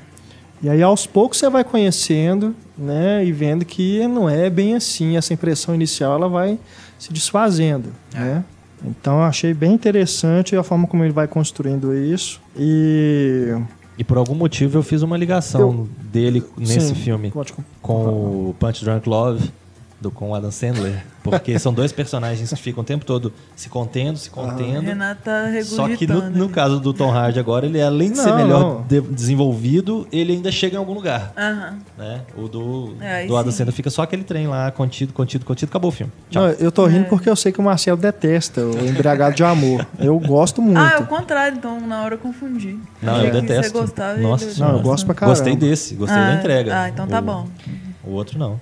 [SPEAKER 1] E aí, aos poucos, você vai conhecendo, né? E vendo que não é bem assim. Essa impressão inicial, ela vai se desfazendo,
[SPEAKER 3] É.
[SPEAKER 1] né? Então, eu achei bem interessante a forma como ele vai construindo isso. E...
[SPEAKER 4] e por algum motivo eu fiz uma ligação
[SPEAKER 1] Eu-
[SPEAKER 4] dele nesse
[SPEAKER 1] Sim,
[SPEAKER 4] filme
[SPEAKER 1] pode com-
[SPEAKER 4] com o Punch Drunk Love do com o Adam Sandler porque são dois personagens que ficam o tempo todo se contendo se
[SPEAKER 2] Ah,
[SPEAKER 4] contendo
[SPEAKER 2] Renata
[SPEAKER 4] Só
[SPEAKER 2] tá regurgitando.
[SPEAKER 4] que no, no
[SPEAKER 2] ali.
[SPEAKER 4] caso do Tom Hardy agora, ele além de ser
[SPEAKER 1] Não,
[SPEAKER 4] melhor
[SPEAKER 1] não.
[SPEAKER 4] de- desenvolvido, ele ainda chega em algum lugar,
[SPEAKER 2] Aham.
[SPEAKER 4] né? O do,
[SPEAKER 2] É, aí
[SPEAKER 4] do Adam
[SPEAKER 2] sim.
[SPEAKER 4] Sandler fica só aquele trem lá, contido, contido, contido, acabou o filme. Tchau.
[SPEAKER 1] Não, eu tô rindo porque eu sei que o Marcelo detesta o Embriagado de Amor. Eu gosto muito.
[SPEAKER 2] Ah, é o contrário, então na hora eu confundi.
[SPEAKER 4] Não,
[SPEAKER 2] Achei
[SPEAKER 4] eu
[SPEAKER 2] que
[SPEAKER 4] detesto.
[SPEAKER 2] Você gostava e
[SPEAKER 4] Nossa
[SPEAKER 2] ele-
[SPEAKER 1] Não, eu gosto pra caramba.
[SPEAKER 4] Gostei desse, gostei
[SPEAKER 2] Ah,
[SPEAKER 4] da entrega.
[SPEAKER 2] Ah, então tá
[SPEAKER 4] O-
[SPEAKER 2] bom.
[SPEAKER 4] O outro não.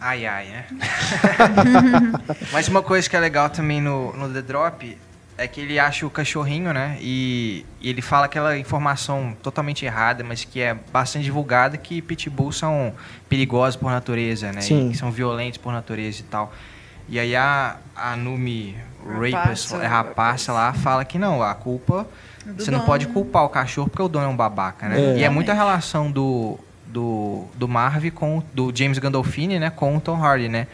[SPEAKER 3] Ai, ai, né? Mas uma coisa que é legal também no, no The Drop é que ele acha o cachorrinho, né? E, e ele fala aquela informação totalmente errada, mas que é bastante divulgada, que pitbulls são perigosos por natureza, né?
[SPEAKER 1] Sim.
[SPEAKER 3] E que são violentos por natureza e tal. E aí a, a Numi Rapaz,
[SPEAKER 2] Rapace,
[SPEAKER 3] é rapaça lá, fala que não, a culpa...
[SPEAKER 2] Do
[SPEAKER 3] Você não
[SPEAKER 2] dono.
[SPEAKER 3] pode culpar o cachorro porque o dono é um babaca, né?
[SPEAKER 1] É.
[SPEAKER 3] E é muito a relação do, do, do Marv com do James Gandolfini, né, com o Tom Hardy, né?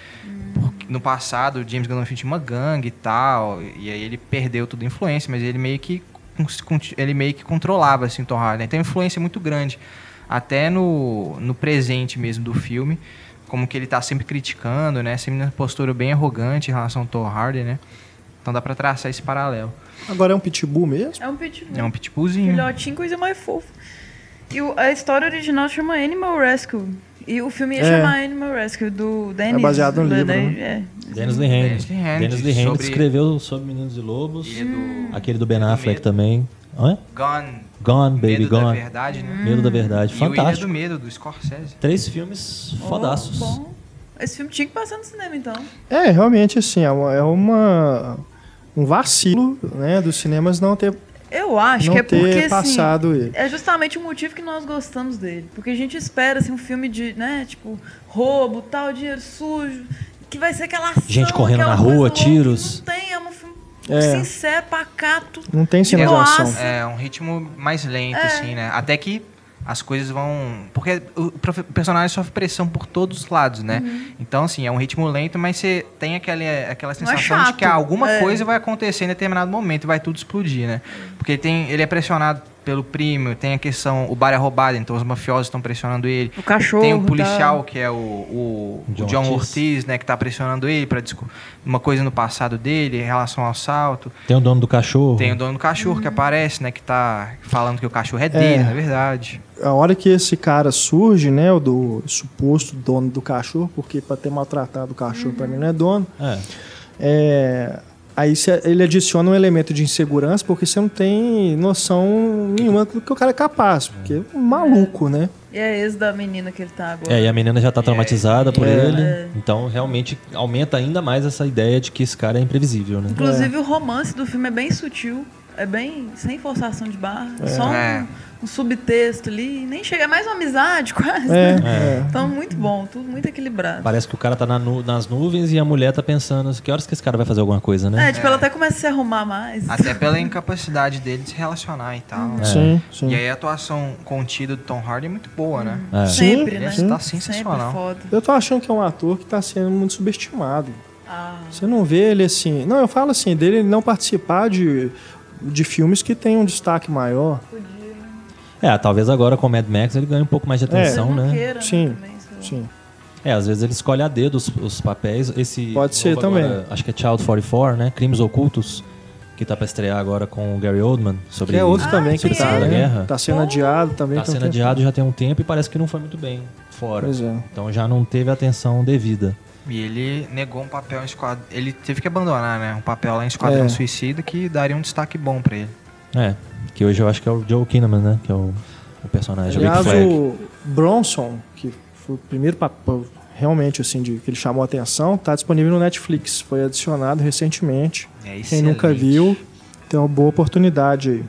[SPEAKER 3] Porque no passado o James Gandolfini tinha uma gangue e tal, e aí ele perdeu toda a influência, mas ele meio que cons- conti- ele meio que controlava assim o Tom Hardy, né? Tem uma influência muito grande até no, no presente mesmo do filme, como que ele tá sempre criticando, né? Sempre numa postura bem arrogante em relação ao Tom Hardy, né? Então dá pra traçar esse paralelo.
[SPEAKER 1] Agora é um pitbull mesmo?
[SPEAKER 2] É um pitbull.
[SPEAKER 3] É um pitbullzinho.
[SPEAKER 2] Filhotinho, coisa mais fofa. E o- a história original chama Animal Rescue. E o filme ia
[SPEAKER 1] É.
[SPEAKER 2] chamar Animal Rescue, do Dennis.
[SPEAKER 1] baseado no livro,
[SPEAKER 2] né?
[SPEAKER 4] Dennis Lehane.
[SPEAKER 3] Dennis Lehane,
[SPEAKER 4] Dennis Lehane
[SPEAKER 3] sobre-
[SPEAKER 4] escreveu sobre Meninos e Lobos.
[SPEAKER 3] E do
[SPEAKER 4] Aquele do Ben Affleck
[SPEAKER 3] Medo.
[SPEAKER 4] também. Hã?
[SPEAKER 3] Gone,
[SPEAKER 4] Gone, Baby
[SPEAKER 3] Medo da
[SPEAKER 4] Gone.
[SPEAKER 3] Verdade,
[SPEAKER 2] Hum.
[SPEAKER 3] né?
[SPEAKER 4] Medo da Verdade.
[SPEAKER 3] E o Ilha
[SPEAKER 4] Fantástico.
[SPEAKER 3] do Medo, do Scorsese.
[SPEAKER 4] Três filmes
[SPEAKER 2] É.
[SPEAKER 4] fodaços.
[SPEAKER 2] Oh, bom. Esse filme tinha que passar no cinema, então.
[SPEAKER 1] É, realmente, assim, é uma, é uma- um vacilo né, dos cinemas não ter,
[SPEAKER 2] Eu acho
[SPEAKER 1] não
[SPEAKER 2] que é
[SPEAKER 1] ter
[SPEAKER 2] porque, assim...
[SPEAKER 1] passado ele.
[SPEAKER 2] É justamente o motivo que nós gostamos dele. Porque a gente espera, assim, um filme de, né, tipo, roubo, tal, dinheiro sujo, que vai ser aquela ação,
[SPEAKER 4] Gente correndo
[SPEAKER 2] aquela
[SPEAKER 4] na
[SPEAKER 2] coisa
[SPEAKER 4] rua,
[SPEAKER 2] louca.
[SPEAKER 4] tiros.
[SPEAKER 2] Não tem, é um filme
[SPEAKER 1] É.
[SPEAKER 2] sincero, pacato.
[SPEAKER 1] Não tem sinal de
[SPEAKER 2] Nossa. É.
[SPEAKER 1] ação.
[SPEAKER 3] É um ritmo mais lento, assim, né? Até que as coisas vão. Porque o profe- o personagem sofre pressão por todos os lados, né? Então, assim, é um ritmo lento, mas você tem aquele, aquela
[SPEAKER 2] Uhum. Não é
[SPEAKER 3] sensação de
[SPEAKER 2] chato.
[SPEAKER 3] que alguma
[SPEAKER 2] É.
[SPEAKER 3] coisa vai acontecer em determinado momento e vai tudo explodir, né? Porque ele, tem, ele é pressionado pelo primo, tem a questão. O bar é roubado, então os mafiosos estão pressionando ele.
[SPEAKER 2] O cachorro.
[SPEAKER 3] Tem um
[SPEAKER 2] tá?
[SPEAKER 3] policial que é o, o- o
[SPEAKER 4] John
[SPEAKER 3] John,
[SPEAKER 4] Ortiz.
[SPEAKER 3] Ortiz. né? Que tá pressionando ele pra desco- uma coisa no passado dele em relação ao assalto.
[SPEAKER 4] Tem o dono do cachorro.
[SPEAKER 3] Tem o dono do cachorro que aparece, né? Que tá falando que o cachorro é dele, na verdade.
[SPEAKER 1] A hora que esse cara surge, né, o do suposto dono do cachorro, porque para ter maltratado o cachorro
[SPEAKER 2] Uhum.
[SPEAKER 1] pra mim não é dono,
[SPEAKER 4] É.
[SPEAKER 1] é, aí cê- ele adiciona um elemento de insegurança porque você não tem noção nenhuma do que o cara é capaz, porque é um maluco, né?
[SPEAKER 2] E é esse da menina que ele tá agora.
[SPEAKER 4] É, e a menina já tá traumatizada por
[SPEAKER 1] É.
[SPEAKER 4] ele. Então, realmente, aumenta ainda mais essa ideia de que esse cara é imprevisível, né?
[SPEAKER 2] Inclusive, o romance do filme é bem sutil. É bem sem forçação de barra. Só um,
[SPEAKER 3] É.
[SPEAKER 2] um um subtexto ali, nem chega, é mais uma amizade quase,
[SPEAKER 1] É,
[SPEAKER 2] né?
[SPEAKER 1] é.
[SPEAKER 2] Então, muito bom, tudo muito equilibrado.
[SPEAKER 4] Parece que o cara tá na nu- nas nuvens e a mulher tá pensando, que horas que esse cara vai fazer alguma coisa, né?
[SPEAKER 2] É, tipo, ela até começa a se arrumar mais.
[SPEAKER 3] Até pela incapacidade dele de se relacionar e tal.
[SPEAKER 1] Sim, sim.
[SPEAKER 3] E aí a atuação contida do Tom Hardy é muito boa, né?
[SPEAKER 4] É.
[SPEAKER 2] Sempre,
[SPEAKER 1] Sim,
[SPEAKER 2] né?
[SPEAKER 1] sim.
[SPEAKER 3] Tá sensacional.
[SPEAKER 2] Sempre foda.
[SPEAKER 1] Eu tô achando que é um ator que tá sendo muito subestimado.
[SPEAKER 2] Ah,
[SPEAKER 1] Você não vê ele assim. Não, eu falo assim, dele não participar de, de filmes que tem um destaque maior.
[SPEAKER 2] podia. né?
[SPEAKER 4] É, talvez agora com o Mad Max ele ganhe um pouco mais de
[SPEAKER 1] É.
[SPEAKER 4] atenção,
[SPEAKER 2] Talvez não
[SPEAKER 4] né?
[SPEAKER 2] queira, né,
[SPEAKER 1] Sim,
[SPEAKER 2] também, sei lá.
[SPEAKER 1] Sim.
[SPEAKER 4] É, às vezes ele escolhe a dedo os, os papéis. Esse
[SPEAKER 1] Pode ser
[SPEAKER 4] novo agora,
[SPEAKER 1] também.
[SPEAKER 4] acho que é Child 44, né? Crimes Ocultos, que tá pra estrear agora com o Gary Oldman. Sobre
[SPEAKER 1] Que é outro
[SPEAKER 2] Ah,
[SPEAKER 1] também que
[SPEAKER 2] sim,
[SPEAKER 1] tá,
[SPEAKER 4] é.
[SPEAKER 1] né?
[SPEAKER 4] Guerra.
[SPEAKER 1] Tá sendo adiado também.
[SPEAKER 4] Tá
[SPEAKER 1] então
[SPEAKER 4] sendo
[SPEAKER 1] tem-
[SPEAKER 4] adiado já tem um tempo e parece que não foi muito bem fora.
[SPEAKER 1] Pois é.
[SPEAKER 4] Então já não teve a atenção devida.
[SPEAKER 3] E ele negou um papel em esquadrão. Ele teve que abandonar, né? Um papel lá em Esquadrão
[SPEAKER 1] É.
[SPEAKER 3] Suicida que daria um destaque bom pra ele.
[SPEAKER 4] É, que hoje eu acho que é o Joe Kinnaman, né? Que é o, o personagem. o Big
[SPEAKER 1] Aliás,
[SPEAKER 4] Flag.
[SPEAKER 1] o Bronson, que foi o primeiro papel realmente assim de, que ele chamou a atenção, tá disponível no Netflix. Foi adicionado recentemente.
[SPEAKER 3] É
[SPEAKER 1] Quem
[SPEAKER 3] excelente.
[SPEAKER 1] nunca viu, tem uma boa oportunidade aí.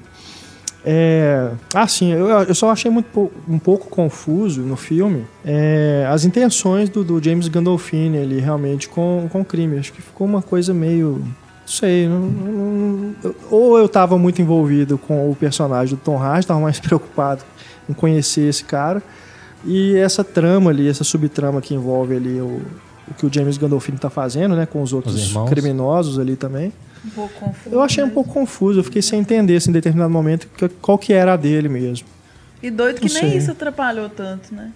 [SPEAKER 1] É, ah, sim, eu, eu só achei muito, pou- um pouco confuso no filme é, as intenções do, do James Gandolfini ali realmente com, com o crime. Acho que ficou uma coisa meio. Não sei. não- não- eu- ou eu estava muito envolvido com o personagem do Tom Hardy, estava mais preocupado em conhecer esse cara. E essa trama ali, essa subtrama que envolve ali o, o que o James Gandolfini está fazendo, né, com os outros
[SPEAKER 4] irmãos.
[SPEAKER 1] criminosos ali também.
[SPEAKER 2] Um pouco confuso.
[SPEAKER 1] Eu achei um
[SPEAKER 2] mesmo.
[SPEAKER 1] pouco confuso, eu fiquei sem entender assim, em determinado momento que- qual que era a dele mesmo.
[SPEAKER 2] E doido que
[SPEAKER 1] Não
[SPEAKER 2] nem
[SPEAKER 1] sei.
[SPEAKER 2] isso atrapalhou tanto, né?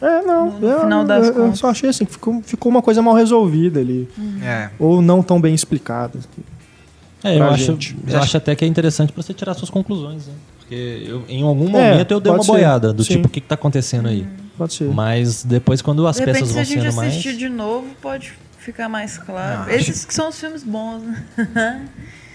[SPEAKER 1] É, não.
[SPEAKER 2] No- no
[SPEAKER 1] eu,
[SPEAKER 2] final das
[SPEAKER 1] eu- eu
[SPEAKER 2] contas.
[SPEAKER 1] só achei assim, que ficou, ficou uma coisa mal resolvida ali.
[SPEAKER 3] É.
[SPEAKER 1] Ou não tão bem explicada. assim,
[SPEAKER 4] É, eu
[SPEAKER 1] pra
[SPEAKER 4] acho,
[SPEAKER 1] gente.
[SPEAKER 4] eu acho até que é interessante pra você tirar suas conclusões, né? Porque eu, em algum momento eu dei
[SPEAKER 1] pode
[SPEAKER 4] uma
[SPEAKER 1] ser.
[SPEAKER 4] boiada do
[SPEAKER 1] Sim. Hum.
[SPEAKER 4] tipo, o que, que tá acontecendo aí?
[SPEAKER 1] Pode ser.
[SPEAKER 4] Mas depois, quando as
[SPEAKER 2] de repente,
[SPEAKER 4] peças
[SPEAKER 2] se a
[SPEAKER 4] vão
[SPEAKER 2] gente
[SPEAKER 4] sendo
[SPEAKER 2] assistir
[SPEAKER 4] mais.
[SPEAKER 2] de novo, pode ficar mais claro.
[SPEAKER 3] Ah,
[SPEAKER 2] Esses que são os filmes bons, né?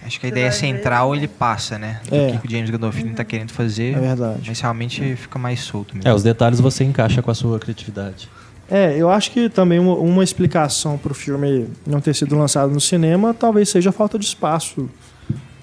[SPEAKER 3] Acho que a
[SPEAKER 2] Você
[SPEAKER 3] ideia é
[SPEAKER 2] vai ver.
[SPEAKER 3] central ele passa, né? Do
[SPEAKER 1] É.
[SPEAKER 3] que que o James Gandolfini tá querendo
[SPEAKER 1] É
[SPEAKER 3] fazer.
[SPEAKER 1] verdade.
[SPEAKER 3] Mas realmente fica mais solto mesmo.
[SPEAKER 4] É, os detalhes você encaixa com a sua criatividade.
[SPEAKER 1] É, eu acho que também uma, uma explicação pro filme não ter sido lançado no cinema talvez seja a falta de espaço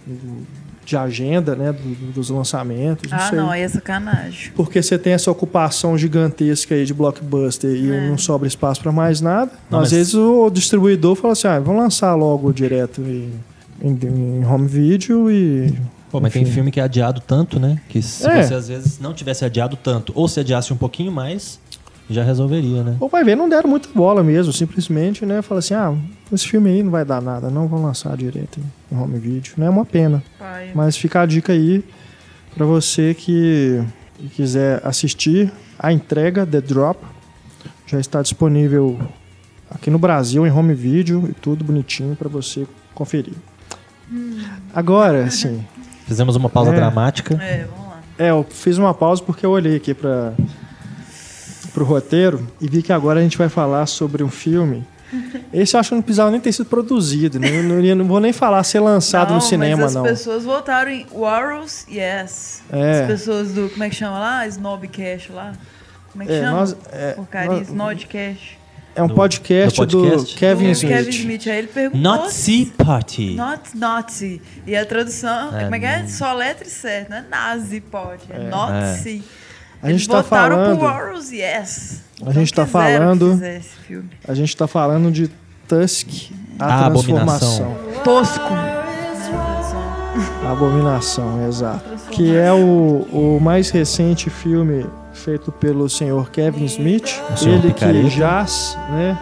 [SPEAKER 1] hum, de agenda, né, do- do- dos lançamentos. Não
[SPEAKER 2] ah,
[SPEAKER 1] sei.
[SPEAKER 2] não, aí é sacanagem.
[SPEAKER 1] Porque você tem essa ocupação gigantesca aí de blockbuster e
[SPEAKER 2] É.
[SPEAKER 1] não sobra espaço para mais nada.
[SPEAKER 4] Não,
[SPEAKER 1] Às
[SPEAKER 4] mas-
[SPEAKER 1] vezes o distribuidor fala assim: ah, vamos lançar logo direto em, em- em home video e.
[SPEAKER 4] Pô, mas tem
[SPEAKER 1] Enfim.
[SPEAKER 4] filme que é adiado tanto, né? Que se
[SPEAKER 1] É.
[SPEAKER 4] você às vezes não tivesse adiado tanto, ou se adiasse um pouquinho mais, já resolveria, né?
[SPEAKER 1] Ou vai ver, não deram muita bola mesmo, simplesmente, né? Fala assim: ah, esse filme aí não vai dar nada, não vão lançar direto em home video. Não é uma pena.
[SPEAKER 2] Pai.
[SPEAKER 1] Mas fica a dica aí para você que quiser assistir a entrega The Drop. Já está disponível aqui no Brasil em home video e tudo bonitinho para você conferir.
[SPEAKER 2] Hum.
[SPEAKER 1] Agora, sim.
[SPEAKER 4] Fizemos uma pausa
[SPEAKER 1] É.
[SPEAKER 4] dramática.
[SPEAKER 2] É, vamos lá.
[SPEAKER 1] É, eu fiz uma pausa porque eu olhei aqui para o roteiro e vi que agora a gente vai falar sobre um filme. Esse eu acho que não precisava nem ter sido produzido, né? Eu não, eu não vou nem falar ser lançado no
[SPEAKER 2] mas
[SPEAKER 1] cinema,
[SPEAKER 2] as
[SPEAKER 1] não.
[SPEAKER 2] pessoas voltaram em Warrels, yes.
[SPEAKER 1] É.
[SPEAKER 2] As pessoas do, como é que chama lá? Snobcast lá? Como é que
[SPEAKER 1] É,
[SPEAKER 2] chama?
[SPEAKER 1] nós- é,
[SPEAKER 2] Porcaria,
[SPEAKER 1] nós-
[SPEAKER 2] Snodcast.
[SPEAKER 1] É um
[SPEAKER 4] Do-
[SPEAKER 1] podcast,
[SPEAKER 4] do podcast?
[SPEAKER 1] do Kevin
[SPEAKER 2] Do
[SPEAKER 1] Smith.
[SPEAKER 2] Kevin Smith. Aí ele perguntou...
[SPEAKER 4] Nazi Party.
[SPEAKER 2] Not Nazi. E a tradução,
[SPEAKER 4] É,
[SPEAKER 2] como é que é? Só letra e certo, não é Nazi, pode. É, Nazi.
[SPEAKER 4] É.
[SPEAKER 1] A gente
[SPEAKER 2] Eles
[SPEAKER 1] tá
[SPEAKER 2] votaram
[SPEAKER 1] falando-
[SPEAKER 2] pro Warrels, yes.
[SPEAKER 1] A gente tá
[SPEAKER 2] Não quiseram que
[SPEAKER 1] falando-
[SPEAKER 2] fizesse filme.
[SPEAKER 1] A gente tá falando de Tusk, a,
[SPEAKER 4] A
[SPEAKER 1] transformação.
[SPEAKER 2] Tosco.
[SPEAKER 1] A abominação, exato. Que é o, o mais recente filme feito pelo senhor Kevin Smith.
[SPEAKER 4] O senhor
[SPEAKER 1] Ele que
[SPEAKER 4] Picareta.
[SPEAKER 1] jaz, né?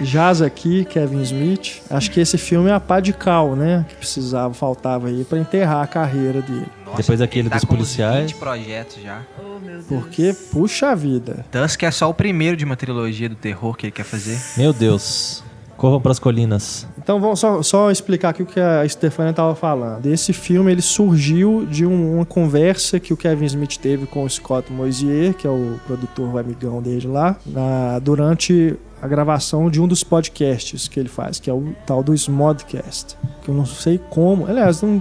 [SPEAKER 1] jaz aqui, Kevin Smith. Acho que esse filme é a pá de cal, né? Que precisava, faltava aí pra enterrar a carreira dele.
[SPEAKER 4] Depois daquele
[SPEAKER 3] ele tá
[SPEAKER 4] dos
[SPEAKER 3] com uns
[SPEAKER 4] policiais.
[SPEAKER 3] 20 projetos já.
[SPEAKER 2] Oh, meu Deus.
[SPEAKER 1] Porque, puxa vida.
[SPEAKER 3] Tusk é só o primeiro de uma trilogia do terror que ele quer fazer.
[SPEAKER 4] Meu Deus. Corram pras colinas.
[SPEAKER 1] Então vamos só, só explicar aqui o que a Stefania estava falando. Esse filme ele surgiu de um- uma conversa que o Kevin Smith teve com o Scott Moisier, que é o produtor o amigão dele lá, na- durante a gravação de um dos podcasts que ele faz, que é o tal do Smodcast. Que eu não sei como. Aliás, não-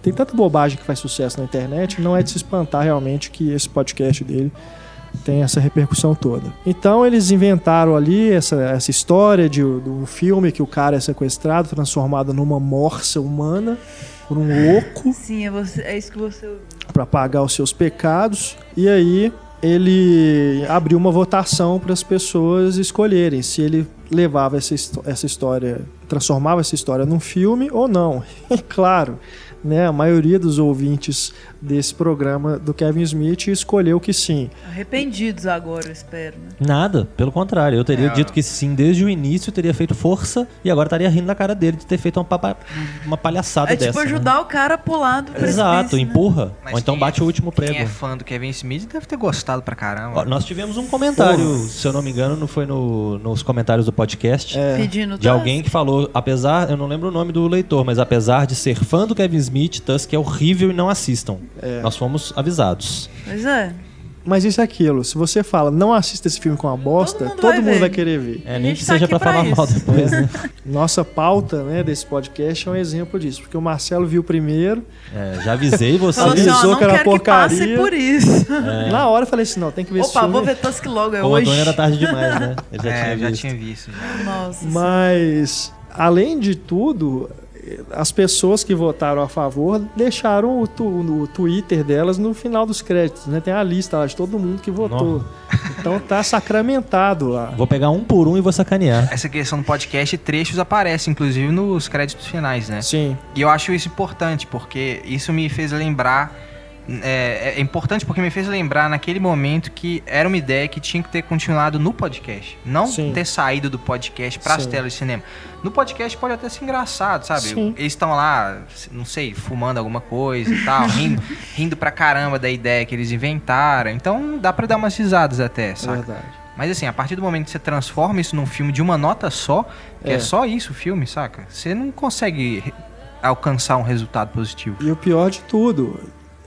[SPEAKER 1] tem tanta bobagem que faz sucesso na internet, não é de se espantar realmente que esse podcast dele tem essa repercussão toda. Então eles inventaram ali essa, essa história de, de um filme que o cara é sequestrado, transformado numa morsa humana. por um louco
[SPEAKER 2] Sim, é, você- é isso que você ouviu.
[SPEAKER 1] para pagar os seus pecados. E aí ele abriu uma votação para as pessoas escolherem se ele levava essa, histó- essa história, transformava essa história num filme ou não. E claro, né, a maioria dos ouvintes desse programa do Kevin Smith escolheu que sim.
[SPEAKER 2] Arrependidos agora, eu espero, né?
[SPEAKER 4] Nada, pelo contrário. Eu teria
[SPEAKER 3] É,
[SPEAKER 4] dito
[SPEAKER 3] ó.
[SPEAKER 4] que sim desde o início, teria feito força e agora estaria rindo na cara dele de ter feito uma, papa- uma palhaçada
[SPEAKER 2] É
[SPEAKER 4] dessa.
[SPEAKER 2] tipo
[SPEAKER 4] né?
[SPEAKER 2] ajudar o cara a pular do precipício,
[SPEAKER 4] Exato,
[SPEAKER 2] né?
[SPEAKER 4] empurra.
[SPEAKER 3] Mas
[SPEAKER 4] Ou então
[SPEAKER 3] quem
[SPEAKER 4] bate
[SPEAKER 3] é-
[SPEAKER 4] o último prego.
[SPEAKER 3] Quem é fã do Kevin Smith deve ter gostado pra caramba.
[SPEAKER 4] Ó, nós tivemos um comentário, se eu não me engano, não foi no- nos comentários do podcast.
[SPEAKER 2] Pedindo
[SPEAKER 4] De alguém que falou, apesar, eu não lembro o nome do leitor, mas apesar de ser fã do Kevin Smith, Tusk é horrível e não assistam.
[SPEAKER 2] É.
[SPEAKER 4] Nós fomos avisados.
[SPEAKER 2] Pois é.
[SPEAKER 1] Mas isso é aquilo, se você fala, não assista esse filme com uma bosta, todo
[SPEAKER 2] mundo
[SPEAKER 1] mundo,
[SPEAKER 2] vai
[SPEAKER 1] vai,
[SPEAKER 2] ver.
[SPEAKER 1] querer ver.
[SPEAKER 4] É,
[SPEAKER 2] A
[SPEAKER 4] nem
[SPEAKER 2] gente
[SPEAKER 4] que
[SPEAKER 2] tá
[SPEAKER 4] seja
[SPEAKER 2] aqui
[SPEAKER 4] pra
[SPEAKER 2] pra
[SPEAKER 4] falar mal
[SPEAKER 2] isso.
[SPEAKER 4] depois, né?
[SPEAKER 1] Nossa pauta né, desse podcast é um exemplo disso, porque o Marcelo viu primeiro,
[SPEAKER 4] É, já avisei você.
[SPEAKER 2] Falou assim, ó,
[SPEAKER 1] avisou
[SPEAKER 2] não
[SPEAKER 1] que era
[SPEAKER 2] quero que passe
[SPEAKER 1] porcaria.
[SPEAKER 2] por isso.
[SPEAKER 1] na hora eu falei assim, não, tem que ver esse
[SPEAKER 2] Opa,
[SPEAKER 1] filme.
[SPEAKER 2] vou ver Tusk logo, é
[SPEAKER 4] Ou a
[SPEAKER 2] hoje.
[SPEAKER 4] dona era tarde demais, né? Eu já
[SPEAKER 3] é,
[SPEAKER 4] tinha
[SPEAKER 3] eu já
[SPEAKER 4] visto.
[SPEAKER 3] tinha visto. já.
[SPEAKER 2] Nossa,
[SPEAKER 1] Mas, além de tudo, as pessoas que votaram a favor deixaram o, tu- o Twitter delas no final dos créditos, né? Tem a lista lá de todo mundo que votou. Então tá sacramentado lá.
[SPEAKER 4] Vou pegar um por um e vou sacanear.
[SPEAKER 3] Essa questão do podcast, trechos aparecem, inclusive nos créditos finais, né?
[SPEAKER 1] Sim.
[SPEAKER 3] E eu acho isso importante, porque isso me fez lembrar. É, é importante porque me fez lembrar naquele momento que era uma ideia que tinha que ter continuado no podcast. Não
[SPEAKER 1] Sim.
[SPEAKER 3] ter saído do podcast para as
[SPEAKER 1] Sim.
[SPEAKER 3] telas de cinema. No podcast pode até ser engraçado, sabe?
[SPEAKER 1] Sim.
[SPEAKER 3] Eles estão lá, não sei, fumando alguma coisa e tal, rindo, rindo pra caramba da ideia que eles inventaram. Então dá pra dar umas risadas até,
[SPEAKER 1] É
[SPEAKER 3] saca?
[SPEAKER 1] verdade.
[SPEAKER 3] Mas assim, a partir do momento que você transforma isso num filme de uma nota só, que é,
[SPEAKER 1] É.
[SPEAKER 3] só isso o filme, saca? Você não consegue re- alcançar um resultado positivo.
[SPEAKER 1] E o pior de tudo,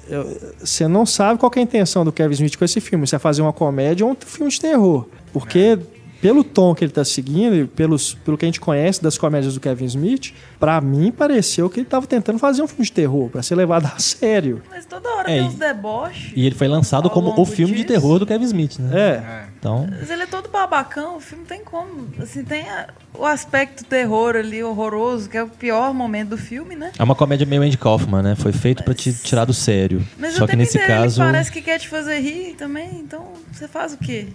[SPEAKER 1] eu- você não sabe qual que é a intenção do Kevin Smith com esse filme. Se é fazer uma comédia ou um filme de terror. Porque, pelo tom que ele tá seguindo e pelos, pelo que a gente conhece das comédias do Kevin Smith, pra mim pareceu que ele tava tentando fazer um filme de terror, pra ser levado a sério.
[SPEAKER 2] mas toda hora
[SPEAKER 4] É,
[SPEAKER 2] tem uns
[SPEAKER 4] e-
[SPEAKER 2] deboches.
[SPEAKER 4] E é ele foi lançado
[SPEAKER 2] Ao
[SPEAKER 4] como
[SPEAKER 2] longo
[SPEAKER 4] o filme de
[SPEAKER 2] disso-
[SPEAKER 4] terror do Kevin Smith, né?
[SPEAKER 1] É.
[SPEAKER 3] É.
[SPEAKER 4] Então,
[SPEAKER 2] Mas ele é todo babacão, o filme tem como. Assim, tem a- o aspecto terror ali, horroroso, que é o pior momento do filme, né?
[SPEAKER 4] é uma comédia meio Andy Kaufman, né? Foi feito pra te tirar do sério.
[SPEAKER 2] Mas
[SPEAKER 4] Só
[SPEAKER 2] o
[SPEAKER 4] que
[SPEAKER 2] tempo
[SPEAKER 4] nesse
[SPEAKER 2] inteiro
[SPEAKER 4] caso,
[SPEAKER 2] ele parece que quer te fazer rir também, então você faz o quê?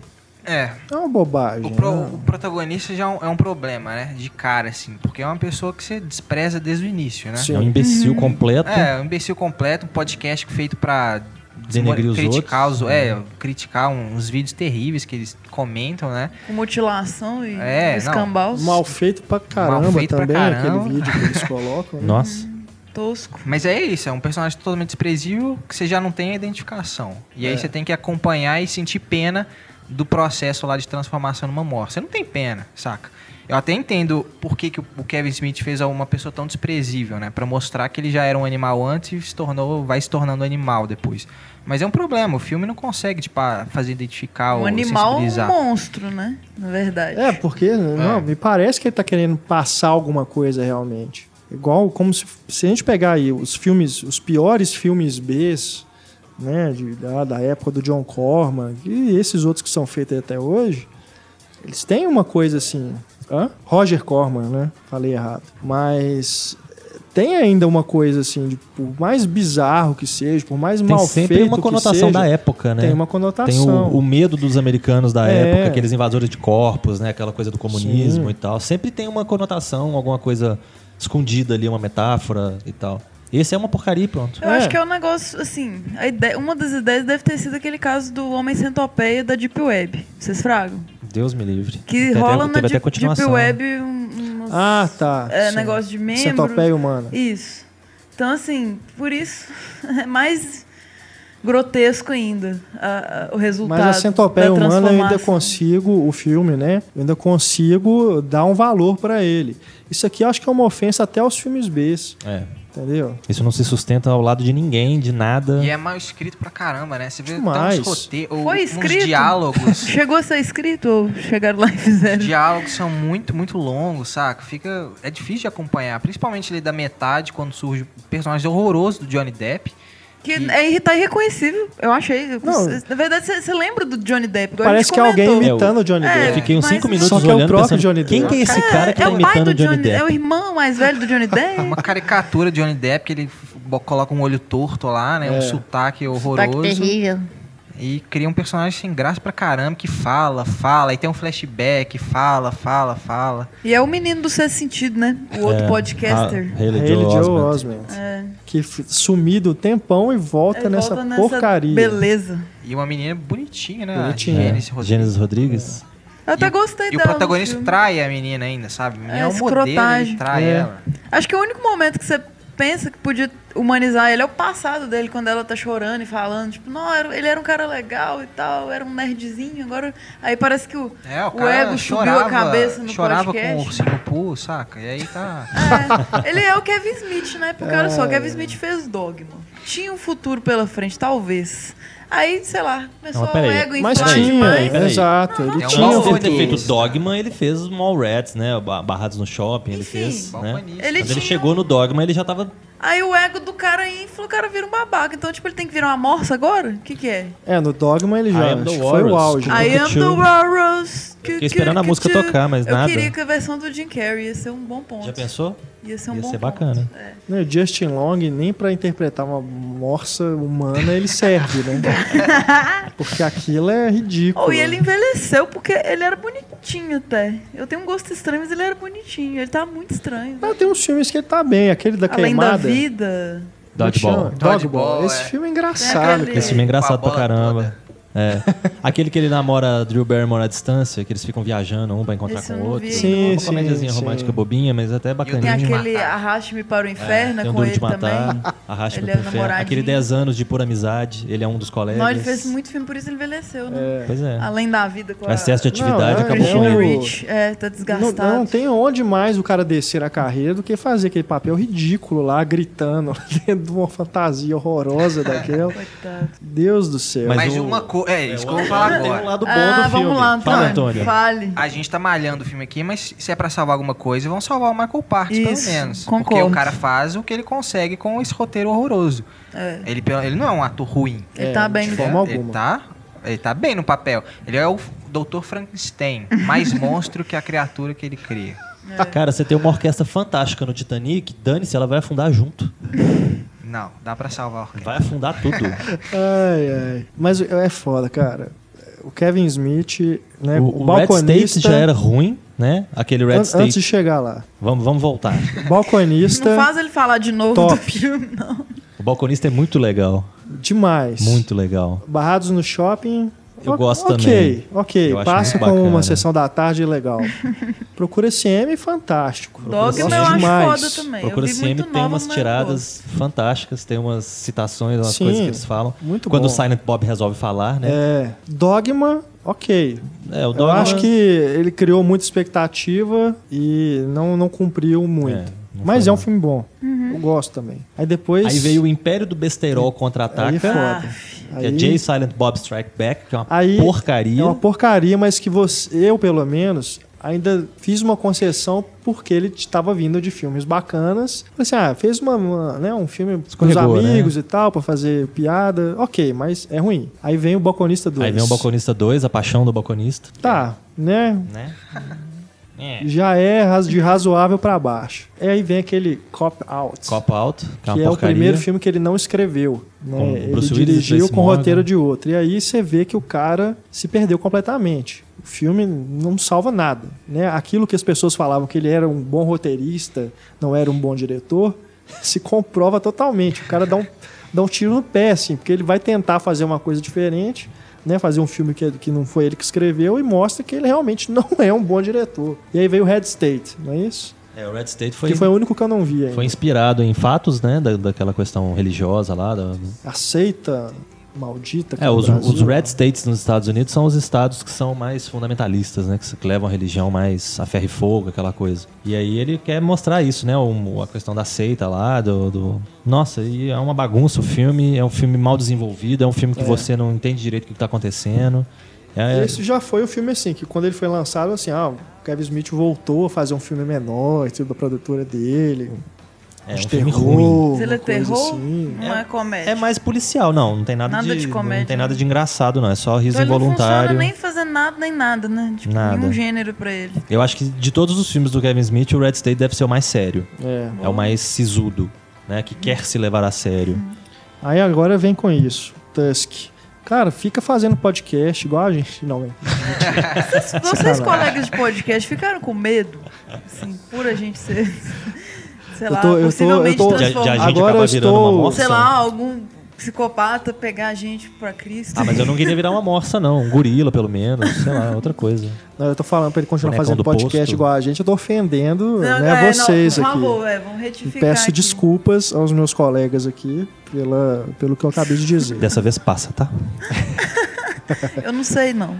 [SPEAKER 3] É,
[SPEAKER 1] É uma bobagem.
[SPEAKER 3] o, pro-
[SPEAKER 1] né?
[SPEAKER 3] o protagonista já é um, é um problema, né? De cara, assim. Porque é uma pessoa que você despreza desde o início, né?
[SPEAKER 1] Sim.
[SPEAKER 4] é um imbecil
[SPEAKER 2] Uhum.
[SPEAKER 4] completo.
[SPEAKER 3] É, um imbecil completo, um podcast feito pra desmo-
[SPEAKER 4] Denegrir os
[SPEAKER 3] criticar
[SPEAKER 4] outros.
[SPEAKER 3] os- é, criticar uns vídeos terríveis que eles comentam, né?
[SPEAKER 2] Com mutilação e um
[SPEAKER 3] É, não.
[SPEAKER 2] escambaus
[SPEAKER 1] Mal feito pra caramba
[SPEAKER 3] Mal feito pra
[SPEAKER 1] também,
[SPEAKER 3] caramba.
[SPEAKER 1] aquele vídeo que eles colocam. né?
[SPEAKER 4] Nossa.
[SPEAKER 2] tosco.
[SPEAKER 3] Mas é isso, é um personagem totalmente desprezível que você já não tem a identificação. E aí você tem que acompanhar e sentir pena do processo lá de transformação numa morte. Você não tem pena, saca? Eu até entendo por que, que o Kevin Smith fez uma pessoa tão desprezível, né? Pra mostrar que ele já era um animal antes e se tornou, vai se tornando um animal depois. Mas é um problema, o filme não consegue tipo, ah, fazer identificar
[SPEAKER 2] Um
[SPEAKER 3] ou
[SPEAKER 2] animal um
[SPEAKER 3] sensibilizar.
[SPEAKER 2] monstro, né? Na verdade.
[SPEAKER 1] É, porque não, me parece que ele tá querendo passar alguma coisa realmente. Igual como se, se a gente pegar aí os filmes, os piores filmes Bs, né, de- da, da época do John Corman e esses outros que são feitos até hoje, eles têm uma coisa assim. Hã? Roger Corman, né? Falei errado. Mas eh, tem ainda uma coisa assim, de, por mais bizarro que seja, por mais
[SPEAKER 4] Tem
[SPEAKER 1] mal feito
[SPEAKER 4] sempre uma conotação
[SPEAKER 1] que seja,
[SPEAKER 4] da época, né?
[SPEAKER 1] Tem uma
[SPEAKER 4] Tem
[SPEAKER 1] conotação.
[SPEAKER 4] o, o medo dos americanos da
[SPEAKER 1] É.
[SPEAKER 4] época, aqueles invasores de corpos, né? Aquela coisa do comunismo
[SPEAKER 1] Sim.
[SPEAKER 4] e tal. Sempre tem uma conotação, alguma coisa escondida ali, uma metáfora e tal. Esse é uma porcaria e pronto.
[SPEAKER 2] Eu
[SPEAKER 1] É.
[SPEAKER 2] acho que é um negócio, assim, a ideia, uma das ideias deve ter sido aquele caso do Homem Centopeia da Deep Web. Vocês fragam?
[SPEAKER 4] Deus me livre.
[SPEAKER 2] Que
[SPEAKER 4] Tem até- um-
[SPEAKER 2] rola
[SPEAKER 4] teve
[SPEAKER 2] na
[SPEAKER 4] até
[SPEAKER 2] Deep, Deep
[SPEAKER 4] continuação. né?
[SPEAKER 2] Web um, umas-
[SPEAKER 1] Ah, tá.
[SPEAKER 2] é,
[SPEAKER 1] sim.
[SPEAKER 2] negócio de membros.
[SPEAKER 1] Centopeia humana.
[SPEAKER 2] Isso. Então, assim, por isso é mais grotesco ainda a- a- o resultado.
[SPEAKER 1] Mas assim, a centopeia
[SPEAKER 2] da
[SPEAKER 1] humana um eu ainda
[SPEAKER 2] transformação.
[SPEAKER 1] consigo, o filme, né? Eu ainda consigo dar um valor pra ele. Isso aqui eu acho que é uma ofensa até aos filmes Bs,
[SPEAKER 4] É.
[SPEAKER 1] entendeu?
[SPEAKER 4] Isso não se sustenta ao lado de ninguém, de nada.
[SPEAKER 3] E é mal escrito pra caramba, né? Você vê
[SPEAKER 1] Demais.
[SPEAKER 3] até uns roteiros,
[SPEAKER 2] Foi
[SPEAKER 3] uns
[SPEAKER 2] escrito?
[SPEAKER 3] diálogos.
[SPEAKER 2] Chegou a ser escrito ou chegaram lá e fizeram?
[SPEAKER 3] Os diálogos são muito, muito longos, saca? Fica, é um difícil de acompanhar, principalmente ali da metade, quando surge o personagem horroroso do Johnny Depp,
[SPEAKER 2] Que é irri- tá irreconhecível, eu achei.
[SPEAKER 1] Não.
[SPEAKER 2] Na verdade, você- você lembra do Johnny Depp? igual a
[SPEAKER 1] Parece
[SPEAKER 2] gente
[SPEAKER 1] que é alguém
[SPEAKER 2] comentou.
[SPEAKER 1] imitando o Johnny
[SPEAKER 2] É,
[SPEAKER 1] Depp.
[SPEAKER 4] Eu fiquei uns
[SPEAKER 2] mas-
[SPEAKER 4] 5 minutos
[SPEAKER 1] Só que é o
[SPEAKER 4] olhando
[SPEAKER 1] próprio
[SPEAKER 4] pensando,
[SPEAKER 1] Johnny
[SPEAKER 4] quem
[SPEAKER 1] Depp.
[SPEAKER 4] que é esse cara que
[SPEAKER 2] é
[SPEAKER 4] tá
[SPEAKER 2] o pai
[SPEAKER 4] imitando
[SPEAKER 2] do
[SPEAKER 4] o Johnny Depp?
[SPEAKER 2] É o irmão mais velho do Johnny Depp.
[SPEAKER 3] Uma caricatura de Johnny Depp, que ele f- bo- coloca um olho torto lá, né?
[SPEAKER 1] É.
[SPEAKER 3] Um sotaque
[SPEAKER 5] Tá que
[SPEAKER 3] horroroso.
[SPEAKER 5] terrível.
[SPEAKER 3] E cria um personagem sem graça pra caramba, que fala, fala, e tem um flashback, fala, fala, fala.
[SPEAKER 2] E é o menino do Sexto Sentido, né? O outro
[SPEAKER 4] É,
[SPEAKER 2] podcaster. É,
[SPEAKER 4] a Haley
[SPEAKER 1] Ele
[SPEAKER 4] Joel
[SPEAKER 1] Joe
[SPEAKER 4] Osment.
[SPEAKER 1] Osment.
[SPEAKER 3] Ah,
[SPEAKER 1] Que f- sumido o tempão e volta,
[SPEAKER 2] Aí
[SPEAKER 1] Tá nessa
[SPEAKER 2] volta
[SPEAKER 1] porcaria.
[SPEAKER 2] Beleza.
[SPEAKER 3] E uma menina bonitinha, né?
[SPEAKER 1] Bonitinha.
[SPEAKER 3] A Gênesis Rodrigues.
[SPEAKER 4] Gênesis Rodrigues.
[SPEAKER 2] Eu até
[SPEAKER 3] E-
[SPEAKER 2] gostei
[SPEAKER 3] E
[SPEAKER 2] dela.
[SPEAKER 3] o
[SPEAKER 2] no
[SPEAKER 3] protagonista
[SPEAKER 2] filme.
[SPEAKER 3] trai a menina ainda, sabe? A menina
[SPEAKER 2] É,
[SPEAKER 3] é, um modelo,
[SPEAKER 2] escrotagem.
[SPEAKER 3] ele trai
[SPEAKER 1] É.
[SPEAKER 3] ela.
[SPEAKER 2] Acho que o único momento que você pensa que podia humanizar ele é o passado dele, quando ela tá chorando e falando, tipo, não, era- ele era um cara legal e tal, era um nerdzinho, agora... Aí parece que o,
[SPEAKER 3] É, o,
[SPEAKER 2] o
[SPEAKER 3] cara
[SPEAKER 2] ego
[SPEAKER 3] chorava,
[SPEAKER 2] subiu a cabeça no
[SPEAKER 3] Chorava
[SPEAKER 2] podcast.
[SPEAKER 3] com o ursinho Poo, saca? E aí tá...
[SPEAKER 2] É, ele é o Kevin Smith, né? Porque olha só, o
[SPEAKER 4] É.
[SPEAKER 2] Kevin Smith fez Dogma. Tinha um futuro pela frente, talvez. Aí, sei lá, começou
[SPEAKER 4] Não, mas peraí.
[SPEAKER 2] o ego
[SPEAKER 1] Mas
[SPEAKER 2] inflar
[SPEAKER 1] tinha,
[SPEAKER 2] demais.
[SPEAKER 4] peraí.
[SPEAKER 1] exato. Ele
[SPEAKER 3] É um
[SPEAKER 1] tinha
[SPEAKER 3] mau
[SPEAKER 1] um
[SPEAKER 4] Antes de
[SPEAKER 3] Foi
[SPEAKER 4] ele ter
[SPEAKER 3] tudo.
[SPEAKER 4] feito
[SPEAKER 1] futuro.
[SPEAKER 4] Dogma, ele fez Mallrats, né? Ba- Barrados no Shopping, ele
[SPEAKER 2] Enfim,
[SPEAKER 4] fez, né?
[SPEAKER 3] balconista.
[SPEAKER 2] Ele
[SPEAKER 4] Mas ele
[SPEAKER 2] tinha-
[SPEAKER 4] chegou no Dogma, ele já tava...
[SPEAKER 2] Aí o ego do cara infla, o cara vira um babaca. Então, tipo, ele tem que virar uma morsa agora? O que que é?
[SPEAKER 1] É, no Dogma ele
[SPEAKER 4] I
[SPEAKER 1] já
[SPEAKER 4] am the
[SPEAKER 1] acho que foi o
[SPEAKER 4] Walrus.
[SPEAKER 1] auge.
[SPEAKER 4] Ai.
[SPEAKER 2] I am the
[SPEAKER 4] Tchu.
[SPEAKER 2] Warros.
[SPEAKER 4] Fiquei esperando a música tocar, mas
[SPEAKER 2] eu
[SPEAKER 4] nada.
[SPEAKER 2] queria que a versão do Jim Carrey ia ser um bom ponto.
[SPEAKER 4] Já pensou?
[SPEAKER 2] Ia ser um
[SPEAKER 4] Ia
[SPEAKER 2] bom
[SPEAKER 4] ser
[SPEAKER 2] ponto.
[SPEAKER 4] bacana.
[SPEAKER 2] É.
[SPEAKER 1] Né, Justin Long, nem pra interpretar uma morsa humana, ele serve, né? Porque aquilo é ridículo.
[SPEAKER 2] Oh, e ele envelheceu porque ele era bonitinho até. Eu tenho um gosto estranho, mas ele era bonitinho. Ele tá muito estranho.
[SPEAKER 1] Ah, tem uns filmes que ele tá bem, aquele da
[SPEAKER 2] Além
[SPEAKER 1] queimada.
[SPEAKER 2] da vida.
[SPEAKER 1] como que chama?
[SPEAKER 4] Dodgeball.
[SPEAKER 1] Dodgeball.
[SPEAKER 3] Dodgeball,
[SPEAKER 1] Esse
[SPEAKER 3] é.
[SPEAKER 1] filme é engraçado.
[SPEAKER 2] É
[SPEAKER 1] cara.
[SPEAKER 4] Esse filme é engraçado
[SPEAKER 3] Com a
[SPEAKER 4] pra
[SPEAKER 3] bola
[SPEAKER 4] caramba. É. Aquele que ele namora a Drew Barrymore à distância, que eles ficam viajando, um vai encontrar
[SPEAKER 2] Esse
[SPEAKER 4] com
[SPEAKER 2] eu
[SPEAKER 4] o
[SPEAKER 2] não
[SPEAKER 4] outro.
[SPEAKER 2] vi
[SPEAKER 1] ainda.
[SPEAKER 4] uma
[SPEAKER 1] Sim,
[SPEAKER 4] comédiazinha
[SPEAKER 1] sim,
[SPEAKER 4] romântica
[SPEAKER 1] sim.
[SPEAKER 4] bobinha, mas é até
[SPEAKER 2] Tem
[SPEAKER 4] bacaninha.
[SPEAKER 3] Duro de
[SPEAKER 2] aquele
[SPEAKER 3] Matar.
[SPEAKER 2] Arraste-me para o
[SPEAKER 4] É,
[SPEAKER 2] Inferno
[SPEAKER 4] tem um
[SPEAKER 2] com
[SPEAKER 4] Duro
[SPEAKER 2] ele
[SPEAKER 4] de Matar,
[SPEAKER 2] também.
[SPEAKER 4] Arraste
[SPEAKER 2] Ele
[SPEAKER 4] pro
[SPEAKER 2] é o
[SPEAKER 4] Inferno. Aquele
[SPEAKER 2] namoradinho.
[SPEAKER 4] 10 anos de pura amizade, ele é um dos colegas.
[SPEAKER 2] Não, ele fez muito filme, por isso ele envelheceu, né?
[SPEAKER 4] Pois é.
[SPEAKER 2] Além da vida com a...
[SPEAKER 4] Excesso de atividade
[SPEAKER 1] Não, é-
[SPEAKER 4] acabou
[SPEAKER 1] é
[SPEAKER 4] com
[SPEAKER 1] um-
[SPEAKER 4] ele.
[SPEAKER 2] Rich. É, tá
[SPEAKER 1] Não,
[SPEAKER 2] desgastado.
[SPEAKER 1] não tem onde mais o cara descer a carreira do que fazer aquele papel ridículo lá, gritando, dentro de uma fantasia horrorosa daquela.
[SPEAKER 2] Coitado.
[SPEAKER 1] Deus do céu.
[SPEAKER 4] Mas
[SPEAKER 3] Mas,
[SPEAKER 4] o-
[SPEAKER 3] uma coisa... É, isso que eu vou falar
[SPEAKER 4] Tem um
[SPEAKER 3] agora.
[SPEAKER 4] lado bom
[SPEAKER 2] ah,
[SPEAKER 4] do filme.
[SPEAKER 2] vamos lá,
[SPEAKER 4] Fala,
[SPEAKER 2] Antônio.
[SPEAKER 4] Antônio.
[SPEAKER 2] Fale.
[SPEAKER 3] A gente tá malhando o filme aqui, mas se é pra salvar alguma coisa, vão salvar o Michael Parks,
[SPEAKER 2] Isso,
[SPEAKER 3] pelo menos. Porque
[SPEAKER 2] concordo.
[SPEAKER 3] o cara faz o que ele consegue com esse roteiro horroroso.
[SPEAKER 2] É.
[SPEAKER 3] Ele, pelo- ele não é um ator ruim.
[SPEAKER 2] Ele
[SPEAKER 1] É,
[SPEAKER 2] tá bem.
[SPEAKER 1] de
[SPEAKER 2] né?
[SPEAKER 1] forma
[SPEAKER 3] Ele-
[SPEAKER 1] alguma.
[SPEAKER 3] Ele tá, ele tá bem no papel. Ele é o Dr. Frankenstein, mais monstro que a criatura que ele cria.
[SPEAKER 4] Tá, Cara, você tem uma orquestra fantástica no Titanic, dane-se, ela vai afundar junto.
[SPEAKER 3] Não, dá pra salvar o
[SPEAKER 4] Vai afundar tudo.
[SPEAKER 1] Ai, ai. Mas é foda, cara. O Kevin Smith, né? O,
[SPEAKER 4] É, o, o Red
[SPEAKER 1] balconista.
[SPEAKER 4] State já era ruim, né? Aquele Red
[SPEAKER 1] an-
[SPEAKER 4] State.
[SPEAKER 1] Antes de chegar lá.
[SPEAKER 4] Vamos, vamos voltar.
[SPEAKER 1] Balconista,
[SPEAKER 2] Não faz ele falar de novo
[SPEAKER 1] Top.
[SPEAKER 2] do filme, não.
[SPEAKER 4] O balconista é muito legal.
[SPEAKER 1] demais.
[SPEAKER 4] Muito legal.
[SPEAKER 1] Barrados no shopping.
[SPEAKER 4] Eu
[SPEAKER 1] O-
[SPEAKER 4] gosto
[SPEAKER 1] ok,
[SPEAKER 4] também.
[SPEAKER 1] Ok,
[SPEAKER 4] Eu acho
[SPEAKER 1] Passa
[SPEAKER 4] muito
[SPEAKER 1] com uma
[SPEAKER 4] bacana.
[SPEAKER 1] sessão da tarde legal. Procura CM, fantástico.
[SPEAKER 2] Dogma
[SPEAKER 1] Gosto
[SPEAKER 2] eu acho
[SPEAKER 1] demais.
[SPEAKER 2] foda também.
[SPEAKER 4] Procura
[SPEAKER 2] eu vi
[SPEAKER 4] CM,
[SPEAKER 2] muito
[SPEAKER 4] tem
[SPEAKER 2] nova,
[SPEAKER 4] umas
[SPEAKER 2] mas
[SPEAKER 4] tiradas fantásticas, tem umas citações, umas
[SPEAKER 1] Sim,
[SPEAKER 4] coisas que eles falam.
[SPEAKER 1] muito
[SPEAKER 4] Quando
[SPEAKER 1] bom.
[SPEAKER 4] o Silent Bob resolve falar, né?
[SPEAKER 1] É, Dogma, ok.
[SPEAKER 4] É, o
[SPEAKER 1] Eu
[SPEAKER 4] Dogma-
[SPEAKER 1] acho que ele criou muita expectativa e não, não cumpriu muito.
[SPEAKER 4] É, não
[SPEAKER 1] Mas
[SPEAKER 4] foi
[SPEAKER 1] é um
[SPEAKER 4] não.
[SPEAKER 1] filme bom.
[SPEAKER 2] Uhum.
[SPEAKER 1] Eu gosto também. Aí depois.
[SPEAKER 4] Aí veio o Império do Besterol
[SPEAKER 1] Aí é
[SPEAKER 4] contra-ataca,
[SPEAKER 1] foda.
[SPEAKER 2] Ah.
[SPEAKER 4] que é Jay Silent Bob Strike Back, que é uma
[SPEAKER 1] Aí-
[SPEAKER 4] porcaria.
[SPEAKER 1] É uma porcaria, mas que você, eu pelo menos, ainda fiz uma concessão porque ele estava vindo de filmes bacanas. Falei assim, ah, fez uma, uma, né, um filme com os
[SPEAKER 4] Escorregou, né?"
[SPEAKER 1] amigos e tal, pra fazer piada. Ok, mas é ruim. Aí vem o Balconista 2.
[SPEAKER 4] Aí vem o Balconista 2, a paixão do balconista.
[SPEAKER 1] Tá, né?
[SPEAKER 4] Né?
[SPEAKER 1] Já é ras- de razoável pra baixo. E aí vem aquele Cop Out.
[SPEAKER 4] Cop Out, que é, uma
[SPEAKER 1] que é o
[SPEAKER 4] porcaria.
[SPEAKER 1] primeiro filme que ele não escreveu. Né?
[SPEAKER 4] Com o
[SPEAKER 1] ele
[SPEAKER 4] Bruce Willis e né?
[SPEAKER 1] dirigiu
[SPEAKER 4] Tracy
[SPEAKER 1] com o
[SPEAKER 4] Morgan.
[SPEAKER 1] roteiro de outro. E aí você vê que o cara se perdeu completamente. O filme não salva nada. Né? Aquilo que as pessoas falavam que ele era um bom roteirista, não era um bom diretor, se comprova totalmente. O cara dá um, dá um tiro no pé, assim, porque ele vai tentar fazer uma coisa diferente. Né, fazer um filme que, que não foi ele que escreveu e mostra que ele realmente não é um bom diretor. E aí veio o Head State, não é isso?
[SPEAKER 4] É, o Red State foi,
[SPEAKER 1] que foi o único que eu não vi ainda.
[SPEAKER 4] foi inspirado em fatos, né? da- daquela questão religiosa lá. da-
[SPEAKER 1] a seita maldita. que
[SPEAKER 4] É,
[SPEAKER 1] o
[SPEAKER 4] os,
[SPEAKER 1] Brasil-
[SPEAKER 4] os Red States nos Estados Unidos são os estados que são mais fundamentalistas, né? Que, se- que levam a religião mais a ferro e fogo, aquela coisa. E aí ele quer mostrar isso, né? um- a questão da seita lá, do, do- Nossa, e é uma bagunça o filme, é um filme mal desenvolvido, é um filme que você não entende direito o que está acontecendo. É,
[SPEAKER 1] Esse já foi o filme assim, que quando ele foi lançado, assim, ah, o Kevin Smith voltou a fazer um filme menor, e tudo da produtora dele.
[SPEAKER 4] É
[SPEAKER 1] de
[SPEAKER 4] um filme
[SPEAKER 1] terror.
[SPEAKER 4] ruim.
[SPEAKER 2] Se ele é
[SPEAKER 1] uma coisa
[SPEAKER 2] terror,
[SPEAKER 1] assim.
[SPEAKER 2] não é, comédia.
[SPEAKER 4] É mais policial, não. Não tem nada,
[SPEAKER 2] Nada
[SPEAKER 4] de,
[SPEAKER 2] de comédia,
[SPEAKER 4] Não tem
[SPEAKER 2] né?
[SPEAKER 4] nada de engraçado, não. É só riso
[SPEAKER 2] então ele não funciona
[SPEAKER 4] involuntário.
[SPEAKER 2] nem fazendo nada, nem nada, né? Tipo,
[SPEAKER 4] Nada.
[SPEAKER 2] nenhum gênero pra ele.
[SPEAKER 4] Eu acho que de todos os filmes do Kevin Smith, o Red State deve ser o mais sério.
[SPEAKER 1] É.
[SPEAKER 4] É o mais sisudo, né? Que quer se levar a sério.
[SPEAKER 1] Aí agora vem com isso, Tusk. Cara, fica fazendo podcast igual a gente. Não,
[SPEAKER 2] Tá Vocês, vocês colegas de podcast, ficaram com medo? Assim, por a gente ser. Sei
[SPEAKER 1] Eu
[SPEAKER 2] lá,
[SPEAKER 1] tô- eu tô- eu
[SPEAKER 2] possivelmente
[SPEAKER 1] tô- De- de
[SPEAKER 4] a gente
[SPEAKER 1] Agora
[SPEAKER 2] transformar.
[SPEAKER 4] acaba
[SPEAKER 1] eu
[SPEAKER 4] virando
[SPEAKER 1] estou-
[SPEAKER 4] uma morsa.
[SPEAKER 2] sei lá, algum psicopata pegar a gente pra Cristo.
[SPEAKER 4] Ah, mas eu não queria virar uma morsa, não. Um gorila, pelo menos. Sei lá, outra coisa.
[SPEAKER 1] não, eu tô falando pra ele continuar
[SPEAKER 4] Bonecão
[SPEAKER 1] fazendo
[SPEAKER 4] do
[SPEAKER 1] podcast
[SPEAKER 4] posto.
[SPEAKER 1] igual a gente, eu tô ofendendo né,
[SPEAKER 2] é,
[SPEAKER 1] vocês
[SPEAKER 2] não, por
[SPEAKER 1] aqui.
[SPEAKER 2] favor, é, vamos retificar.
[SPEAKER 1] Peço
[SPEAKER 2] aqui.
[SPEAKER 1] desculpas aos meus colegas aqui pela, pelo que eu acabei de dizer.
[SPEAKER 4] Dessa vez passa, tá?
[SPEAKER 2] Eu não sei, não.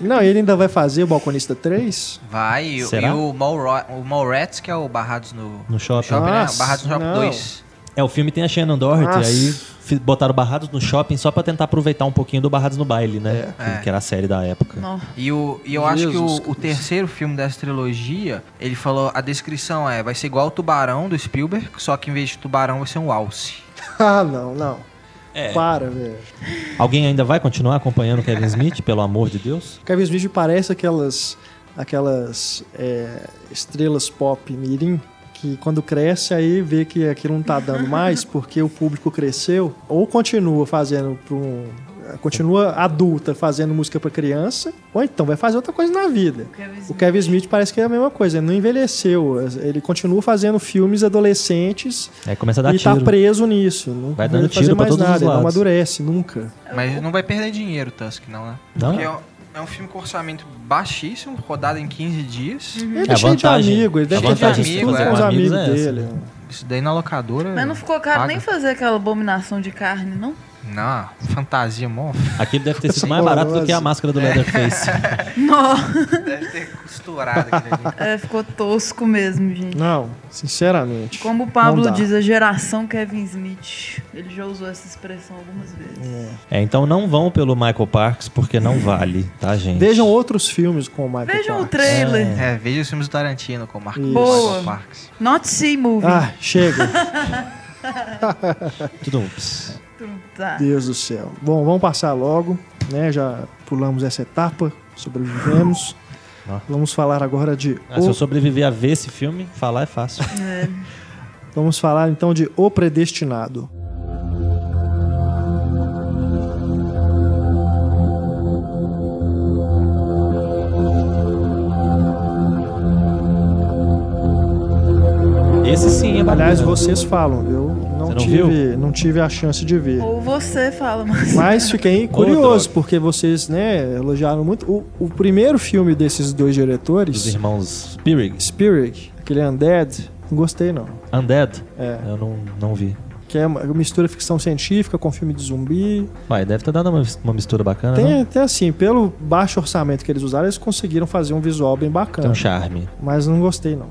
[SPEAKER 1] Não, ele ainda vai fazer o Balconista 3?
[SPEAKER 3] Vai, e,
[SPEAKER 4] Será?
[SPEAKER 3] e o, Mallra- o Mallrats, que é o Barrados no,
[SPEAKER 4] No shopping.
[SPEAKER 3] né?
[SPEAKER 1] Nossa,
[SPEAKER 3] Barrados no Shopping
[SPEAKER 1] não.
[SPEAKER 3] 2.
[SPEAKER 4] É, o filme tem a Shannon Doherty,
[SPEAKER 1] Nossa.
[SPEAKER 4] aí fi- botaram Barrados no shopping só pra tentar aproveitar um pouquinho do Barrados no baile, né?
[SPEAKER 3] É.
[SPEAKER 4] Que era a série da época.
[SPEAKER 2] não.
[SPEAKER 3] E, o, e eu acho que
[SPEAKER 1] Jesus
[SPEAKER 3] o- o,
[SPEAKER 1] Cristo.
[SPEAKER 3] terceiro filme dessa trilogia, ele falou, a descrição é, vai ser igual o Tubarão do Spielberg, só que em vez de tubarão vai ser um alce.
[SPEAKER 1] Ah, não, não. Para, velho.
[SPEAKER 4] Alguém ainda vai continuar acompanhando o Kevin Smith, pelo amor de Deus?
[SPEAKER 1] Kevin Smith parece aquelas, aquelas é, estrelas pop mirim que quando cresce aí vê que aquilo não tá dando mais porque o público cresceu ou continua fazendo para um continua adulta fazendo música pra criança ou então vai fazer outra coisa na vida.
[SPEAKER 2] Kevin
[SPEAKER 1] O
[SPEAKER 2] Smith.
[SPEAKER 1] Kevin Smith parece que é a mesma coisa, ele não envelheceu, ele continua fazendo filmes adolescentes
[SPEAKER 4] É, começa a dar
[SPEAKER 1] e
[SPEAKER 4] tiro.
[SPEAKER 1] tá preso nisso, não
[SPEAKER 4] Vai dando
[SPEAKER 1] fazer
[SPEAKER 4] tiro pra
[SPEAKER 1] mais
[SPEAKER 4] todos os
[SPEAKER 1] nada, ele não
[SPEAKER 4] lados.
[SPEAKER 1] amadurece nunca.
[SPEAKER 3] Mas não vai perder dinheiro, Tusk, não, né?
[SPEAKER 4] Não?
[SPEAKER 3] Porque é um, é um filme com orçamento baixíssimo, rodado em 15 dias.
[SPEAKER 1] Ele
[SPEAKER 4] É,
[SPEAKER 1] é
[SPEAKER 4] a
[SPEAKER 1] cheio de
[SPEAKER 4] vantagem-
[SPEAKER 1] amigo, ele deve
[SPEAKER 4] a
[SPEAKER 1] ter
[SPEAKER 3] vantagem
[SPEAKER 1] feito
[SPEAKER 3] de
[SPEAKER 1] isso
[SPEAKER 3] se
[SPEAKER 1] tudo
[SPEAKER 3] fazer
[SPEAKER 1] com os
[SPEAKER 4] com amigos
[SPEAKER 1] amigos
[SPEAKER 4] é essa,
[SPEAKER 1] dele.
[SPEAKER 3] Isso daí na locadora...
[SPEAKER 2] Mas não ficou caro
[SPEAKER 3] paga.
[SPEAKER 2] nem fazer aquela abominação de carne, não?
[SPEAKER 3] Não, fantasia, mó.
[SPEAKER 4] Aquilo deve ter sido
[SPEAKER 1] Sim.
[SPEAKER 4] mais barato do que a
[SPEAKER 1] Horroroso.
[SPEAKER 4] máscara do
[SPEAKER 3] É.
[SPEAKER 4] Leatherface.
[SPEAKER 2] Não.
[SPEAKER 3] Deve ter costurado aquele ali.
[SPEAKER 2] É, ficou tosco mesmo, gente.
[SPEAKER 1] Não, sinceramente.
[SPEAKER 2] Como o
[SPEAKER 1] não
[SPEAKER 2] Pablo
[SPEAKER 1] dá.
[SPEAKER 2] diz, a geração Kevin Smith. Ele já usou essa expressão algumas vezes.
[SPEAKER 4] É, então não vão pelo Michael Parks, porque não vale, tá, gente?
[SPEAKER 1] Vejam outros filmes com o Michael
[SPEAKER 2] Vejam o
[SPEAKER 1] Parks.
[SPEAKER 2] trailer.
[SPEAKER 3] É, veja os filmes do Tarantino com o Mark
[SPEAKER 1] Isso.
[SPEAKER 2] Boa.
[SPEAKER 3] Michael Parks.
[SPEAKER 2] Not See Movie.
[SPEAKER 1] É. Ah, chega.
[SPEAKER 4] Tudo um ps.
[SPEAKER 2] Tá.
[SPEAKER 1] Deus do céu. Bom, vamos passar logo, né? Já pulamos essa etapa, sobrevivemos.
[SPEAKER 4] Ó.
[SPEAKER 1] Vamos falar agora de
[SPEAKER 4] Ah,
[SPEAKER 1] o...
[SPEAKER 4] se eu sobreviver a ver esse filme, falar é fácil.
[SPEAKER 1] Vamos falar então de O Predestinado.
[SPEAKER 4] Esse sim é bacana.
[SPEAKER 1] Aliás, vocês falam, eu não,
[SPEAKER 4] Você não
[SPEAKER 1] tive, não tive a chance de ver.
[SPEAKER 2] Ou você fala, mas.
[SPEAKER 1] Mas fiquei
[SPEAKER 4] Ô,
[SPEAKER 1] curioso,
[SPEAKER 4] droga.
[SPEAKER 1] porque vocês, né, elogiaram muito. O, o primeiro filme desses dois
[SPEAKER 4] Os
[SPEAKER 1] diretores,
[SPEAKER 4] irmãos Spirig,
[SPEAKER 1] Spirit, aquele Undead, não gostei não.
[SPEAKER 4] Undead,
[SPEAKER 1] É.
[SPEAKER 4] eu não, não vi.
[SPEAKER 1] Que é uma mistura ficção científica com filme de zumbi.
[SPEAKER 4] Ué, deve ter dado uma, uma mistura bacana,
[SPEAKER 1] Tem
[SPEAKER 4] não?
[SPEAKER 1] até assim, pelo baixo orçamento que eles usaram, eles conseguiram fazer um visual bem
[SPEAKER 4] Tem
[SPEAKER 1] bacana.
[SPEAKER 4] um charme.
[SPEAKER 1] Mas não gostei não.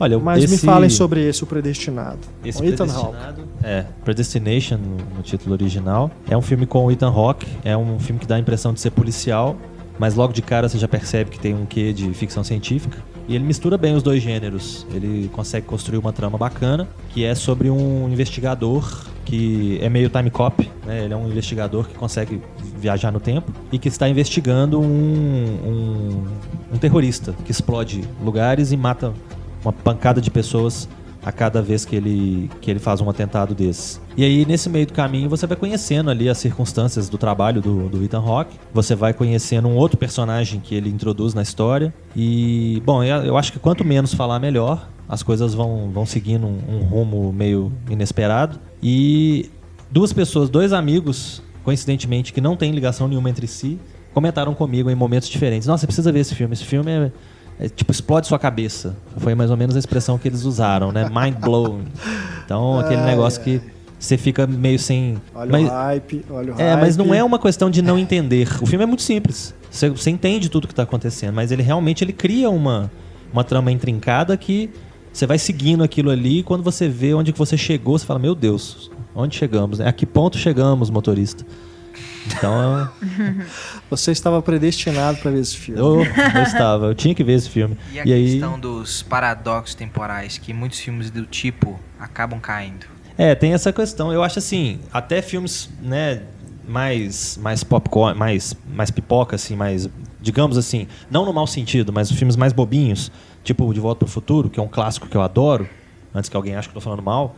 [SPEAKER 4] Olha, eu-
[SPEAKER 1] Mas me
[SPEAKER 4] esse-
[SPEAKER 1] falem sobre esse, o Predestinado.
[SPEAKER 4] Esse
[SPEAKER 1] Com Ethan Hawke.
[SPEAKER 4] Predestinado- É, Predestination no, no título original. É um filme com o Ethan Hawke, é um filme que dá a impressão de ser policial, mas logo de cara você já percebe que tem um quê de ficção científica. E ele mistura bem os dois gêneros. Ele consegue construir uma trama bacana, que é sobre um investigador que é meio time cop, né? Ele é um investigador que consegue viajar no tempo e que está investigando um, um, um terrorista que explode lugares e mata uma pancada de pessoas a cada vez que ele, que ele faz um atentado desse. E aí, nesse meio do caminho, você vai conhecendo ali as circunstâncias do trabalho do, do Ethan Hawke. Você vai conhecendo um outro personagem que ele introduz na história. E, bom, eu, eu acho que quanto menos falar, melhor. As coisas vão, vão seguindo um, um rumo meio inesperado. E duas pessoas, dois amigos, coincidentemente, que não têm ligação nenhuma entre si, comentaram comigo em momentos diferentes. Nossa, você precisa ver esse filme. Esse filme é, é tipo, explode sua cabeça. Foi mais ou menos a expressão que eles usaram, né? Mind blown. Então, aquele negócio que você fica meio sem.
[SPEAKER 1] Olha
[SPEAKER 4] mas-
[SPEAKER 1] o hype, olha o
[SPEAKER 4] é,
[SPEAKER 1] hype.
[SPEAKER 4] mas não é uma questão de não entender. O filme é muito simples. Você, você entende tudo que tá acontecendo, mas ele realmente ele cria uma, uma trama intrincada que você vai seguindo aquilo ali e quando você vê onde que você chegou, você fala, meu Deus, onde chegamos? né? A que ponto chegamos, motorista? Então
[SPEAKER 1] Você estava predestinado para ver esse filme.
[SPEAKER 4] eu, eu estava, eu tinha que ver esse filme.
[SPEAKER 3] E a
[SPEAKER 4] E aí.
[SPEAKER 3] questão dos paradoxos temporais, que muitos filmes do tipo acabam caindo.
[SPEAKER 4] É, tem essa questão. Eu acho assim, até filmes, né, mais mais popcorn, mais mais pipoca assim, mais digamos assim, não no mau sentido, mas filmes mais bobinhos, tipo o De Volta para o Futuro, que é um clássico que eu adoro, antes que alguém ache que eu tô falando mal.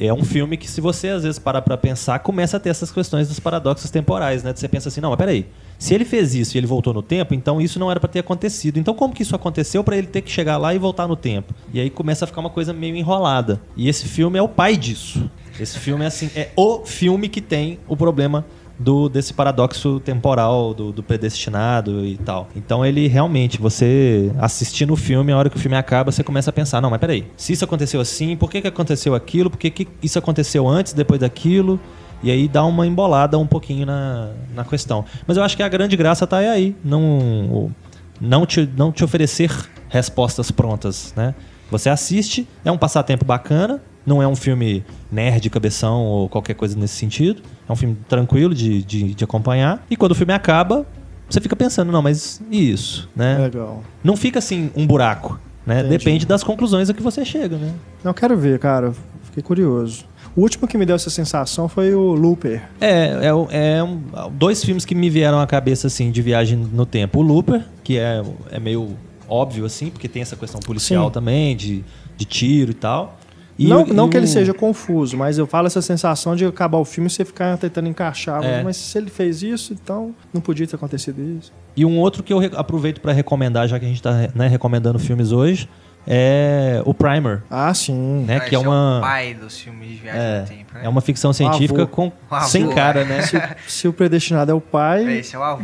[SPEAKER 4] É um filme que, se você às vezes parar pra pensar, começa a ter essas questões dos paradoxos temporais, né? Você pensa assim, não, mas peraí, se ele fez isso e ele voltou no tempo, então isso não era pra ter acontecido. Então como que isso aconteceu pra ele ter que chegar lá e voltar no tempo? E aí começa a ficar uma coisa meio enrolada. E esse filme é o pai disso. Esse filme é assim, é o filme que tem o problema do desse paradoxo temporal do, do predestinado e tal. Então ele realmente, você assistindo o filme, a hora que o filme acaba, você começa a pensar, não, mas peraí, se isso aconteceu assim, por que, que aconteceu aquilo? Por que, que isso aconteceu antes, depois daquilo? E aí dá uma embolada um pouquinho na, na questão. Mas eu acho que a grande graça tá aí, não não te, não te oferecer respostas prontas, né? Você assiste, é um passatempo bacana, não é um filme nerd, cabeção ou qualquer coisa nesse sentido. É um filme tranquilo de, de, de acompanhar. E quando o filme acaba, você fica pensando, não, mas e isso, né?
[SPEAKER 1] Legal.
[SPEAKER 4] Não fica assim um buraco, né?
[SPEAKER 1] É. Entendi.
[SPEAKER 4] Depende das conclusões a que você chega, né?
[SPEAKER 1] Não quero ver, cara. Fiquei curioso. O último que me deu essa sensação foi o Looper.
[SPEAKER 4] É, é, o- é um- dois filmes que me vieram à cabeça assim de viagem no tempo. O Looper, que é, é meio óbvio assim, porque tem essa questão policial
[SPEAKER 1] Sim.
[SPEAKER 4] também, de, de tiro e tal. E
[SPEAKER 1] não
[SPEAKER 4] o-
[SPEAKER 1] não
[SPEAKER 4] e um-
[SPEAKER 1] que ele
[SPEAKER 4] o-
[SPEAKER 1] seja confuso, mas eu falo essa sensação de acabar o filme e você ficar tentando encaixar.
[SPEAKER 4] É.
[SPEAKER 1] Mas se ele fez isso, então não podia ter acontecido isso.
[SPEAKER 4] E um outro que eu re- aproveito pra recomendar, já que a gente tá né, recomendando filmes hoje, é o Primer,
[SPEAKER 1] Ah, sim.
[SPEAKER 4] né?
[SPEAKER 3] Ah,
[SPEAKER 4] que é
[SPEAKER 3] esse o
[SPEAKER 4] uma
[SPEAKER 3] pai dos filmes de viagem
[SPEAKER 4] é,
[SPEAKER 3] no tempo, né?
[SPEAKER 4] é uma ficção científica
[SPEAKER 1] avô.
[SPEAKER 4] com
[SPEAKER 3] O avô,
[SPEAKER 4] sem cara, né?
[SPEAKER 1] Se o predestinado é o pai,
[SPEAKER 3] Esse é o avô.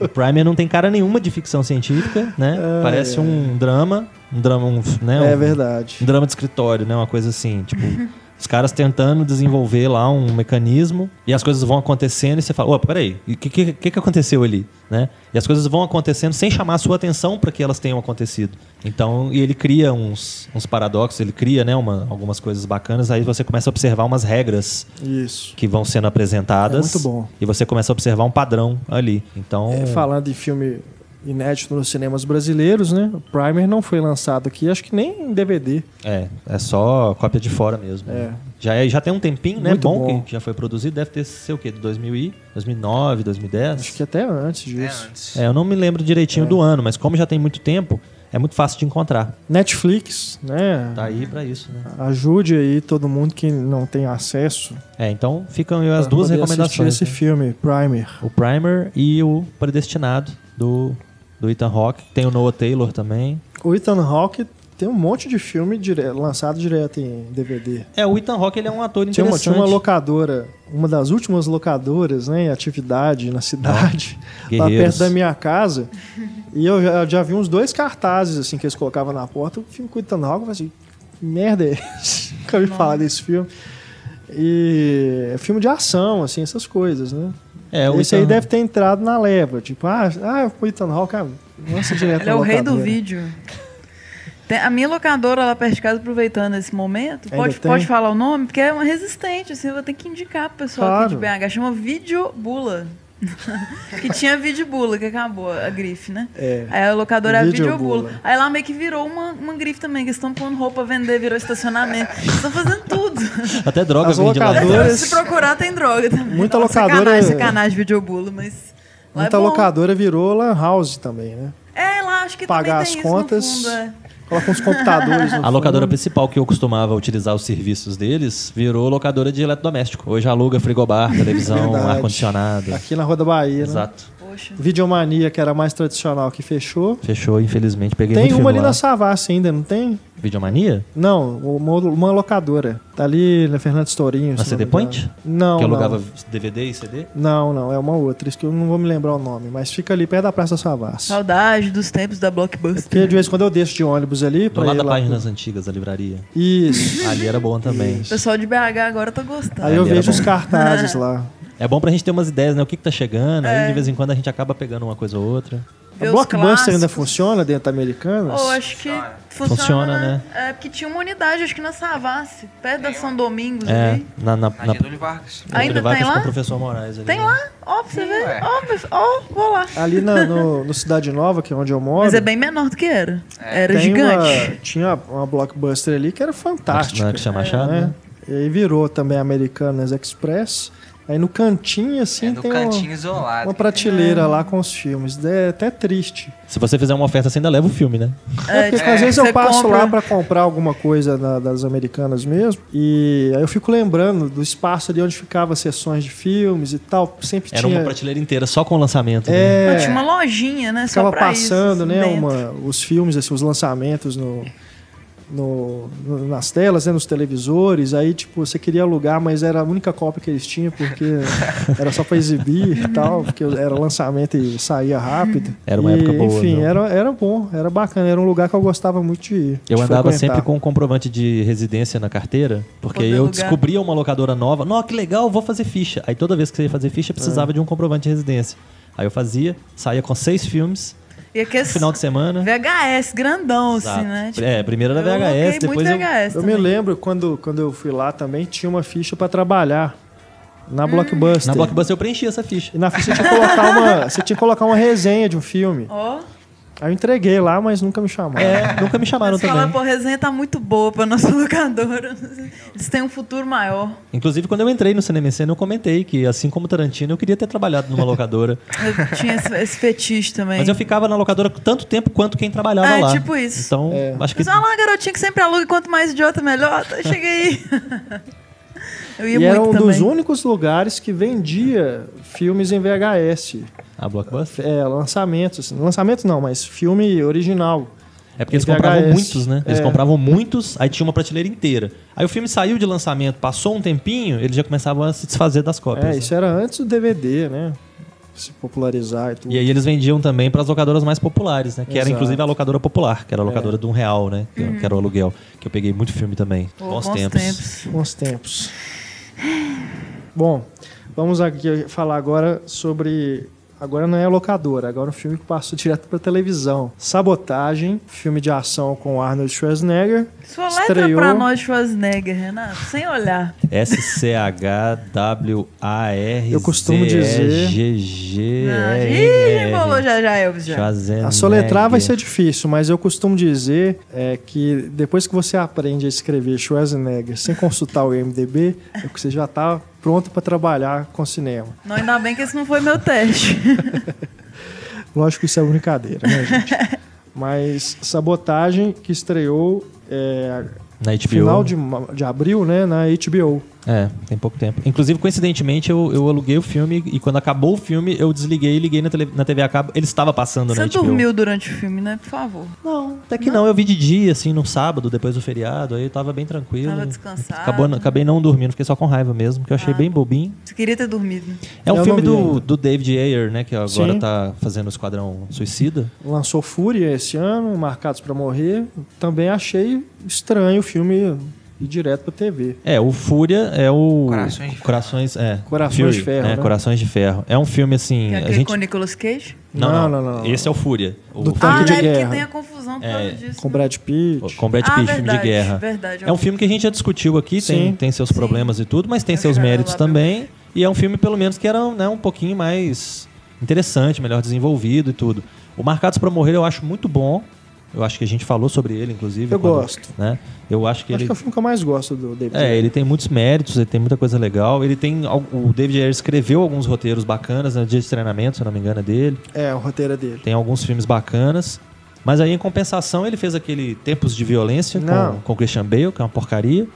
[SPEAKER 4] O Primer não tem cara nenhuma de ficção científica, né?
[SPEAKER 1] Ai,
[SPEAKER 4] Parece
[SPEAKER 1] ai.
[SPEAKER 4] um drama, um drama, um, né?
[SPEAKER 1] é
[SPEAKER 4] um-
[SPEAKER 1] verdade.
[SPEAKER 4] um drama de escritório, né? Uma coisa assim, tipo, os caras tentando desenvolver lá um mecanismo e as coisas vão acontecendo e você fala, opa, peraí, o que, que, que que aconteceu ali, né? E as coisas vão acontecendo sem chamar a sua atenção para que elas tenham acontecido. Então, e ele cria uns, uns paradoxos, ele cria, né, uma- algumas coisas bacanas, aí você começa a observar umas regras
[SPEAKER 1] Isso.
[SPEAKER 4] que vão sendo apresentadas.
[SPEAKER 1] É muito bom.
[SPEAKER 4] E você começa a observar um padrão ali. Então,
[SPEAKER 1] É, falando de filme inédito nos cinemas brasileiros, né? O Primer não foi lançado aqui, acho que nem em DVD.
[SPEAKER 4] É, é só cópia de fora mesmo.
[SPEAKER 1] É.
[SPEAKER 4] Já, é- já tem um tempinho, né?
[SPEAKER 1] Muito
[SPEAKER 4] bom,
[SPEAKER 1] bom.
[SPEAKER 4] Que, que já foi produzido. Deve ter, sei o quê, de 2000 e 2009, 2010.
[SPEAKER 1] Acho que até antes
[SPEAKER 3] né,
[SPEAKER 1] disso.
[SPEAKER 3] antes.
[SPEAKER 4] É, eu não me lembro direitinho do ano, mas como já tem muito tempo, é muito fácil de encontrar.
[SPEAKER 1] Netflix, né?
[SPEAKER 4] Tá aí pra isso, né?
[SPEAKER 1] Ajude aí todo mundo que não tem acesso.
[SPEAKER 4] É, então ficam aí as
[SPEAKER 1] pra
[SPEAKER 4] duas
[SPEAKER 1] poder
[SPEAKER 4] recomendações.
[SPEAKER 1] assistir esse
[SPEAKER 4] né?
[SPEAKER 1] filme, Primer.
[SPEAKER 4] O Primer e o Predestinado, do, do Ethan Hawke. Tem o Noah Taylor também.
[SPEAKER 1] O Ethan Hawke tem um monte de filme dire... lançado direto em DVD.
[SPEAKER 4] É, o Ethan Hawke, ele é um ator
[SPEAKER 1] Tinha uma,
[SPEAKER 4] interessante.
[SPEAKER 1] tinha uma locadora, uma das últimas locadoras né, em atividade na cidade, lá
[SPEAKER 4] Guerreiros.
[SPEAKER 1] perto da minha casa. e eu já, já vi uns dois cartazes assim que eles colocavam na porta. O filme com o Ethan Hawke, eu falei assim, que merda é esse? Nunca ouvi falar desse filme. E é filme de ação, assim, essas coisas, né?
[SPEAKER 4] É, o
[SPEAKER 1] Esse
[SPEAKER 4] Ethan
[SPEAKER 1] aí deve ter entrado na leva. Tipo, ah, ah o Ethan Hawke, ah, lança direto
[SPEAKER 2] Ele é
[SPEAKER 1] na
[SPEAKER 2] o rei do
[SPEAKER 1] locadora.
[SPEAKER 2] vídeo. Tem- a minha locadora lá perto de casa, aproveitando esse momento,
[SPEAKER 1] Ainda
[SPEAKER 2] pode,
[SPEAKER 1] tem?
[SPEAKER 2] pode falar o nome, porque é uma resistente, assim, eu vou ter que indicar pro pessoal aqui de
[SPEAKER 1] Claro.
[SPEAKER 2] BH. Chama Videobula. que tinha Videobula, que acabou a grife, né?
[SPEAKER 1] É.
[SPEAKER 2] Aí a locadora é a
[SPEAKER 1] Videobula.
[SPEAKER 2] Videobula. Aí lá meio que virou uma, uma grife também, que eles estão pondo roupa a vender, virou estacionamento. Eles estão fazendo tudo.
[SPEAKER 4] Até droga
[SPEAKER 1] As
[SPEAKER 4] vende lá.
[SPEAKER 1] locadoras-
[SPEAKER 4] dentro.
[SPEAKER 1] Drogas.
[SPEAKER 2] Se procurar, tem droga também.
[SPEAKER 1] Muita
[SPEAKER 2] Não,
[SPEAKER 1] locadora- é-
[SPEAKER 2] Sacanagem, sacanagem, Videobula, mas... lá é
[SPEAKER 1] Muita
[SPEAKER 2] bom.
[SPEAKER 1] locadora virou Lan House também, né?
[SPEAKER 2] É, lá acho que
[SPEAKER 1] Pagar
[SPEAKER 2] também tem
[SPEAKER 1] as
[SPEAKER 2] isso no
[SPEAKER 1] contas.
[SPEAKER 2] fundo, é.
[SPEAKER 1] Coloca uns computadores no
[SPEAKER 4] A locadora
[SPEAKER 1] fundo.
[SPEAKER 4] principal que eu costumava utilizar os serviços deles virou locadora de eletrodoméstico. Hoje aluga frigobar, televisão,
[SPEAKER 1] Verdade.
[SPEAKER 4] ar-condicionado.
[SPEAKER 1] Aqui na Rua da Bahia, né?
[SPEAKER 4] Exato.
[SPEAKER 2] Poxa.
[SPEAKER 1] Videomania, que era a mais tradicional, que fechou.
[SPEAKER 4] Fechou, infelizmente. Peguei
[SPEAKER 1] tem
[SPEAKER 4] muito
[SPEAKER 1] uma
[SPEAKER 4] filme
[SPEAKER 1] ali
[SPEAKER 4] lá.
[SPEAKER 1] na Savassi ainda, não tem?
[SPEAKER 4] Videomania?
[SPEAKER 1] Não, uma, uma locadora. Tá ali na Fernandes Tourinho.
[SPEAKER 4] Na
[SPEAKER 1] se não
[SPEAKER 4] CD
[SPEAKER 1] me engano.
[SPEAKER 4] Point?
[SPEAKER 1] Não,
[SPEAKER 4] que eu
[SPEAKER 1] não.
[SPEAKER 4] alugava DVD e CD?
[SPEAKER 1] Não, não, é uma outra. Isso que eu não vou me lembrar o nome, mas fica ali perto da Praça
[SPEAKER 2] Tá.
[SPEAKER 1] Savassi.
[SPEAKER 2] Saudade dos tempos da Blockbuster.
[SPEAKER 1] Porque de vez em quando eu deixo de ônibus ali.
[SPEAKER 4] Do
[SPEAKER 1] pra
[SPEAKER 4] lado
[SPEAKER 1] ir
[SPEAKER 4] da
[SPEAKER 1] lá
[SPEAKER 4] Páginas Antigas, da livraria.
[SPEAKER 1] pro- Isso.
[SPEAKER 4] Ali era bom também.
[SPEAKER 2] O pessoal de BH agora tá gostando.
[SPEAKER 1] Aí eu
[SPEAKER 4] Ali era
[SPEAKER 1] vejo
[SPEAKER 4] bom.
[SPEAKER 1] os cartazes lá.
[SPEAKER 2] É.
[SPEAKER 1] É.
[SPEAKER 4] É bom pra gente ter umas ideias, né? O que, que tá chegando. Aí de vez em quando a gente acaba pegando uma coisa ou outra.
[SPEAKER 2] ver
[SPEAKER 1] a
[SPEAKER 2] os
[SPEAKER 1] Blockbuster ainda
[SPEAKER 2] clássicos.
[SPEAKER 1] funciona dentro da Americanas?
[SPEAKER 2] Ou acho que
[SPEAKER 3] Funciona.
[SPEAKER 2] funciona,
[SPEAKER 4] Funciona,
[SPEAKER 2] né? É, porque tinha uma unidade, acho que na Savassi, perto da
[SPEAKER 3] Tem
[SPEAKER 2] São Domingos
[SPEAKER 4] É,
[SPEAKER 2] ali.
[SPEAKER 4] na, na,
[SPEAKER 3] Na
[SPEAKER 4] na-
[SPEAKER 3] Getúlio Vargas.
[SPEAKER 4] na
[SPEAKER 2] Ainda
[SPEAKER 4] Vargas
[SPEAKER 2] tem lá?
[SPEAKER 4] com o professor Moraes. ali,
[SPEAKER 2] Tem
[SPEAKER 4] né?
[SPEAKER 2] lá, ó, pra você
[SPEAKER 3] Sim,
[SPEAKER 2] ver.
[SPEAKER 3] ué.
[SPEAKER 2] Ó, pra- ó, vou lá.
[SPEAKER 1] Ali na- no, no Cidade Nova, que é onde eu moro.
[SPEAKER 2] Mas é bem menor do que era.
[SPEAKER 3] É.
[SPEAKER 2] Era
[SPEAKER 1] tem
[SPEAKER 2] gigante.
[SPEAKER 1] Uma, tinha uma Blockbuster ali que era
[SPEAKER 4] Não
[SPEAKER 1] fantástica.
[SPEAKER 4] é que chama achado,
[SPEAKER 1] né?
[SPEAKER 4] né?
[SPEAKER 1] E aí virou também Americanas Express. Aí no cantinho, assim,
[SPEAKER 3] é no
[SPEAKER 1] tem uma-
[SPEAKER 3] cantinho
[SPEAKER 1] uma,
[SPEAKER 3] isolado. né?
[SPEAKER 1] prateleira lá com os filmes. É até triste.
[SPEAKER 4] Se você fizer uma oferta, você ainda leva o filme, né?
[SPEAKER 1] É, porque às vezes eu
[SPEAKER 2] você
[SPEAKER 1] passo
[SPEAKER 2] compra-
[SPEAKER 1] lá pra comprar alguma coisa na- das americanas mesmo. E aí eu fico lembrando do espaço ali onde ficava sessões de filmes e tal. Sempre
[SPEAKER 4] Era
[SPEAKER 1] tinha.
[SPEAKER 4] uma prateleira inteira só com o lançamento. né?
[SPEAKER 1] é,
[SPEAKER 2] Não, tinha uma lojinha, né? Só
[SPEAKER 1] ficava
[SPEAKER 2] pra isso,
[SPEAKER 1] passando,
[SPEAKER 2] assim,
[SPEAKER 1] né,
[SPEAKER 2] dentro.
[SPEAKER 1] uma, os filmes, assim, os lançamentos no, no- no- nas telas, né, nos televisores. Aí, tipo, você queria alugar, mas era a única cópia que eles tinham, porque era só pra exibir e tal, porque era lançamento e saía rápido.
[SPEAKER 4] Era uma
[SPEAKER 1] E,
[SPEAKER 4] época boa,
[SPEAKER 1] Enfim,
[SPEAKER 4] viu?
[SPEAKER 1] era, era bom, era bacana, era um lugar que eu gostava muito de ir.
[SPEAKER 4] Eu
[SPEAKER 1] de
[SPEAKER 4] andava
[SPEAKER 1] frequentar.
[SPEAKER 4] sempre com um comprovante de residência na carteira, porque
[SPEAKER 2] Poder
[SPEAKER 4] eu
[SPEAKER 2] alugar.
[SPEAKER 4] descobria uma locadora nova. Nossa, que legal, vou fazer ficha. Aí toda vez que você ia fazer ficha,
[SPEAKER 1] É.
[SPEAKER 4] precisava de um comprovante de residência. Aí eu fazia, saía com seis filmes,
[SPEAKER 2] E é aqueles
[SPEAKER 4] final de semana.
[SPEAKER 2] VHS grandão, assim, né? Tipo,
[SPEAKER 4] é, primeiro era
[SPEAKER 2] eu aluguei
[SPEAKER 4] VHS,
[SPEAKER 2] muito
[SPEAKER 4] depois eu...
[SPEAKER 2] VHS
[SPEAKER 1] Eu me
[SPEAKER 2] também.
[SPEAKER 1] lembro quando, quando eu fui lá também, tinha uma ficha pra trabalhar na
[SPEAKER 2] Hum.
[SPEAKER 1] Blockbuster.
[SPEAKER 4] Na Blockbuster eu preenchi essa ficha.
[SPEAKER 1] E na ficha tinha que colocar uma, você tinha que colocar uma resenha de um filme.
[SPEAKER 2] Ó,
[SPEAKER 1] Aí eu entreguei lá, mas nunca me chamaram.
[SPEAKER 4] É, nunca me chamaram
[SPEAKER 2] eles falaram, pô,
[SPEAKER 4] também.
[SPEAKER 2] a resenha tá muito boa pra nossa locadora. Eles têm um futuro maior.
[SPEAKER 4] Inclusive, quando eu entrei no Cinema em Cena, eu comentei que, assim como Tarantino, eu queria ter trabalhado numa locadora.
[SPEAKER 2] Eu tinha esse, esse fetiche também.
[SPEAKER 4] Mas eu ficava na locadora tanto tempo quanto quem trabalhava
[SPEAKER 2] É,
[SPEAKER 4] lá.
[SPEAKER 2] tipo isso.
[SPEAKER 4] Então,
[SPEAKER 1] É.
[SPEAKER 4] acho que...
[SPEAKER 2] Mas olha lá, garotinho, que sempre aluga, quanto mais idiota, melhor. Então, Chega aí. Eu ia
[SPEAKER 1] E era
[SPEAKER 2] muito
[SPEAKER 1] um
[SPEAKER 2] também.
[SPEAKER 1] dos únicos lugares que vendia filmes em VHS.
[SPEAKER 4] A Blockbuster?
[SPEAKER 1] É, lançamentos. assim. Lançamentos não, mas filme original.
[SPEAKER 4] É porque eles
[SPEAKER 1] VHS.
[SPEAKER 4] compravam muitos, né? Eles
[SPEAKER 1] É.
[SPEAKER 4] compravam muitos, aí tinha uma prateleira inteira. Aí o filme saiu de lançamento, passou um tempinho, eles já começavam a se desfazer das cópias.
[SPEAKER 1] É,
[SPEAKER 4] né?
[SPEAKER 1] isso era antes do DVD, né? Se popularizar e tudo.
[SPEAKER 4] E aí eles vendiam também para as locadoras mais populares, né? Que era
[SPEAKER 1] Exato. É.
[SPEAKER 4] inclusive a locadora popular, que era a locadora de um real, né? Que, que era o aluguel. Que eu peguei muito filme também.
[SPEAKER 2] Pô,
[SPEAKER 4] bons, tempos.
[SPEAKER 1] Bons tempos. Bom, vamos aqui falar agora sobre. Agora não é locadora, agora é um filme que passou direto pra televisão. Sabotagem, filme de ação com Arnold Schwarzenegger.
[SPEAKER 2] Sua letra
[SPEAKER 1] Estreou.
[SPEAKER 2] pra nós, Schwarzenegger, Renato, sem olhar.
[SPEAKER 4] S-C-H-W-A-R.
[SPEAKER 1] Eu costumo dizer- É.
[SPEAKER 4] G-G.
[SPEAKER 2] Não, Ah, Ih,
[SPEAKER 4] é,
[SPEAKER 2] já embolou já, já, Elvis, já.
[SPEAKER 1] A soletrar vai ser difícil, mas eu costumo dizer é, que depois que você aprende a escrever Schwarzenegger sem consultar o IMDB, é que você já está pronto para trabalhar com cinema.
[SPEAKER 2] Não, ainda bem que esse não foi meu teste.
[SPEAKER 1] Lógico que isso é brincadeira, né, gente? Mas Sabotagem, que estreou é,
[SPEAKER 4] Na HBO.
[SPEAKER 1] final de, ma- de abril, né, na HBO.
[SPEAKER 4] É, tem pouco tempo. Inclusive, coincidentemente, eu, eu aluguei o filme e quando acabou o filme, eu desliguei e liguei na, tele, na TV a cabo. Ele estava passando
[SPEAKER 2] Você
[SPEAKER 4] na HBO.
[SPEAKER 2] dormiu durante o filme, né? Por favor.
[SPEAKER 4] Não, até que não. Eu vi de dia, assim, no sábado, depois do feriado. Aí eu tava bem tranquilo.
[SPEAKER 2] Tava descansado. Ah.
[SPEAKER 4] Acabou- acabei não dormindo, fiquei só com raiva mesmo, que eu achei bem bobinho.
[SPEAKER 2] Você queria ter dormido.
[SPEAKER 4] É um
[SPEAKER 1] Eu
[SPEAKER 4] filme
[SPEAKER 1] não vi
[SPEAKER 4] do,
[SPEAKER 1] ainda.
[SPEAKER 4] do David Ayer, né? Que agora
[SPEAKER 1] Sim.
[SPEAKER 4] tá fazendo o Esquadrão Suicida.
[SPEAKER 1] Lançou Fúria esse ano, Marcados para Morrer. Também achei estranho o filme ir direto para TV.
[SPEAKER 4] É, o Fúria é o.
[SPEAKER 3] Corações de Ferro.
[SPEAKER 4] Corações, é.
[SPEAKER 1] Corações
[SPEAKER 4] Fury,
[SPEAKER 1] de Ferro,
[SPEAKER 4] É,
[SPEAKER 1] né?
[SPEAKER 4] Corações de Ferro. É um filme assim.
[SPEAKER 2] Que é
[SPEAKER 4] a
[SPEAKER 2] aquele
[SPEAKER 4] gente...
[SPEAKER 2] com o Nicolas Cage?
[SPEAKER 4] não,
[SPEAKER 1] Não,
[SPEAKER 4] não,
[SPEAKER 1] não, não.
[SPEAKER 4] Esse é o Fúria. O
[SPEAKER 1] Do
[SPEAKER 4] filme
[SPEAKER 1] tanque
[SPEAKER 2] ah,
[SPEAKER 1] de
[SPEAKER 2] né?
[SPEAKER 1] guerra.
[SPEAKER 2] Porque tem a confusão por causa disso.
[SPEAKER 1] Com Brad Pitt.
[SPEAKER 4] Com Brad
[SPEAKER 2] Ah,
[SPEAKER 4] É, Pitt, filme de
[SPEAKER 2] verdade,
[SPEAKER 4] guerra.
[SPEAKER 2] verdade,
[SPEAKER 4] é um
[SPEAKER 2] eu-
[SPEAKER 4] filme que a gente já discutiu aqui, tem,
[SPEAKER 1] Sim. É
[SPEAKER 4] tem seus problemas e tudo, mas tem
[SPEAKER 2] Eu
[SPEAKER 4] seus
[SPEAKER 2] já
[SPEAKER 4] méritos
[SPEAKER 2] lá,
[SPEAKER 4] também. E é um filme, pelo menos, que era né, um pouquinho mais interessante, melhor desenvolvido e tudo. O Marcados para Morrer eu acho muito bom. Eu acho que a gente falou sobre ele, inclusive.
[SPEAKER 1] Eu gosto.
[SPEAKER 4] Né? Eu acho que
[SPEAKER 1] Acho
[SPEAKER 4] ele.
[SPEAKER 1] que é o filme que eu mais gosto do David.
[SPEAKER 4] É, ele tem muitos méritos, ele tem muita coisa legal. Ele tem. al- O David Ayer escreveu alguns roteiros bacanas no dia de treinamento, se eu não me engano, é dele.
[SPEAKER 1] É, o roteiro é dele.
[SPEAKER 4] Tem alguns filmes bacanas. Mas aí, em compensação, ele fez aquele Tempos de Violência
[SPEAKER 1] Não.
[SPEAKER 4] com, com Christian Bale, que é uma porcaria.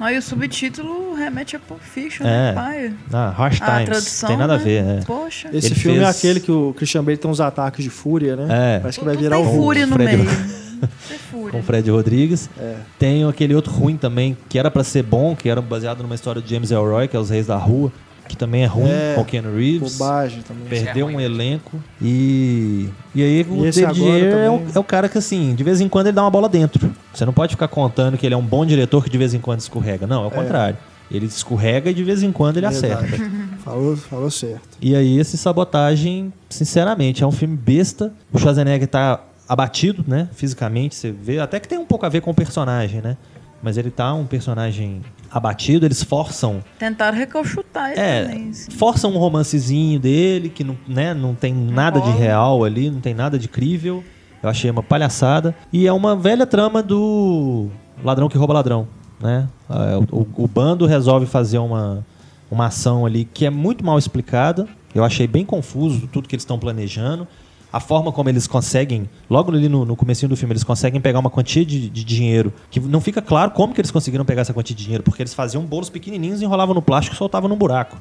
[SPEAKER 2] Aí o subtítulo remete a Pulp Fiction,
[SPEAKER 4] É.
[SPEAKER 2] né, pai?
[SPEAKER 4] Ah, Harsh
[SPEAKER 2] A
[SPEAKER 4] Times.
[SPEAKER 2] tradução,
[SPEAKER 4] tem nada a
[SPEAKER 2] né?
[SPEAKER 4] ver, é.
[SPEAKER 2] Poxa.
[SPEAKER 1] Esse
[SPEAKER 4] Ele
[SPEAKER 1] filme é
[SPEAKER 4] fez-
[SPEAKER 1] aquele que o Christian Bale tem uns ataques de fúria, né?
[SPEAKER 4] É.
[SPEAKER 1] Parece que
[SPEAKER 2] Tudo
[SPEAKER 1] vai virar
[SPEAKER 2] tem
[SPEAKER 1] o Hulk.
[SPEAKER 2] fúria no
[SPEAKER 4] Fred-
[SPEAKER 2] meio. Tem fúria.
[SPEAKER 4] Com o Fred Rodrigues.
[SPEAKER 1] É.
[SPEAKER 4] Tem aquele outro ruim também, que era pra ser bom, que era baseado numa história de James Elroy, que é Os Reis da Rua, que também é ruim,
[SPEAKER 1] É.
[SPEAKER 4] com o Keanu Reeves.
[SPEAKER 1] Bobagem também.
[SPEAKER 4] Perdeu
[SPEAKER 3] É ruim.
[SPEAKER 4] um elenco. E. E aí o
[SPEAKER 1] E esse
[SPEAKER 4] David
[SPEAKER 1] agora
[SPEAKER 4] Ayer é o,
[SPEAKER 1] também.
[SPEAKER 4] é o cara que, assim, de vez um em quando ele dá uma bola dentro. Você não pode ficar contando que ele é um bom diretor que de vez em quando escorrega. Não, é o contrário. Ele escorrega e de vez em quando ele
[SPEAKER 1] É Verdade.
[SPEAKER 4] acerta.
[SPEAKER 1] Falou, falou certo.
[SPEAKER 4] E aí, esse Sabotagem, sinceramente, é um filme besta. O Schwarzenegger tá abatido, né? Fisicamente, você vê. Até que tem um pouco a ver com o personagem, né? Mas ele tá um personagem abatido. Eles forçam.
[SPEAKER 2] Tentaram recalchutar ele
[SPEAKER 4] É,
[SPEAKER 2] também. assim.
[SPEAKER 4] forçam um romancezinho dele, que não, né, não tem nada de
[SPEAKER 2] rola.
[SPEAKER 4] real ali, não tem nada de crível. Eu achei uma palhaçada. E é uma velha trama do ladrão que rouba ladrão, né? Ah, o- O, o bando resolve fazer uma, uma ação ali que é muito mal explicada. Eu achei bem confuso tudo que eles estão planejando. A forma como eles conseguem, logo ali no, no comecinho do filme, eles conseguem pegar uma quantia de, de dinheiro que não fica claro como que eles conseguiram pegar essa quantia de dinheiro, porque eles faziam bolos pequenininhos, enrolavam no plástico e soltavam num buraco.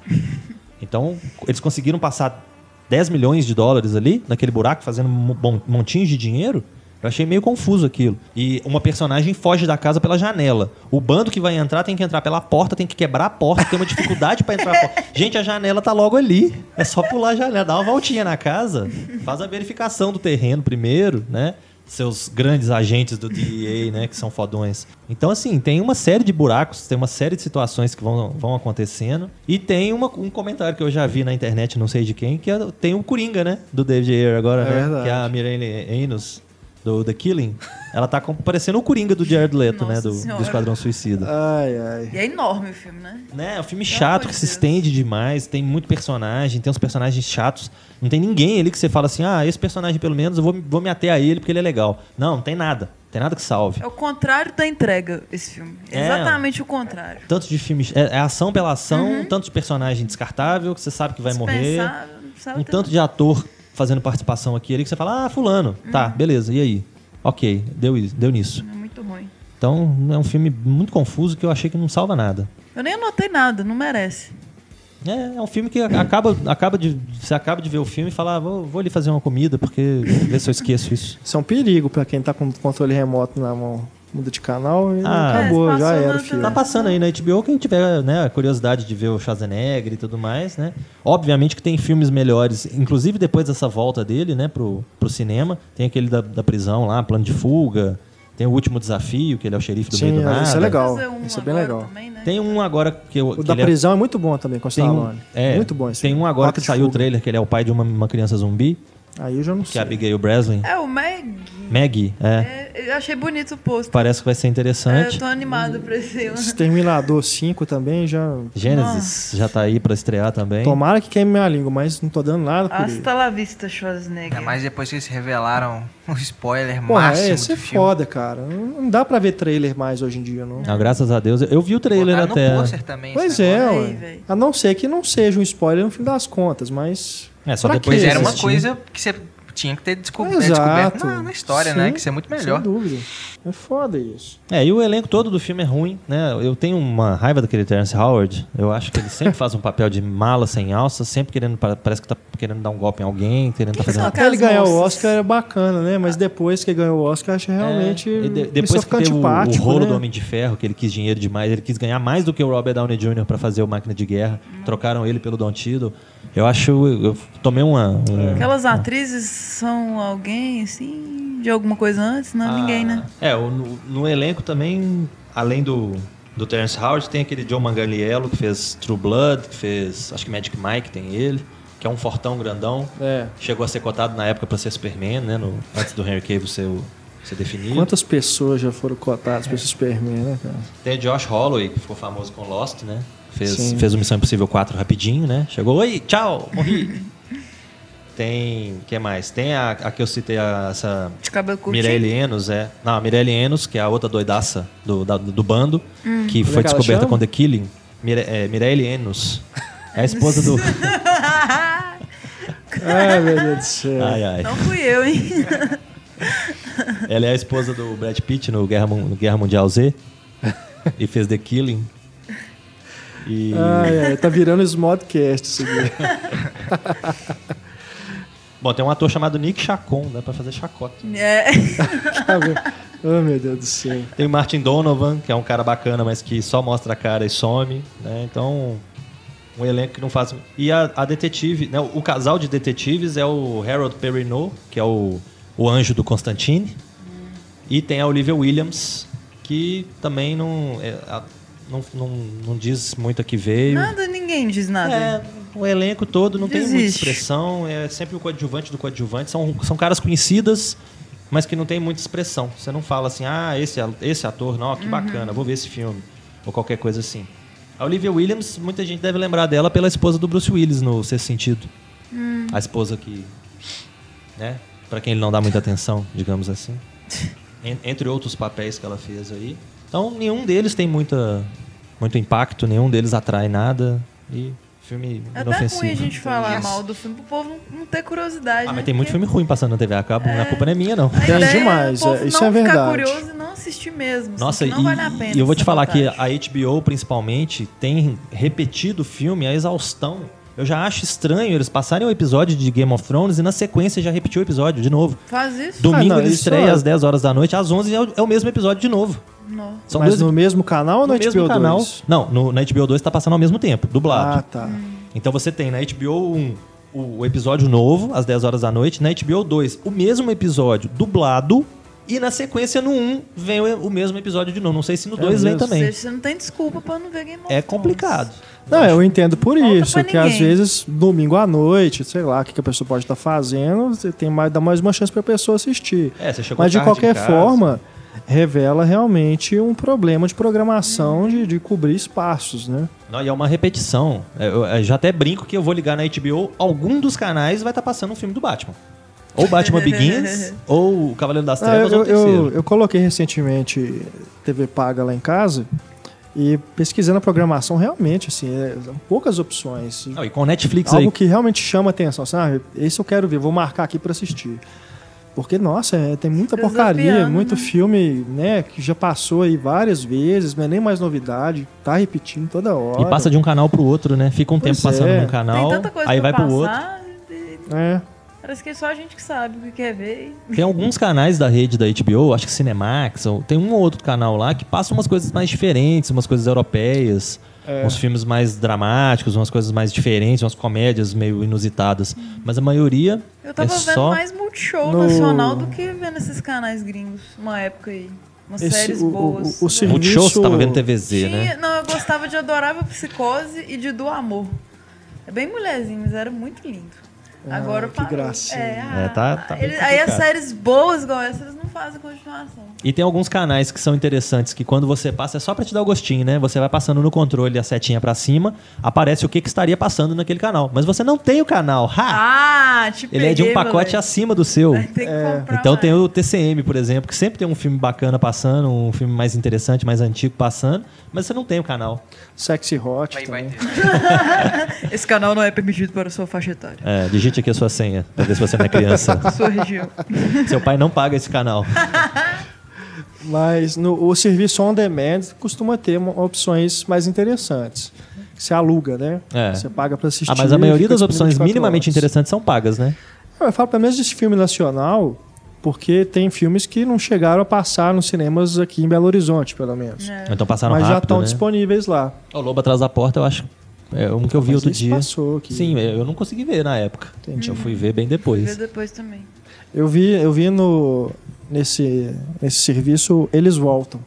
[SPEAKER 4] Então, eles conseguiram passar 10 milhões de dólares ali, naquele buraco, fazendo mo- mon- montinhos de dinheiro. Eu achei meio confuso aquilo. E uma personagem foge da casa pela janela. O bando que vai entrar tem que entrar pela porta, tem que quebrar a porta, tem uma dificuldade pra entrar a porta. Gente, a janela tá logo ali. É só pular a janela, dá uma voltinha na casa, faz a verificação do terreno primeiro, né? seus grandes agentes do DEA, né, que são fodões. Então, assim, tem uma série de buracos, tem uma série de situações que vão, vão acontecendo. E tem uma- um comentário que eu já vi na internet, não sei de quem, que é, tem o Coringa, né, do David Ayer agora,
[SPEAKER 1] É
[SPEAKER 4] né,
[SPEAKER 1] verdade.
[SPEAKER 4] que é a Mirelle Enos, do The Killing. Ela tá com- parecendo o Coringa do Jared Leto, né,
[SPEAKER 2] Nossa
[SPEAKER 4] do, do
[SPEAKER 2] Senhora.
[SPEAKER 4] Esquadrão Suicida.
[SPEAKER 1] Ai, ai.
[SPEAKER 2] E é enorme o filme, né?
[SPEAKER 4] Né? É um filme
[SPEAKER 2] Pelo
[SPEAKER 4] chato
[SPEAKER 2] amor
[SPEAKER 4] que
[SPEAKER 2] de
[SPEAKER 4] se
[SPEAKER 2] Deus.
[SPEAKER 4] estende demais, tem muito personagem, tem uns personagens chatos. Não tem ninguém ali que você fala assim: ah, esse personagem pelo menos eu vou, me- vou me ater a ele porque ele é legal. Não, não tem nada. Tem nada que salve.
[SPEAKER 2] É o contrário da entrega, esse filme.
[SPEAKER 4] É.
[SPEAKER 2] Exatamente o contrário.
[SPEAKER 4] Tanto de filmes. É, é ação pela ação, tanto de personagem descartável que você sabe que vai morrer.
[SPEAKER 2] Dispensável, não precisava
[SPEAKER 4] Um
[SPEAKER 2] ter
[SPEAKER 4] tanto de ator fazendo participação aqui e ali que você fala: ah, Fulano. Tá, beleza, e aí? Ok, deu, isso- deu nisso.
[SPEAKER 2] nada. É muito ruim.
[SPEAKER 4] Então é um filme muito confuso que eu achei que não salva nada.
[SPEAKER 2] Eu nem anotei nada, não merece.
[SPEAKER 4] É, é um filme que acaba, acaba de. Você acaba de ver o filme e fala, ah, vou, vou ali fazer uma comida, porque ver se eu esqueço isso.
[SPEAKER 1] Isso é um perigo pra quem tá com o controle remoto na mão. Muda de canal e
[SPEAKER 4] Ah.
[SPEAKER 1] acabou,
[SPEAKER 2] É,
[SPEAKER 1] já
[SPEAKER 2] passou
[SPEAKER 1] era,
[SPEAKER 2] no-
[SPEAKER 1] filho.
[SPEAKER 4] Tá passando aí na HBO, quem tiver né, a curiosidade de ver o Schwarzenegger e tudo mais, né? Obviamente que tem filmes melhores, inclusive depois dessa volta dele, né, pro, pro cinema. Tem aquele da, da prisão lá, plano de fuga. Tem o último desafio, que ele é o xerife do
[SPEAKER 1] Sim,
[SPEAKER 4] meio do nada.
[SPEAKER 1] isso é legal.
[SPEAKER 2] Fazer um
[SPEAKER 1] Isso é bem
[SPEAKER 2] agora
[SPEAKER 1] legal.
[SPEAKER 2] Também, né?
[SPEAKER 4] Tem um agora que, eu,
[SPEAKER 1] O
[SPEAKER 4] que
[SPEAKER 1] da
[SPEAKER 4] ele é
[SPEAKER 1] prisão é muito bom também, com o
[SPEAKER 4] Tem um,
[SPEAKER 1] Stallone.
[SPEAKER 4] é,
[SPEAKER 1] muito bom esse
[SPEAKER 4] tem
[SPEAKER 1] filme.
[SPEAKER 4] um agora
[SPEAKER 1] Papo
[SPEAKER 4] que
[SPEAKER 1] de
[SPEAKER 4] saiu o
[SPEAKER 1] Fuga.
[SPEAKER 4] trailer, que ele é o pai de uma, uma criança zumbi,
[SPEAKER 1] Aí eu já não
[SPEAKER 4] que é a
[SPEAKER 1] sei.
[SPEAKER 4] Abigail Breslin.
[SPEAKER 2] É o Meg.
[SPEAKER 4] Maggie, é.
[SPEAKER 2] É, eu achei bonito o posto.
[SPEAKER 4] Parece que vai
[SPEAKER 2] É,
[SPEAKER 4] ser
[SPEAKER 2] eu
[SPEAKER 4] interessante.
[SPEAKER 2] tô animada pra esse
[SPEAKER 4] Hum.
[SPEAKER 2] ano.
[SPEAKER 1] Exterminador 5 também já.
[SPEAKER 4] Gênesis já tá aí pra estrear também.
[SPEAKER 1] Tomara que queime minha língua, mas não tô dando nada por ele.
[SPEAKER 2] Hasta la vista,
[SPEAKER 3] Ainda
[SPEAKER 2] Schwarzenegger.
[SPEAKER 3] mais depois que eles revelaram o spoiler
[SPEAKER 1] Porra,
[SPEAKER 3] máximo
[SPEAKER 1] é,
[SPEAKER 3] do
[SPEAKER 1] isso é
[SPEAKER 3] filme.
[SPEAKER 1] foda, cara. Não não dá pra ver trailer mais hoje em dia, não.
[SPEAKER 4] Ah, graças a Deus. Eu vi o trailer
[SPEAKER 3] Botaram
[SPEAKER 4] até.
[SPEAKER 3] no pôster também.
[SPEAKER 1] Pois
[SPEAKER 3] esse
[SPEAKER 1] é,
[SPEAKER 3] negócio.
[SPEAKER 2] Olha aí,
[SPEAKER 1] ué.
[SPEAKER 2] velho.
[SPEAKER 1] A não ser que não seja um spoiler no fim das contas, mas.
[SPEAKER 4] É, só
[SPEAKER 1] Pra
[SPEAKER 4] depois
[SPEAKER 1] quê?
[SPEAKER 3] Mas
[SPEAKER 4] de
[SPEAKER 3] era uma
[SPEAKER 4] assistir.
[SPEAKER 3] coisa que você tinha que ter descob-
[SPEAKER 1] Exato.
[SPEAKER 3] é descoberto na, na história, né?
[SPEAKER 1] Sim,
[SPEAKER 3] Que isso é muito
[SPEAKER 1] Sem
[SPEAKER 3] melhor.
[SPEAKER 1] dúvida. É foda isso.
[SPEAKER 4] É, e o elenco todo do filme é ruim, né? Eu tenho uma raiva daquele Terence Howard. Eu acho que ele sempre faz um papel de mala sem alça, sempre querendo. pa- Parece que tá querendo dar um golpe em alguém, querendo tá fazendo.
[SPEAKER 2] são
[SPEAKER 4] uma-
[SPEAKER 1] Até ele
[SPEAKER 2] Aquelas
[SPEAKER 1] ganhar o
[SPEAKER 2] moças.
[SPEAKER 1] Oscar é bacana, né? Mas depois que ele ganhou o Oscar, acho realmente.
[SPEAKER 4] É, e de-
[SPEAKER 1] isso
[SPEAKER 4] depois que
[SPEAKER 1] fica
[SPEAKER 4] teve o, o
[SPEAKER 1] antipático,
[SPEAKER 4] rolo
[SPEAKER 1] né?
[SPEAKER 4] do Homem de Ferro, que ele quis dinheiro demais, ele quis ganhar mais do que o Robert Downey Jr. pra fazer o Máquina de Guerra.
[SPEAKER 3] Hum.
[SPEAKER 4] Trocaram ele pelo Don Tido. Eu acho. Eu tomei uma. um-
[SPEAKER 2] Aquelas atrizes são alguém, assim, de alguma coisa antes? Não,
[SPEAKER 4] Ah,
[SPEAKER 2] ninguém, né?
[SPEAKER 4] É, o- no, no elenco também, além do, do Terence Howard, tem aquele John Manganiello que fez True Blood, que fez, acho que Magic Mike tem ele, que é um fortão grandão.
[SPEAKER 1] É.
[SPEAKER 4] Chegou a ser cotado na época pra ser Superman, né, no- antes do Henry Cable ser, o- ser definido.
[SPEAKER 1] Quantas pessoas já foram cotadas pra esse Superman, né, cara?
[SPEAKER 4] Tem o Josh Holloway, que ficou famoso com Lost, né? Fez,
[SPEAKER 1] Sim.
[SPEAKER 4] fez o Missão Impossível 4 rapidinho, né? Chegou, oi, tchau, morri. tem, que mais? Tem a, a que eu citei, a- essa
[SPEAKER 2] De cabelo curtinho.
[SPEAKER 4] Mirelle Enos, é. Não, a Mirelle Enos, que é a outra doidaça do, da- do bando, que
[SPEAKER 1] Como é
[SPEAKER 4] foi
[SPEAKER 1] que ela
[SPEAKER 4] descoberta
[SPEAKER 1] chama?
[SPEAKER 4] com The Killing. Mire, é, Mirelle Enos. É a esposa do.
[SPEAKER 1] Ai, meu Deus do céu.
[SPEAKER 4] ai, ai.
[SPEAKER 2] Não fui eu, hein?
[SPEAKER 4] Ela é a esposa do Brad Pitt no Guerra, Mun- no Guerra Mundial Z. e fez The Killing. E.
[SPEAKER 1] Ai, ai, tá virando Smodcast isso aqui.
[SPEAKER 4] Bom, tem um ator chamado Nick Chacon, dá pra fazer chacota.
[SPEAKER 2] É.
[SPEAKER 1] Tá vendo? Ai, meu Deus do céu.
[SPEAKER 4] Tem o Martin Donovan, que é um cara bacana, mas que só mostra a cara e some, né? Então, um elenco que não faz... E a, a detetive, né? O casal de detetives é o Harold Perrineau, que é o, o anjo do Constantine. E tem a Olivia Williams, que também não... é, a- não, não, não diz muito a que veio.
[SPEAKER 2] Nada, ninguém diz nada.
[SPEAKER 4] É, o elenco todo não tem muita
[SPEAKER 2] Desiste.
[SPEAKER 4] expressão, é sempre o coadjuvante do coadjuvante. São, são caras conhecidas, mas que não tem muita expressão. Você não fala assim, ah, esse, a- esse ator, não, que bacana, vou ver esse filme. Ou qualquer coisa assim. A Olivia Williams, muita gente deve lembrar dela pela esposa do Bruce Willis no Sexto Sentido. A esposa que. né? Pra quem ele não dá muita atenção, digamos assim. En- Entre outros papéis que ela fez aí. Então, nenhum deles tem muita, muito impacto, nenhum deles atrai nada. E filme
[SPEAKER 2] É até
[SPEAKER 4] inofensivo.
[SPEAKER 2] ruim a gente falar
[SPEAKER 3] Yes.
[SPEAKER 2] mal do filme pro povo não- não ter curiosidade.
[SPEAKER 4] Ah,
[SPEAKER 2] né?
[SPEAKER 4] mas tem muito
[SPEAKER 2] Porque
[SPEAKER 4] filme ruim passando na TV a cabo, a culpa não é minha, não.
[SPEAKER 2] a
[SPEAKER 1] Tem
[SPEAKER 2] ideia
[SPEAKER 1] demais,
[SPEAKER 2] o povo
[SPEAKER 1] é, isso
[SPEAKER 2] não
[SPEAKER 1] é
[SPEAKER 2] Ficar
[SPEAKER 1] verdade.
[SPEAKER 2] curioso e não assistir mesmo. assim,
[SPEAKER 4] Nossa,
[SPEAKER 2] que não
[SPEAKER 4] e,
[SPEAKER 2] vale a pena.
[SPEAKER 4] e eu vou te
[SPEAKER 2] essa
[SPEAKER 4] falar que
[SPEAKER 2] vontade.
[SPEAKER 4] a HBO, principalmente, tem repetido o filme a exaustão. Eu já acho estranho eles passarem o episódio de Game of Thrones e na sequência já repetiu o episódio de novo.
[SPEAKER 2] Faz isso?
[SPEAKER 4] Domingo
[SPEAKER 1] Ah, não,
[SPEAKER 4] ele
[SPEAKER 1] isso
[SPEAKER 4] estreia
[SPEAKER 1] é-
[SPEAKER 4] às 10 horas da noite, às 11 é o, é o mesmo episódio de novo.
[SPEAKER 2] Não.
[SPEAKER 4] São
[SPEAKER 1] Mas
[SPEAKER 4] dois
[SPEAKER 1] no mesmo canal ou
[SPEAKER 4] no
[SPEAKER 1] no,
[SPEAKER 4] mesmo
[SPEAKER 1] HBO
[SPEAKER 4] canal.
[SPEAKER 1] 2?
[SPEAKER 4] Não, no, na HBO 2 tá passando ao mesmo tempo, dublado.
[SPEAKER 1] Ah, tá.
[SPEAKER 2] Hum.
[SPEAKER 4] Então você tem na HBO 1 o, o episódio novo, às 10 horas da noite, na HBO 2 o mesmo episódio dublado, e na sequência no 1 vem o, o mesmo episódio de novo. Não sei se no 2 vem
[SPEAKER 1] É mesmo?
[SPEAKER 2] Ou
[SPEAKER 4] também.
[SPEAKER 2] seja, você não tem desculpa pra não ver Game of
[SPEAKER 4] É
[SPEAKER 2] Thrones.
[SPEAKER 4] complicado.
[SPEAKER 1] Não, eu entendo por
[SPEAKER 2] Falta
[SPEAKER 1] isso,
[SPEAKER 2] pra
[SPEAKER 1] que às
[SPEAKER 2] ninguém.
[SPEAKER 1] vezes, domingo à noite, sei lá, o que, que a pessoa pode estar fazendo, você tem mais, dá mais uma chance pra pessoa assistir.
[SPEAKER 4] É, você chegou
[SPEAKER 1] Mas de
[SPEAKER 4] tarde em
[SPEAKER 1] qualquer
[SPEAKER 4] casa.
[SPEAKER 1] forma, revela realmente um problema de programação de, de cobrir espaços, né?
[SPEAKER 4] Não, e é uma repetição. Eu, eu já até brinco que eu vou ligar na HBO, algum dos canais vai estar passando um filme do Batman. Ou Batman Begins, ou o Cavaleiro das
[SPEAKER 1] Ah,
[SPEAKER 4] Trevas,
[SPEAKER 1] eu,
[SPEAKER 4] ou é o terceiro.
[SPEAKER 1] eu, eu coloquei recentemente TV paga lá em casa e pesquisando a programação, realmente, assim, é, são poucas opções.
[SPEAKER 4] Não, e com o Netflix aí,
[SPEAKER 1] Algo que realmente chama atenção. Assim, ah, esse eu quero ver, vou marcar aqui pra assistir. Porque, nossa, é, tem muita porcaria,
[SPEAKER 2] Desafiando,
[SPEAKER 1] muito
[SPEAKER 2] né?
[SPEAKER 1] filme, né, que já passou aí várias vezes, não é nem mais novidade, tá repetindo toda hora.
[SPEAKER 4] e passa de um canal pro outro, né? Fica um
[SPEAKER 1] Pois
[SPEAKER 4] tempo passando
[SPEAKER 1] é.
[SPEAKER 4] num canal,
[SPEAKER 2] Tem tanta coisa
[SPEAKER 4] aí
[SPEAKER 2] pra
[SPEAKER 4] vai pro outro.
[SPEAKER 2] passar, e-
[SPEAKER 1] É.
[SPEAKER 2] Parece que é só a gente que sabe o que quer ver. e-
[SPEAKER 4] Tem alguns canais da rede da HBO, acho que Cinemax, ou- tem um ou outro canal lá que passa umas coisas mais diferentes, umas coisas europeias,
[SPEAKER 1] É.
[SPEAKER 4] uns filmes mais dramáticos, umas coisas mais diferentes, umas comédias meio inusitadas. Mas a maioria
[SPEAKER 2] Eu tava
[SPEAKER 4] é
[SPEAKER 2] vendo
[SPEAKER 4] só.
[SPEAKER 2] mais Multishow
[SPEAKER 1] no-
[SPEAKER 2] nacional do que vendo esses canais gringos. Uma época aí. Umas
[SPEAKER 1] Esse-
[SPEAKER 2] séries
[SPEAKER 1] o- o-
[SPEAKER 2] boas.
[SPEAKER 1] o- o
[SPEAKER 2] né?
[SPEAKER 1] serviço-
[SPEAKER 4] Multishow, você tava vendo
[SPEAKER 1] Isso-
[SPEAKER 4] TVZ, né?
[SPEAKER 2] Tinha- Não, eu gostava de Adorável Psicose e de Do Amor. É bem mulherzinho, mas era muito lindo.
[SPEAKER 1] Ah,
[SPEAKER 2] Agora
[SPEAKER 1] que
[SPEAKER 2] parou.
[SPEAKER 1] gracinha.
[SPEAKER 4] É, tá- tá bem
[SPEAKER 2] ah, ele- aí as
[SPEAKER 4] complicado.
[SPEAKER 2] séries boas igual essas eles não fazem continuação.
[SPEAKER 4] E tem alguns canais que são interessantes que quando você passa é só pra te dar o gostinho, né? Você vai passando no controle a setinha pra cima, aparece o que, que estaria passando naquele canal. Mas você não tem o canal. Ha!
[SPEAKER 2] Ah, tipo.
[SPEAKER 4] Ele é de um pacote acima do seu.
[SPEAKER 1] Ah,
[SPEAKER 2] Tem que
[SPEAKER 1] É.
[SPEAKER 2] comprar
[SPEAKER 4] Então
[SPEAKER 2] mais.
[SPEAKER 4] tem o TCM, por exemplo, que sempre tem um filme bacana passando, um filme mais interessante, mais antigo passando, mas você não tem o canal.
[SPEAKER 1] Sexy Hot
[SPEAKER 3] Vai, vai
[SPEAKER 1] também.
[SPEAKER 3] ter.
[SPEAKER 4] É,
[SPEAKER 2] Esse canal não é permitido para a sua faixa etária.
[SPEAKER 4] É, digite aqui a sua senha, pra ver se você não é criança.
[SPEAKER 2] Sua região.
[SPEAKER 4] Seu pai não paga esse canal.
[SPEAKER 1] Mas no, o serviço on demand costuma ter mo- opções mais interessantes. Você aluga, né?
[SPEAKER 4] É.
[SPEAKER 1] Você paga pra assistir.
[SPEAKER 4] Ah, mas a maioria
[SPEAKER 1] fica
[SPEAKER 4] das opções
[SPEAKER 1] disponível 24
[SPEAKER 4] minimamente
[SPEAKER 1] horas.
[SPEAKER 4] interessantes são pagas, né?
[SPEAKER 1] Não, Eu falo pelo menos desse filme nacional, porque tem filmes que não chegaram a passar nos cinemas aqui em Belo Horizonte, pelo menos.
[SPEAKER 2] É.
[SPEAKER 4] Então passaram
[SPEAKER 1] É. Mas já
[SPEAKER 4] rápido,
[SPEAKER 1] estão
[SPEAKER 4] né?
[SPEAKER 1] disponíveis lá.
[SPEAKER 4] O Lobo Atrás da Porta, eu acho. É um que eu vi
[SPEAKER 1] Mas
[SPEAKER 4] outro
[SPEAKER 1] esse
[SPEAKER 4] dia.
[SPEAKER 1] passou aqui.
[SPEAKER 4] Sim, eu não consegui ver na época. Eu fui ver bem
[SPEAKER 2] Vê
[SPEAKER 4] depois.
[SPEAKER 2] depois também.
[SPEAKER 1] Eu vi, eu vi no, nesse, nesse serviço Eles Voltam,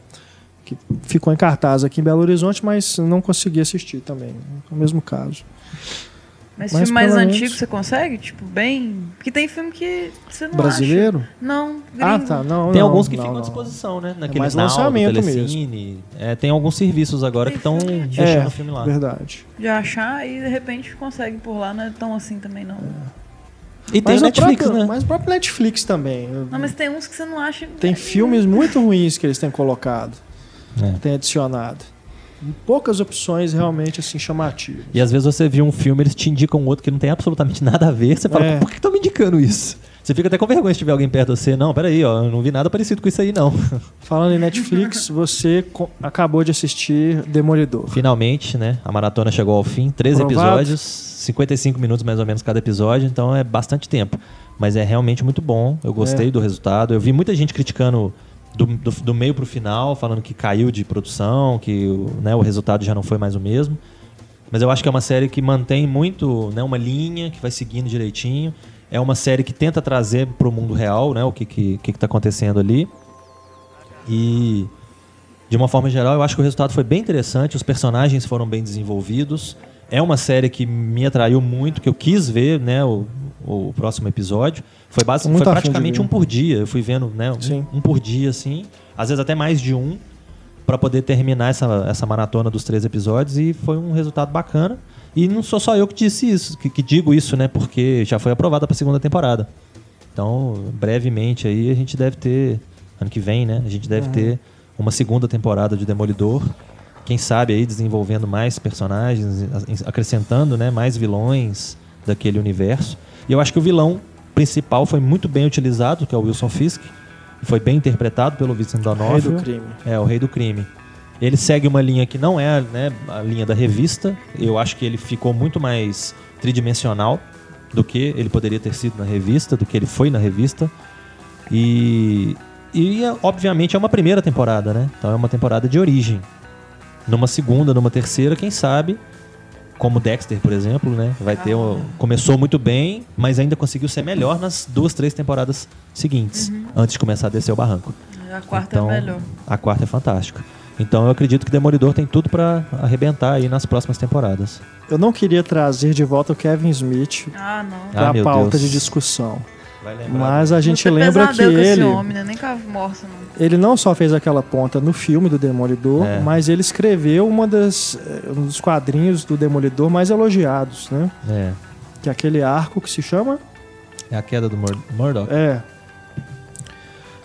[SPEAKER 1] que ficou em cartaz aqui em Belo Horizonte, mas não consegui assistir também. É o mesmo caso.
[SPEAKER 2] Mas,
[SPEAKER 1] Mas
[SPEAKER 2] filme mais
[SPEAKER 1] pelo
[SPEAKER 2] antigo
[SPEAKER 1] menos-
[SPEAKER 2] você consegue? Tipo, bem. Porque tem filme que você não
[SPEAKER 1] Brasileiro?
[SPEAKER 2] acha. Não, gringo.
[SPEAKER 1] Ah, tá. Não,
[SPEAKER 4] Tem
[SPEAKER 1] não,
[SPEAKER 4] alguns que
[SPEAKER 1] não,
[SPEAKER 4] ficam à
[SPEAKER 1] não. É
[SPEAKER 4] disposição, né? Naquele
[SPEAKER 1] mais
[SPEAKER 4] Naldo,
[SPEAKER 1] lançamento
[SPEAKER 4] Telecine. É, tem alguns serviços agora que estão
[SPEAKER 2] Tem filme.
[SPEAKER 4] deixando
[SPEAKER 1] é,
[SPEAKER 4] o filme lá.
[SPEAKER 1] verdade.
[SPEAKER 2] De achar e de repente consegue por lá, não é tão assim também, não.
[SPEAKER 1] É.
[SPEAKER 4] E tem
[SPEAKER 1] mas,
[SPEAKER 4] o Netflix,
[SPEAKER 1] próprio,
[SPEAKER 4] né?
[SPEAKER 1] mas o próprio Netflix também.
[SPEAKER 2] Não, mas tem uns que você não acha. é,
[SPEAKER 1] Tem
[SPEAKER 2] né?
[SPEAKER 1] filmes muito ruins que eles têm colocado,
[SPEAKER 4] É.
[SPEAKER 1] têm adicionado. Poucas opções realmente assim chamativas.
[SPEAKER 4] E às vezes você viu um filme, eles te indicam outro que não tem absolutamente nada a ver. Você fala,
[SPEAKER 1] É.
[SPEAKER 4] por que estão me indicando isso? Você fica até com vergonha se tiver alguém perto de você. Não, peraí, ó, eu não vi nada parecido com isso aí, não.
[SPEAKER 1] Falando em Netflix, você co- acabou de assistir Demolidor.
[SPEAKER 4] Finalmente, né? A maratona chegou ao fim. 13
[SPEAKER 1] Aprovado.
[SPEAKER 4] episódios, 55 minutos mais ou menos cada episódio, então é bastante tempo. Mas é realmente muito bom. Eu gostei do resultado. Eu vi muita gente criticando do, do, do meio pro final, falando que caiu de produção, que o- né, o resultado já não foi mais o mesmo. Mas eu acho que é uma série que mantém muito, né, uma linha que vai seguindo direitinho. É uma série que tenta trazer pro mundo real, né, o que que, que que tá acontecendo ali. E de uma forma geral, eu acho que o resultado foi bem interessante, os personagens foram bem desenvolvidos. É uma série que me atraiu muito, que eu quis ver, né, o, o próximo episódio. Foi, basi-
[SPEAKER 1] Muito
[SPEAKER 4] foi
[SPEAKER 1] afim de
[SPEAKER 4] praticamente
[SPEAKER 1] ver.
[SPEAKER 4] um por dia. Eu fui vendo, né, um-
[SPEAKER 1] Sim.
[SPEAKER 4] um por dia, assim. Às vezes até mais de um, para poder terminar essa, essa maratona dos três episódios. E foi um resultado bacana. E não sou só eu que disse isso, que, que digo isso, né, porque já foi aprovada para segunda temporada. Então, brevemente aí, a gente deve ter. Ano que vem, né? A gente deve ter uma segunda temporada de Demolidor. Quem sabe aí desenvolvendo mais personagens, a- acrescentando né, mais vilões daquele universo. E eu acho que o vilão principal foi muito bem utilizado, que é o Wilson Fisk. Foi bem interpretado pelo
[SPEAKER 1] Rei
[SPEAKER 4] Vincent
[SPEAKER 1] do
[SPEAKER 4] D'Onofrio.
[SPEAKER 1] crime.
[SPEAKER 4] É, o Rei do Crime. Ele segue uma linha que não é né, a linha da revista. Eu acho que ele ficou muito mais tridimensional do que ele poderia ter sido na revista, do que ele foi na revista. E, e é, obviamente é uma primeira temporada, né? Então é uma temporada de origem. Numa segunda, numa terceira, quem sabe, como Dexter, por exemplo, né? Vai ter um- começou muito bem, mas ainda conseguiu ser melhor nas duas, três temporadas seguintes, antes de começar a descer o barranco.
[SPEAKER 2] A quarta
[SPEAKER 4] Então,
[SPEAKER 2] é melhor.
[SPEAKER 4] A quarta é fantástica. Então eu acredito que Demolidor tem tudo pra arrebentar aí nas próximas temporadas.
[SPEAKER 1] Eu não queria trazer de volta o Kevin Smith
[SPEAKER 2] Ah, não.
[SPEAKER 1] para
[SPEAKER 4] Ah, meu
[SPEAKER 1] pauta
[SPEAKER 4] Deus. É
[SPEAKER 1] de discussão.
[SPEAKER 4] Vai
[SPEAKER 1] Mas a gente
[SPEAKER 2] Vou ter
[SPEAKER 1] lembra que
[SPEAKER 2] pesadelo é com
[SPEAKER 1] ele,
[SPEAKER 2] Esse homem, né? Nem com a morsa, não.
[SPEAKER 1] ele não só fez aquela ponta no filme do Demolidor,
[SPEAKER 4] É.
[SPEAKER 1] mas ele escreveu uma das, eh, um dos quadrinhos do Demolidor mais elogiados, né?
[SPEAKER 4] É.
[SPEAKER 1] Que é aquele arco que se chama
[SPEAKER 4] É a queda do Mur Murdoch.
[SPEAKER 1] É.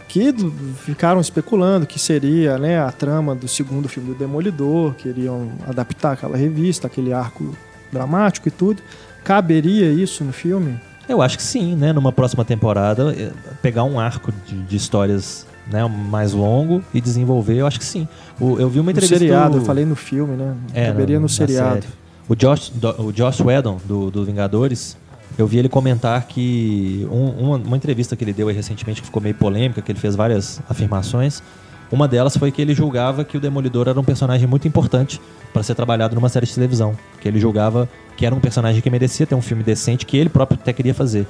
[SPEAKER 1] Que do- ficaram especulando que seria né, a trama do segundo filme do Demolidor, queriam adaptar aquela revista, aquele arco dramático e tudo. Caberia isso no filme?
[SPEAKER 4] Eu acho que sim, né? Numa próxima temporada, eh, pegar um arco de, de histórias né, mais longo e desenvolver, eu acho que sim. O- eu vi uma
[SPEAKER 1] No
[SPEAKER 4] entrevista.
[SPEAKER 1] seriado,
[SPEAKER 4] do-
[SPEAKER 1] eu falei no filme, né?
[SPEAKER 4] É,
[SPEAKER 1] Caberia
[SPEAKER 4] na-
[SPEAKER 1] no
[SPEAKER 4] na
[SPEAKER 1] seriado.
[SPEAKER 4] série. O Josh, do- o Josh Whedon, do, do Vingadores, eu vi ele comentar que um- uma, uma entrevista que ele deu aí recentemente que ficou meio polêmica, que ele fez várias afirmações. Uma delas foi que ele julgava que o Demolidor era um personagem muito importante para ser trabalhado numa série de televisão. Que ele julgava que era um personagem que merecia ter um filme decente que ele próprio até queria fazer.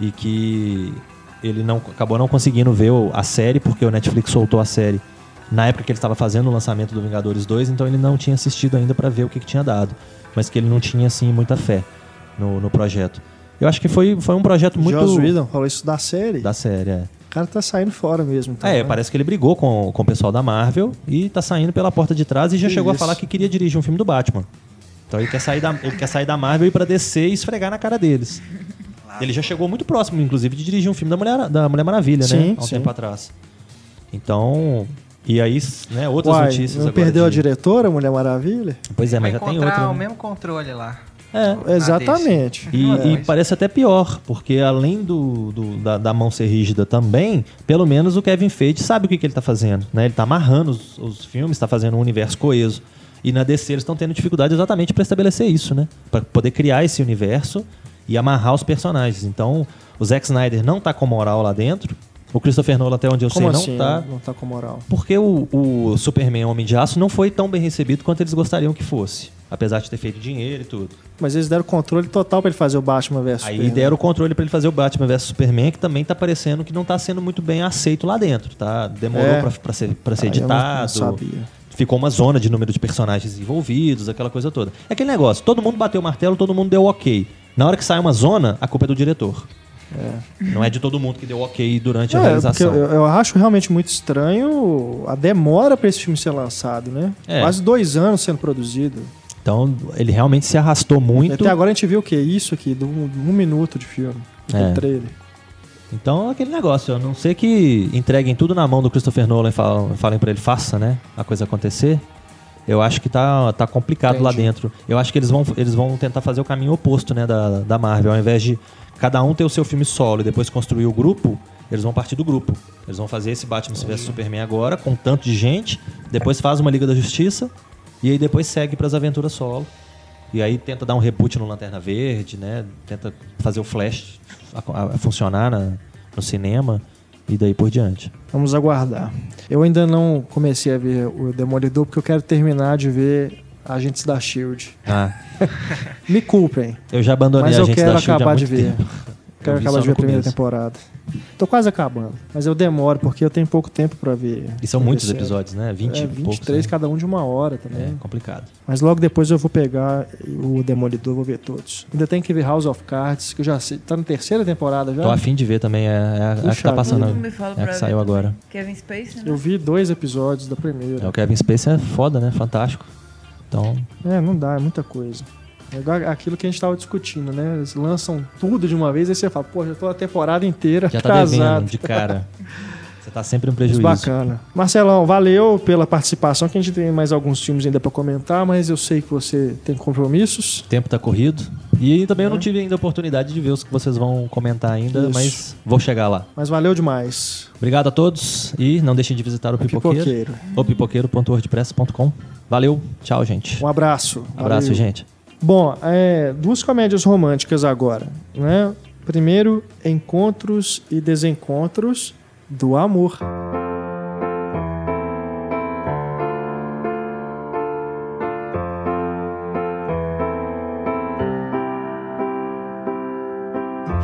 [SPEAKER 4] E que ele não acabou não conseguindo ver o- a série porque o Netflix soltou a série na época que ele estava fazendo o lançamento do Vingadores 2, então ele não tinha assistido ainda para ver o que, que tinha dado, mas que ele não tinha assim muita fé no, no projeto. Eu acho que foi, foi um projeto muito
[SPEAKER 1] Joss Whedon falou isso da série.
[SPEAKER 4] da série. É,
[SPEAKER 1] O cara tá saindo fora mesmo. então,
[SPEAKER 4] é
[SPEAKER 1] né?
[SPEAKER 4] parece que ele brigou com, com o pessoal da Marvel e tá saindo pela porta de trás e já
[SPEAKER 1] Que
[SPEAKER 4] chegou
[SPEAKER 1] isso.
[SPEAKER 4] a falar que queria dirigir um filme do Batman. Então ele quer sair da, ele quer sair da Marvel e ir para DC e esfregar na cara deles. Ele já chegou muito próximo, inclusive, de dirigir um filme da Mulher, da Mulher Maravilha, né?
[SPEAKER 1] Sim,
[SPEAKER 4] Há um
[SPEAKER 1] sim.
[SPEAKER 4] tempo atrás. Então, e aí, né, outras
[SPEAKER 1] Uai,
[SPEAKER 4] notícias
[SPEAKER 1] não
[SPEAKER 4] agora.
[SPEAKER 1] perdeu a
[SPEAKER 4] de-
[SPEAKER 1] diretora, Mulher Maravilha?
[SPEAKER 4] Pois é, mas já
[SPEAKER 3] Vai
[SPEAKER 4] tem
[SPEAKER 3] encontrar
[SPEAKER 4] outra.
[SPEAKER 3] o
[SPEAKER 4] né?
[SPEAKER 3] mesmo controle lá.
[SPEAKER 4] É,
[SPEAKER 3] Na
[SPEAKER 1] Exatamente. É.
[SPEAKER 4] E,
[SPEAKER 3] Ah,
[SPEAKER 4] e
[SPEAKER 3] mas-
[SPEAKER 4] parece até pior, porque além do, do- da, da mão ser rígida também, pelo menos o Kevin Feige sabe o que, que ele tá fazendo. Né? Ele tá amarrando os, os filmes, tá fazendo um universo coeso. E na DC eles estão tendo dificuldade exatamente para estabelecer isso, né? Para poder criar esse universo e amarrar os personagens. Então, o Zack Snyder não tá com moral lá dentro. O Christopher Nolan, até onde eu
[SPEAKER 1] Como
[SPEAKER 4] sei,
[SPEAKER 1] assim?
[SPEAKER 4] não tá.
[SPEAKER 1] Não tá com moral.
[SPEAKER 4] Porque o, o Superman Homem de Aço não foi tão bem recebido quanto eles gostariam que fosse. Apesar de ter feito dinheiro e tudo.
[SPEAKER 1] Mas eles deram controle total pra ele fazer o Batman versus
[SPEAKER 4] Aí
[SPEAKER 1] Superman. né?
[SPEAKER 4] deram o controle pra ele fazer o Batman vs Superman, que também tá parecendo que não tá sendo muito bem aceito lá dentro, tá? Demorou
[SPEAKER 1] É.
[SPEAKER 4] pra para ser, pra ser
[SPEAKER 1] Aí eu não- não
[SPEAKER 4] editado.
[SPEAKER 1] sabia. É,
[SPEAKER 4] Ficou uma zona de número de personagens envolvidos, aquela coisa toda. É aquele negócio, todo mundo bateu o martelo, todo mundo deu ok. Na hora que sai uma zona, a culpa é do diretor. Não é de todo mundo que deu ok durante a
[SPEAKER 1] É, porque
[SPEAKER 4] realização.
[SPEAKER 1] eu, eu acho realmente muito estranho a demora pra esse filme ser lançado, né?
[SPEAKER 4] É.
[SPEAKER 1] Quase dois anos sendo produzido.
[SPEAKER 4] Então, ele realmente se arrastou
[SPEAKER 1] E
[SPEAKER 4] muito.
[SPEAKER 1] Até agora a gente viu o que? Isso aqui, de um, um minuto de filme, de
[SPEAKER 4] É.
[SPEAKER 1] trailer.
[SPEAKER 4] Então é aquele negócio, a não ser que entreguem tudo na mão do Christopher Nolan e falam- falem pra ele faça, né, a coisa acontecer. Eu acho que tá, tá complicado lá
[SPEAKER 1] Entendi.
[SPEAKER 4] dentro. Eu acho que eles vão, eles vão tentar fazer o caminho oposto, né, da, da Marvel. Ao invés de cada um ter o seu filme solo e depois construir o grupo, eles vão partir do grupo. Eles vão fazer esse Batman vs Superman agora, com tanto de gente, depois faz uma Liga da Justiça e aí depois segue pras aventuras solo. E aí tenta dar um reboot no Lanterna Verde, né? Tenta fazer o Flash a, a- funcionar na- no cinema e daí por diante.
[SPEAKER 1] Vamos aguardar. Eu ainda não comecei a ver o Demolidor porque eu quero terminar de ver Agentes da Shield.
[SPEAKER 4] Ah,
[SPEAKER 1] Me culpem,
[SPEAKER 4] eu já abandonei
[SPEAKER 1] mas
[SPEAKER 4] a
[SPEAKER 1] eu
[SPEAKER 4] gente
[SPEAKER 1] quero
[SPEAKER 4] da Shield há
[SPEAKER 1] acabar de
[SPEAKER 4] muito
[SPEAKER 1] ver.
[SPEAKER 4] tempo.
[SPEAKER 1] Quero
[SPEAKER 4] vi
[SPEAKER 1] acabar
[SPEAKER 4] só
[SPEAKER 1] de ver a
[SPEAKER 4] no
[SPEAKER 1] primeira
[SPEAKER 4] começo.
[SPEAKER 1] temporada. Tô quase acabando, mas eu demoro porque eu tenho pouco tempo pra ver.
[SPEAKER 4] E são
[SPEAKER 1] pra
[SPEAKER 4] muitos
[SPEAKER 1] ver série.
[SPEAKER 4] episódios, né? 20
[SPEAKER 1] é,
[SPEAKER 4] e poucos.
[SPEAKER 1] 23,
[SPEAKER 4] né?
[SPEAKER 1] cada um de uma hora também.
[SPEAKER 4] É complicado.
[SPEAKER 1] Mas logo depois eu vou pegar o Demolidor, vou ver todos. Ainda tem que ver House of Cards, que eu já sei. Tá na terceira temporada já?
[SPEAKER 4] Tô afim de ver também, é, é a- a que
[SPEAKER 1] Puxa
[SPEAKER 4] tá passando.
[SPEAKER 2] vida. Me fala
[SPEAKER 4] É a
[SPEAKER 2] pra
[SPEAKER 4] que
[SPEAKER 2] ver
[SPEAKER 4] saiu agora.
[SPEAKER 2] Kevin Spacey, né?
[SPEAKER 1] Eu vi dois episódios da
[SPEAKER 4] É,
[SPEAKER 1] primeira.
[SPEAKER 4] o Kevin Spacey é foda, né? Fantástico. Então,
[SPEAKER 1] É, não dá, é muita coisa. É igual aquilo que a gente tava discutindo, né? Eles lançam tudo de uma vez, aí você fala, pô, já tô a temporada inteira
[SPEAKER 4] já tá
[SPEAKER 1] atrasado.
[SPEAKER 4] devendo de cara. Você tá sempre um
[SPEAKER 1] Mas
[SPEAKER 4] prejuízo.
[SPEAKER 1] Bacana. Marcelão, valeu pela participação, que a gente tem mais alguns filmes ainda pra comentar, mas eu sei que você tem compromissos.
[SPEAKER 4] O tempo tá corrido. E também eu não tive ainda a oportunidade de ver os que vocês vão comentar ainda,
[SPEAKER 1] Isso.
[SPEAKER 4] mas vou chegar lá.
[SPEAKER 1] Mas valeu demais.
[SPEAKER 4] Obrigado a todos e não deixem de visitar o Pipoqueiro.
[SPEAKER 1] Pipoqueiro.
[SPEAKER 4] O pipoqueiro.wordpress.com. Valeu, tchau, gente.
[SPEAKER 1] Um abraço.
[SPEAKER 4] Abraço,
[SPEAKER 1] Valeu.
[SPEAKER 4] gente.
[SPEAKER 1] Bom, é, duas comédias românticas agora, né? Primeiro, Encontros e Desencontros do Amor.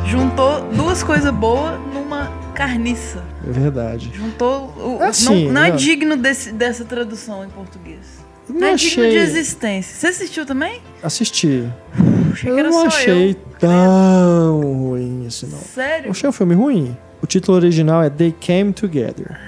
[SPEAKER 2] Juntou duas coisas boas numa carniça.
[SPEAKER 1] É verdade.
[SPEAKER 2] Juntou. O,
[SPEAKER 1] Assim,
[SPEAKER 2] não, não é
[SPEAKER 1] né?
[SPEAKER 2] digno desse- dessa tradução em português. Não,
[SPEAKER 1] Não
[SPEAKER 2] é digno de
[SPEAKER 1] achei.
[SPEAKER 2] existência. Você assistiu também?
[SPEAKER 1] Assisti.
[SPEAKER 2] Achei que
[SPEAKER 1] Eu
[SPEAKER 2] era
[SPEAKER 1] não
[SPEAKER 2] só
[SPEAKER 1] achei
[SPEAKER 2] eu.
[SPEAKER 1] tão ruim esse não. Eu
[SPEAKER 2] Sério?
[SPEAKER 1] achei um filme ruim. O título original é They Came Together.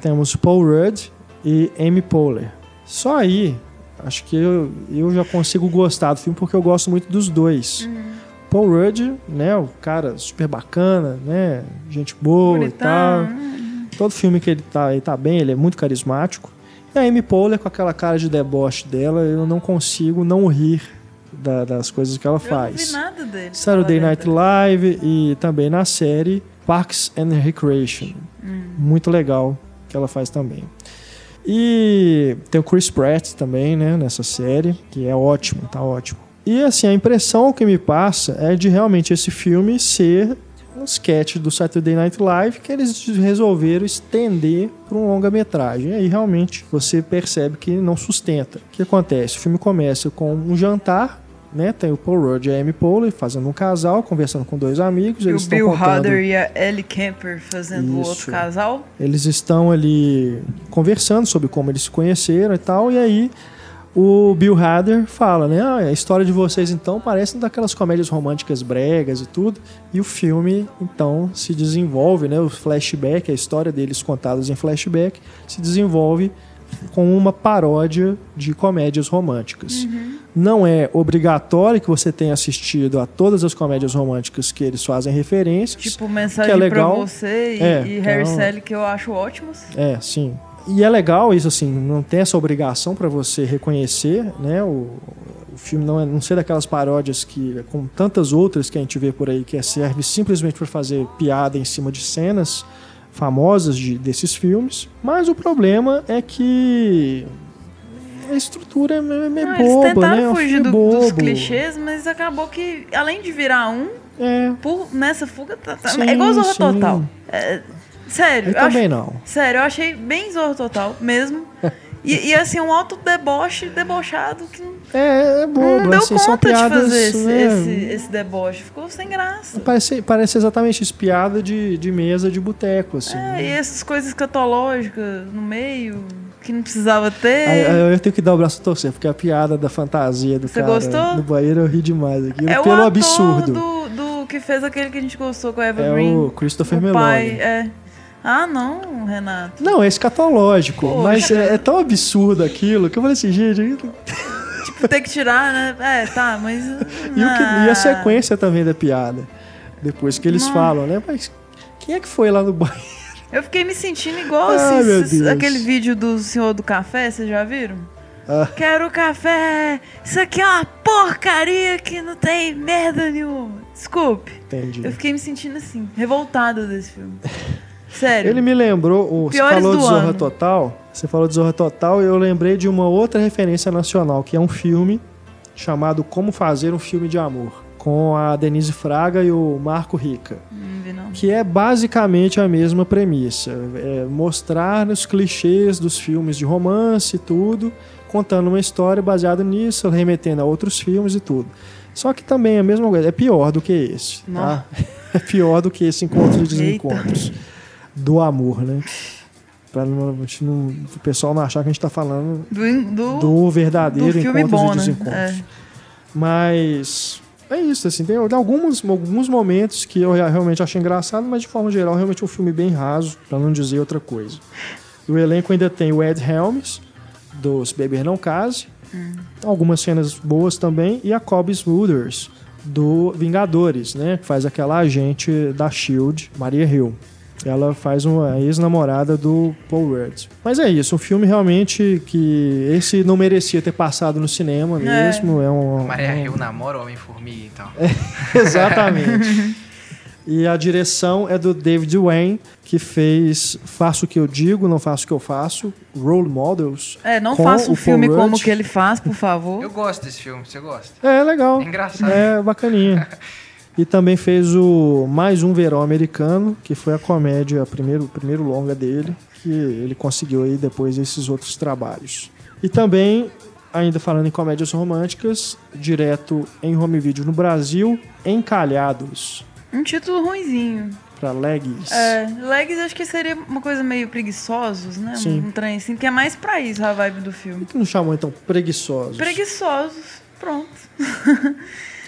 [SPEAKER 1] Temos Paul Rudd e Amy Poehler. Só aí, acho que eu, eu já consigo gostar do filme porque eu gosto muito dos dois.
[SPEAKER 2] Uhum.
[SPEAKER 1] Paul Rudd, né, o cara super bacana, né, gente boa e tal.
[SPEAKER 2] Bonitão. né?
[SPEAKER 1] Todo filme que ele tá, ele tá bem, ele é muito carismático. E a Amy Poehler com aquela cara de deboche dela, eu não consigo não rir da- das coisas que ela
[SPEAKER 2] Eu
[SPEAKER 1] faz.
[SPEAKER 2] não vi nada dele.
[SPEAKER 1] Saturday
[SPEAKER 2] falar a
[SPEAKER 1] Night
[SPEAKER 2] verdade.
[SPEAKER 1] Live e também na série Parks and Recreation. Muito legal que ela faz também. E tem o Chris Pratt também, né, nessa série, que é ótimo, tá ótimo. E assim, a impressão que me passa é de realmente esse filme ser um sketch do Saturday Night Live que eles resolveram estender para um longa-metragem. E aí realmente você percebe que não sustenta. O que acontece? O filme começa com um jantar, né? Tem o Paul Rudd e a Amy Poehler fazendo um casal, conversando com dois amigos.
[SPEAKER 2] E
[SPEAKER 1] Eles
[SPEAKER 2] o
[SPEAKER 1] estão
[SPEAKER 2] Bill
[SPEAKER 1] contando...
[SPEAKER 2] Hader e a Ellie Kemper fazendo o
[SPEAKER 1] Isso.
[SPEAKER 2] outro casal.
[SPEAKER 1] Eles estão ali conversando sobre como eles se conheceram e tal, e aí o Bill Hader fala, né? "Ah, a história de vocês então parece daquelas comédias românticas bregas e tudo, e o filme então se desenvolve, né? O flashback, a história deles contados em flashback, se desenvolve com uma paródia de comédias românticas. Não é obrigatório que você tenha assistido a todas as comédias românticas que eles fazem referência.
[SPEAKER 2] Tipo,
[SPEAKER 1] Que
[SPEAKER 2] mensagem
[SPEAKER 1] é legal.
[SPEAKER 2] pra você e,
[SPEAKER 1] É,
[SPEAKER 2] e Harry
[SPEAKER 1] então-
[SPEAKER 2] Sally, que eu acho ótimos.
[SPEAKER 1] É, sim. E é legal isso, assim, não tem essa obrigação para você reconhecer, né? O, o filme não, é, não ser daquelas paródias que, é, como tantas outras que a gente vê por aí, que é, serve simplesmente para fazer piada em cima de cenas famosas de, desses filmes. Mas o problema é que a estrutura é meio, meio
[SPEAKER 2] Não,
[SPEAKER 1] boba,
[SPEAKER 2] eles tentaram
[SPEAKER 1] né? É um
[SPEAKER 2] fugir
[SPEAKER 1] filme
[SPEAKER 2] do-
[SPEAKER 1] bobo.
[SPEAKER 2] dos clichês, mas acabou que, além de virar um,
[SPEAKER 1] É,
[SPEAKER 2] por, nessa fuga, tá, tá-
[SPEAKER 1] Sim,
[SPEAKER 2] é igual Zorro
[SPEAKER 1] sim.
[SPEAKER 2] Total. É, sério,
[SPEAKER 1] eu
[SPEAKER 2] eu acho-
[SPEAKER 1] também não.
[SPEAKER 2] sério, eu achei bem Zorro Total mesmo. E, e, assim, um alto deboche, debochado, que não,
[SPEAKER 1] É, é bobo.
[SPEAKER 2] não Hum, deu
[SPEAKER 1] assim, são
[SPEAKER 2] conta de
[SPEAKER 1] piadas,
[SPEAKER 2] fazer esse,
[SPEAKER 1] né?
[SPEAKER 2] esse, esse deboche. Ficou sem graça.
[SPEAKER 1] Parece, parece exatamente isso, piada de, de mesa de boteco, assim. né?
[SPEAKER 2] É, e essas coisas escatológicas no meio, que não precisava ter.
[SPEAKER 1] Aí- aí eu tenho que dar o braço a torcer, porque a piada da fantasia do
[SPEAKER 2] Você
[SPEAKER 1] cara
[SPEAKER 2] gostou?
[SPEAKER 1] no banheiro eu ri demais aqui.
[SPEAKER 2] é
[SPEAKER 1] pelo
[SPEAKER 2] o ator
[SPEAKER 1] absurdo.
[SPEAKER 2] Do, do que fez aquele que a gente gostou com a Eva
[SPEAKER 1] É
[SPEAKER 2] Green.
[SPEAKER 1] o Christopher
[SPEAKER 2] o pai,
[SPEAKER 1] Meloni.
[SPEAKER 2] é. Ah, não, Renato.
[SPEAKER 1] Não, é escatológico,
[SPEAKER 2] Poxa.
[SPEAKER 1] mas é, é tão absurdo aquilo que eu falei assim, gente. E, o que-
[SPEAKER 2] Tipo, tem que tirar, né? É, tá, mas.
[SPEAKER 1] e a sequência também da piada. Depois que eles
[SPEAKER 2] Ah. Não.
[SPEAKER 1] falam, né? Mas quem é que foi lá no banheiro?
[SPEAKER 2] Eu fiquei me sentindo igual
[SPEAKER 1] Ai,
[SPEAKER 2] esses-
[SPEAKER 1] meu Deus.
[SPEAKER 2] aquele vídeo do Senhor do Café, vocês já viram?
[SPEAKER 1] Ah.
[SPEAKER 2] Quero café! Isso aqui é uma porcaria que não tem merda nenhuma. Desculpe.
[SPEAKER 1] Entendi.
[SPEAKER 2] Eu fiquei me sentindo assim, revoltada desse filme. Sério.
[SPEAKER 1] Ele me lembrou, o- você
[SPEAKER 2] Piores
[SPEAKER 1] falou
[SPEAKER 2] do
[SPEAKER 1] de Zorra
[SPEAKER 2] ano.
[SPEAKER 1] Total, você falou de Zorra Total, eu lembrei de uma outra referência nacional, que é um filme chamado Como Fazer um Filme de Amor, com a Denise Fraga e o Marco Rica.
[SPEAKER 2] Não vi, não.
[SPEAKER 1] que é basicamente a mesma premissa. É mostrar os clichês dos filmes de romance e tudo, contando uma história baseada nisso, remetendo a outros filmes e tudo. Só que também é a mesma coisa, é pior do que esse. tá? É pior do que esse encontro e desencontros do amor, né? Pra não, a gente não- o pessoal não achar que a gente tá falando
[SPEAKER 2] Do, do,
[SPEAKER 1] do verdadeiro
[SPEAKER 2] do filme
[SPEAKER 1] encontros
[SPEAKER 2] bom,
[SPEAKER 1] e
[SPEAKER 2] né?
[SPEAKER 1] desencontros. Mas é isso, assim, tem alguns, alguns momentos que eu rea- realmente achei engraçado, mas de forma geral, realmente é um filme bem raso, pra não dizer outra coisa. O elenco ainda tem o Ed Helms, do Se Beber Não Case, algumas cenas boas também, e a Cobb Smulders, do Vingadores, né? Que faz aquela agente da Shield, Maria Hill. Ela faz uma ex-namorada do Paul Rudd. Mas é isso, um filme realmente que esse não merecia ter passado no cinema
[SPEAKER 2] É.
[SPEAKER 1] mesmo. É, um,
[SPEAKER 3] Maria
[SPEAKER 1] um-
[SPEAKER 3] Hill namora o Homem-Formiga, então.
[SPEAKER 1] Exatamente. E a direção é do David Wayne, que fez Faço o que eu digo, não faço o que eu faço, Role Models.
[SPEAKER 2] É, não
[SPEAKER 1] com
[SPEAKER 2] faça
[SPEAKER 1] o
[SPEAKER 2] um filme
[SPEAKER 1] Paul
[SPEAKER 2] como o
[SPEAKER 1] Rudd.
[SPEAKER 2] que ele faz, por
[SPEAKER 3] Eu
[SPEAKER 2] favor.
[SPEAKER 3] gosto desse filme, você gosta?
[SPEAKER 1] É legal.
[SPEAKER 3] É engraçado.
[SPEAKER 1] É bacaninha. E também fez o Mais um Verão Americano, que foi a comédia, a primeiro, primeiro longa dele, que ele conseguiu aí depois esses outros trabalhos. E também, ainda falando em comédias românticas, direto em home video no Brasil, Encalhados,
[SPEAKER 2] Um título ruinzinho.
[SPEAKER 1] para Legs.
[SPEAKER 2] É, legs acho que seria uma coisa meio preguiçosos, né? Um-
[SPEAKER 1] Sim.
[SPEAKER 2] Um trem assim, que é mais pra isso a vibe do filme.
[SPEAKER 1] que não chamou então preguiçosos?
[SPEAKER 2] Preguiçosos, pronto.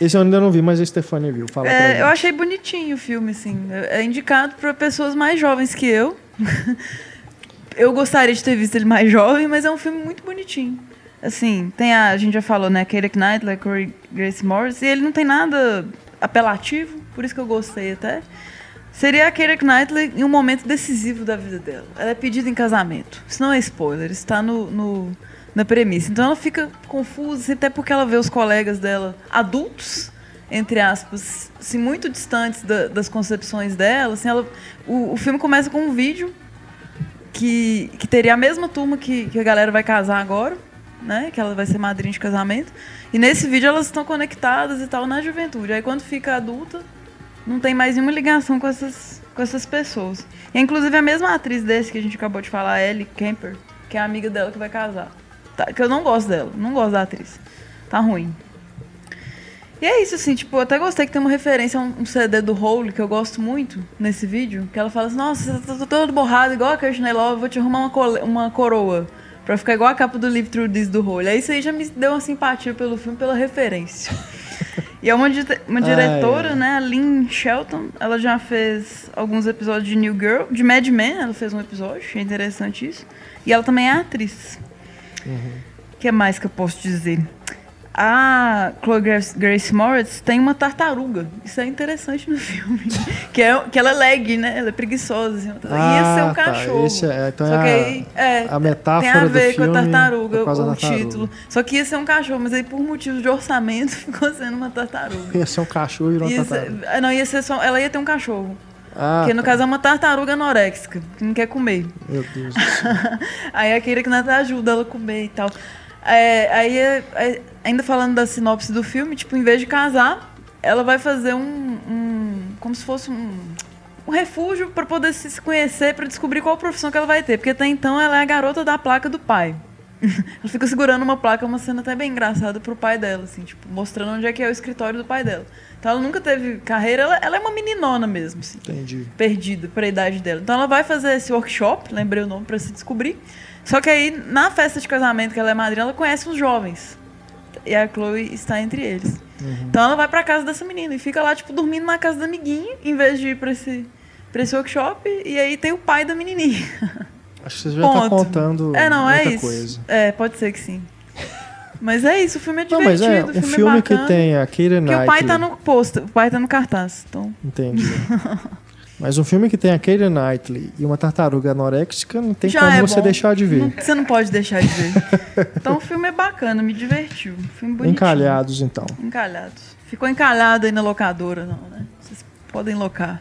[SPEAKER 1] Esse eu ainda não vi, mas a Stefania viu. Fala pra
[SPEAKER 2] É,
[SPEAKER 1] mim.
[SPEAKER 2] eu achei bonitinho o filme, assim. É indicado pra pessoas mais jovens que eu. eu gostaria de ter visto ele mais jovem, mas é um filme muito bonitinho. Assim, tem a. A gente já falou, né? Keira Knightley, Corey Grace Morris. E ele não tem nada apelativo, por isso que eu gostei até. Seria a Keira Knightley em um momento decisivo da vida dela. Ela é pedida em casamento. Isso não é spoiler, isso está no, no- na premissa. Então ela fica confusa, assim, até porque ela vê os colegas dela adultos, entre aspas, assim, muito distantes da- das concepções dela. Assim, ela, o, o filme começa com um vídeo que, que teria a mesma turma que, que a galera vai casar agora, né? Que ela vai ser madrinha de casamento. E nesse vídeo elas estão conectadas e tal na juventude. Aí quando fica adulta, não tem mais nenhuma ligação com essas, com essas pessoas. E, inclusive a mesma atriz desse que a gente acabou de falar, Ellie Kemper, que é a amiga dela que vai casar. Tá- que eu não gosto dela, não gosto da atriz. Tá ruim. E é isso, assim, tipo, eu até gostei que tem uma referência a um, um CD do Hole, que eu gosto muito nesse vídeo, que ela fala assim, nossa, você tá todo borrado, igual a Kirsten Love, vou te arrumar uma, cole- uma coroa. Pra ficar igual a capa do Live Through This do Hole. Aí isso aí já me deu uma simpatia pelo filme, pela referência. e é uma, di- uma diretora,
[SPEAKER 1] Ai.
[SPEAKER 2] né, a Lynn Shelton, ela já fez alguns episódios de New Girl, de Mad Men, ela fez um episódio, achei interessante isso. E ela também é atriz. O que mais que eu posso dizer? A Chloe Grace, Grace Moritz tem uma tartaruga. Isso é interessante no filme. que, é, que ela é lag, né? Ela é preguiçosa. Assim, uma tartaruga. e esse é
[SPEAKER 1] Ah,
[SPEAKER 2] o
[SPEAKER 1] tá.
[SPEAKER 2] cachorro.
[SPEAKER 1] Esse é- então
[SPEAKER 2] Só
[SPEAKER 1] é a-
[SPEAKER 2] que aí, é,
[SPEAKER 1] a metáfora
[SPEAKER 2] Tem a
[SPEAKER 1] do
[SPEAKER 2] ver com
[SPEAKER 1] filme
[SPEAKER 2] a tartaruga,
[SPEAKER 1] por causa
[SPEAKER 2] o
[SPEAKER 1] da tartaruga.
[SPEAKER 2] título. Só que ia ser um cachorro, mas aí por motivos de orçamento ficou sendo uma tartaruga.
[SPEAKER 1] Ia ser um cachorro e virou uma
[SPEAKER 2] Ia
[SPEAKER 1] tartaruga.
[SPEAKER 2] ser- ah, não, ia ser só, ela ia ter um cachorro.
[SPEAKER 1] Ah,
[SPEAKER 2] que no caso é uma tartaruga anoréxica, que não quer comer.
[SPEAKER 1] meu Deus do céu.
[SPEAKER 2] aí a Keira Knightley ajuda ela a comer e tal. É, aí, é, é, ainda falando da sinopse do filme, tipo, em vez de casar, ela vai fazer um. um- como se fosse um. um refúgio pra poder se se conhecer, pra descobrir qual profissão que ela vai ter. Porque até então ela é a garota da placa do pai. ela fica segurando uma placa, uma cena até bem engraçada pro pai dela, assim, tipo, mostrando onde é que é o escritório do pai dela. Então ela nunca teve carreira, ela, ela é uma meninona mesmo, assim
[SPEAKER 1] Entendi.
[SPEAKER 2] perdida para a idade dela. Então ela vai fazer esse workshop, lembrei o nome para se descobrir. Só que aí na festa de casamento que ela é madrinha, ela conhece uns jovens. E a Chloe está entre eles.
[SPEAKER 1] Uhum.
[SPEAKER 2] Então ela vai para casa dessa menina e fica lá tipo dormindo na casa da amiguinha, em vez de ir para esse para esse workshop, e aí tem o pai da menininha.
[SPEAKER 1] Acho que vocês já estão
[SPEAKER 2] Ponto.
[SPEAKER 1] contando
[SPEAKER 2] É, não,
[SPEAKER 1] muita
[SPEAKER 2] é isso.
[SPEAKER 1] coisa.
[SPEAKER 2] É, pode ser que sim. Mas é isso, o filme é
[SPEAKER 1] Não,
[SPEAKER 2] divertido,
[SPEAKER 1] mas é,
[SPEAKER 2] o
[SPEAKER 1] um
[SPEAKER 2] filme,
[SPEAKER 1] filme,
[SPEAKER 2] é
[SPEAKER 1] que
[SPEAKER 2] bacana.
[SPEAKER 1] tem a Keira
[SPEAKER 2] Porque
[SPEAKER 1] Knightley.
[SPEAKER 2] o pai tá no posto, o pai tá no cartaz. Então,
[SPEAKER 1] Entendi. mas um filme que tem a Keira Knightley e uma tartaruga anoréxica, não tem
[SPEAKER 2] Já
[SPEAKER 1] como
[SPEAKER 2] é
[SPEAKER 1] você
[SPEAKER 2] bom.
[SPEAKER 1] deixar de ver.
[SPEAKER 2] Não- você não pode deixar de ver. então o filme é bacana, me divertiu. Um filme bonitinho.
[SPEAKER 1] Encalhados, então.
[SPEAKER 2] Encalhados. Ficou encalhado aí na locadora, não, né? Vocês podem locar.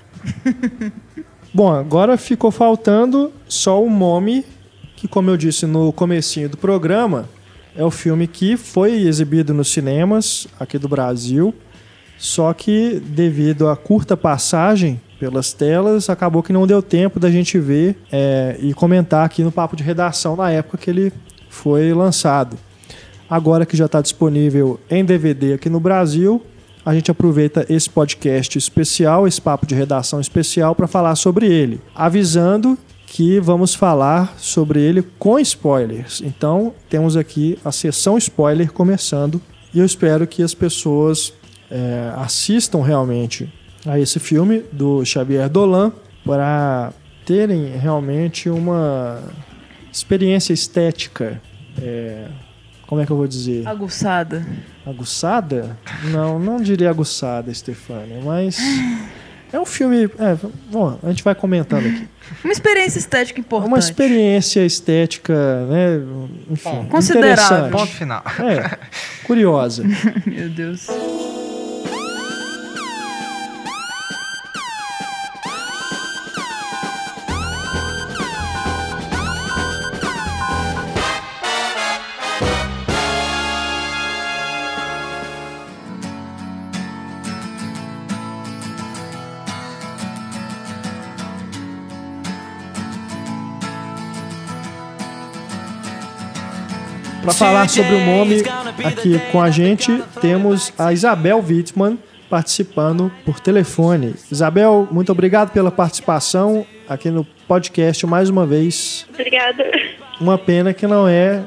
[SPEAKER 1] Bom, agora ficou faltando só o Mommy, que como eu disse no comecinho do programa, é o filme que foi exibido nos cinemas aqui do Brasil, só que devido à curta passagem pelas telas, acabou que não deu tempo da gente ver é, e comentar aqui no papo de redação na época que ele tá foi lançado. Agora que já está disponível em DVD aqui no Brasil, a gente aproveita esse podcast especial, esse papo de redação especial, para falar sobre ele. Avisando que vamos falar sobre ele com spoilers. Então, temos aqui a sessão spoiler começando e eu espero que as pessoas é, assistam realmente a esse filme do Xavier Dolan para terem realmente uma experiência estética. é, como é que eu vou dizer?
[SPEAKER 2] Aguçada.
[SPEAKER 1] Aguçada? Não, não diria aguçada, Stefania, mas. É um filme. é, bom, a gente vai comentando aqui. É
[SPEAKER 2] Uma experiência estética importante.
[SPEAKER 1] Uma experiência estética, né? Enfim.
[SPEAKER 3] Bom,
[SPEAKER 2] considerável.
[SPEAKER 1] interessante.
[SPEAKER 3] Ponto final.
[SPEAKER 1] É, curiosa.
[SPEAKER 2] Meu Deus.
[SPEAKER 1] Para falar sobre o nome aqui com a gente, temos a Isabel Wittmann participando por telefone. Isabel, muito obrigado pela participação aqui no podcast mais uma vez.
[SPEAKER 5] Obrigada.
[SPEAKER 1] Uma pena que não é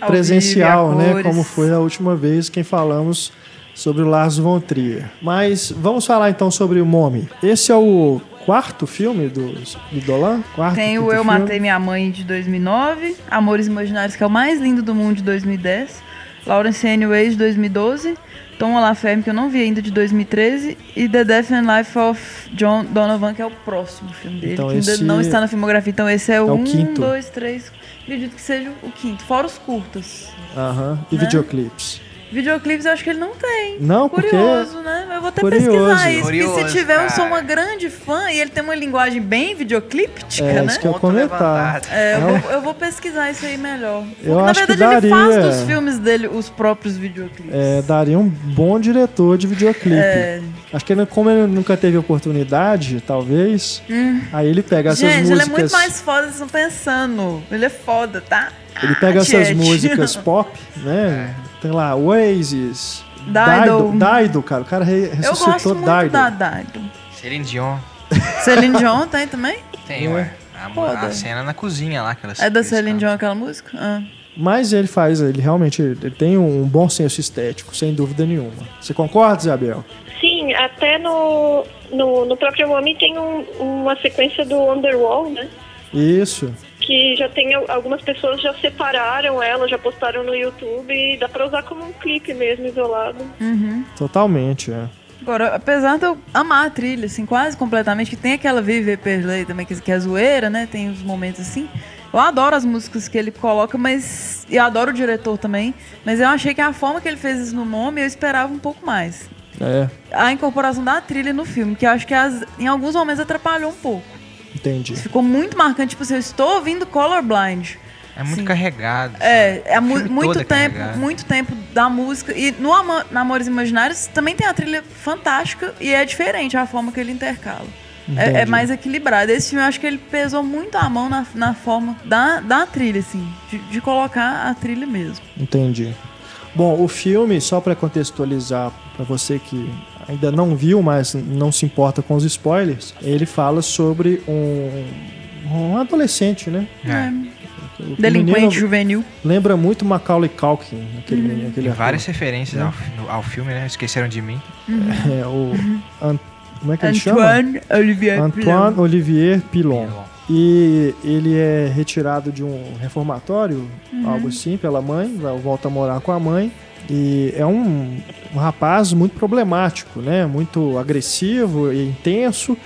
[SPEAKER 2] Ao
[SPEAKER 1] presencial,
[SPEAKER 2] vivo e a
[SPEAKER 1] né?
[SPEAKER 2] cores.
[SPEAKER 1] Como foi a última vez que falamos sobre o Lars von Trier. Mas vamos falar então sobre o Mommy. Esse é o quarto filme do, do Dolan? Quarto,
[SPEAKER 2] Tem o
[SPEAKER 1] quinto
[SPEAKER 2] Eu
[SPEAKER 1] filme?
[SPEAKER 2] Matei Minha Mãe de 2009, Amores Imaginários, que é o mais lindo do mundo de 2010, Lawrence Anyways de 2012, Tom Olaferme, que eu não vi ainda, de 2013, e The Death and Life of John Donovan, que é o próximo filme dele,
[SPEAKER 1] Então
[SPEAKER 2] que ainda
[SPEAKER 1] esse
[SPEAKER 2] não está na filmografia. Então esse é o
[SPEAKER 1] o
[SPEAKER 2] 1,
[SPEAKER 1] quinto.
[SPEAKER 2] 2, 3, acredito que seja o quinto, fora os curtos.
[SPEAKER 1] Aham. E
[SPEAKER 2] né?
[SPEAKER 1] videoclipes.
[SPEAKER 2] Videoclipes eu acho que ele não tem.
[SPEAKER 1] Não, porque
[SPEAKER 2] Curioso, né? Eu vou até
[SPEAKER 1] Curioso.
[SPEAKER 2] pesquisar isso, porque
[SPEAKER 3] Curioso,
[SPEAKER 2] se tiver, eu sou
[SPEAKER 3] cara.
[SPEAKER 2] uma grande fã e ele tem uma linguagem bem videoclíptica,
[SPEAKER 1] é
[SPEAKER 2] né?
[SPEAKER 1] isso que eu ia
[SPEAKER 3] Ponto
[SPEAKER 1] comentar.
[SPEAKER 3] levantado.
[SPEAKER 2] É, eu,
[SPEAKER 1] Não.
[SPEAKER 2] vou, eu vou pesquisar isso aí melhor.
[SPEAKER 1] um Eu
[SPEAKER 2] Na
[SPEAKER 1] acho que
[SPEAKER 2] verdade, ele faz
[SPEAKER 1] daria.
[SPEAKER 2] dos filmes dele os próprios videoclipes.
[SPEAKER 1] É, daria um bom diretor de videoclipe.
[SPEAKER 2] É.
[SPEAKER 1] Acho que ele, como ele nunca teve oportunidade, talvez, aí ele pega essas
[SPEAKER 2] Hum. Gente, ele é
[SPEAKER 1] músicas.
[SPEAKER 2] muito mais foda, vocês estão pensando. Ele é foda, tá?
[SPEAKER 1] Ele pega
[SPEAKER 2] Ah,
[SPEAKER 1] essas
[SPEAKER 2] Tietê.
[SPEAKER 1] músicas pop, né? Tem lá Oasis,
[SPEAKER 2] Dido.
[SPEAKER 1] Dido, Dido, cara. O cara re-
[SPEAKER 2] Eu
[SPEAKER 1] ressuscitou
[SPEAKER 2] gosto muito
[SPEAKER 1] Dido.
[SPEAKER 2] da Dido.
[SPEAKER 3] Celine Dion.
[SPEAKER 2] Celine Dion tem também?
[SPEAKER 3] Tem, ué. A, mu-
[SPEAKER 2] Foda.
[SPEAKER 3] a cena na cozinha lá. Aquelas,
[SPEAKER 2] É da
[SPEAKER 3] eles
[SPEAKER 2] Celine
[SPEAKER 3] cantam.
[SPEAKER 2] Dion aquela música? Ah.
[SPEAKER 1] Mas ele faz, ele realmente ele tem um bom senso estético, sem dúvida nenhuma. Você concorda, Isabel?
[SPEAKER 5] Sim, até no, no, no próprio homem tem um- uma sequência do Underworld, né?
[SPEAKER 1] Isso.
[SPEAKER 5] Que já tem al- algumas pessoas já separaram ela, já postaram no YouTube e dá pra usar como um clipe mesmo, isolado.
[SPEAKER 3] Uhum.
[SPEAKER 1] Totalmente, é.
[SPEAKER 2] Agora, apesar de eu amar a trilha, assim, quase completamente, que tem aquela Vive Perley também, que, que é zoeira, né? Tem uns momentos assim. Eu adoro as músicas que ele coloca, mas. E eu adoro o diretor também. Mas eu achei que a forma que ele fez isso no nome, eu esperava um pouco mais.
[SPEAKER 1] É,
[SPEAKER 2] A incorporação da trilha no filme, que eu acho que as- em alguns momentos atrapalhou um pouco.
[SPEAKER 1] entendi.
[SPEAKER 2] Ficou muito marcante, tipo assim, eu estou ouvindo Colorblind.
[SPEAKER 3] É muito
[SPEAKER 2] Sim.
[SPEAKER 3] carregado.
[SPEAKER 2] É,
[SPEAKER 3] sabe?
[SPEAKER 2] é
[SPEAKER 3] O
[SPEAKER 2] mu-
[SPEAKER 3] filme
[SPEAKER 2] muito
[SPEAKER 3] todo
[SPEAKER 2] tempo,
[SPEAKER 3] é carregado.
[SPEAKER 2] muito tempo da música. E no Ama- na Amores Imaginários também tem uma trilha fantástica e é diferente a forma que ele intercala.
[SPEAKER 1] Entendi.
[SPEAKER 2] É, é mais equilibrado. Esse filme eu acho que ele pesou muito a mão na, na forma da, da trilha, assim, de, de colocar a trilha mesmo.
[SPEAKER 1] Entendi. Bom, o filme, só para contextualizar para você que ainda não viu, mas não se importa com os spoilers, ele fala sobre um, um adolescente, né?
[SPEAKER 3] É.
[SPEAKER 1] O
[SPEAKER 2] Delinquente Uhum.
[SPEAKER 1] menino
[SPEAKER 2] juvenil.
[SPEAKER 1] lembra muito Macaulay Culkin, aquele, menino, aquele
[SPEAKER 3] Tem
[SPEAKER 1] ator.
[SPEAKER 3] várias referências ao, fi- ao filme, né? Esqueceram de mim.
[SPEAKER 1] É, o An- como é que ele chama?
[SPEAKER 2] Uhum. Antoine Olivier É
[SPEAKER 1] Antoine
[SPEAKER 2] Pilon.
[SPEAKER 1] Olivier Pilon. E ele é retirado de um reformatório, algo assim, pela mãe, vai- volta a morar com a mãe. E é um, um rapaz muito problemático, né? Muito agressivo e intenso.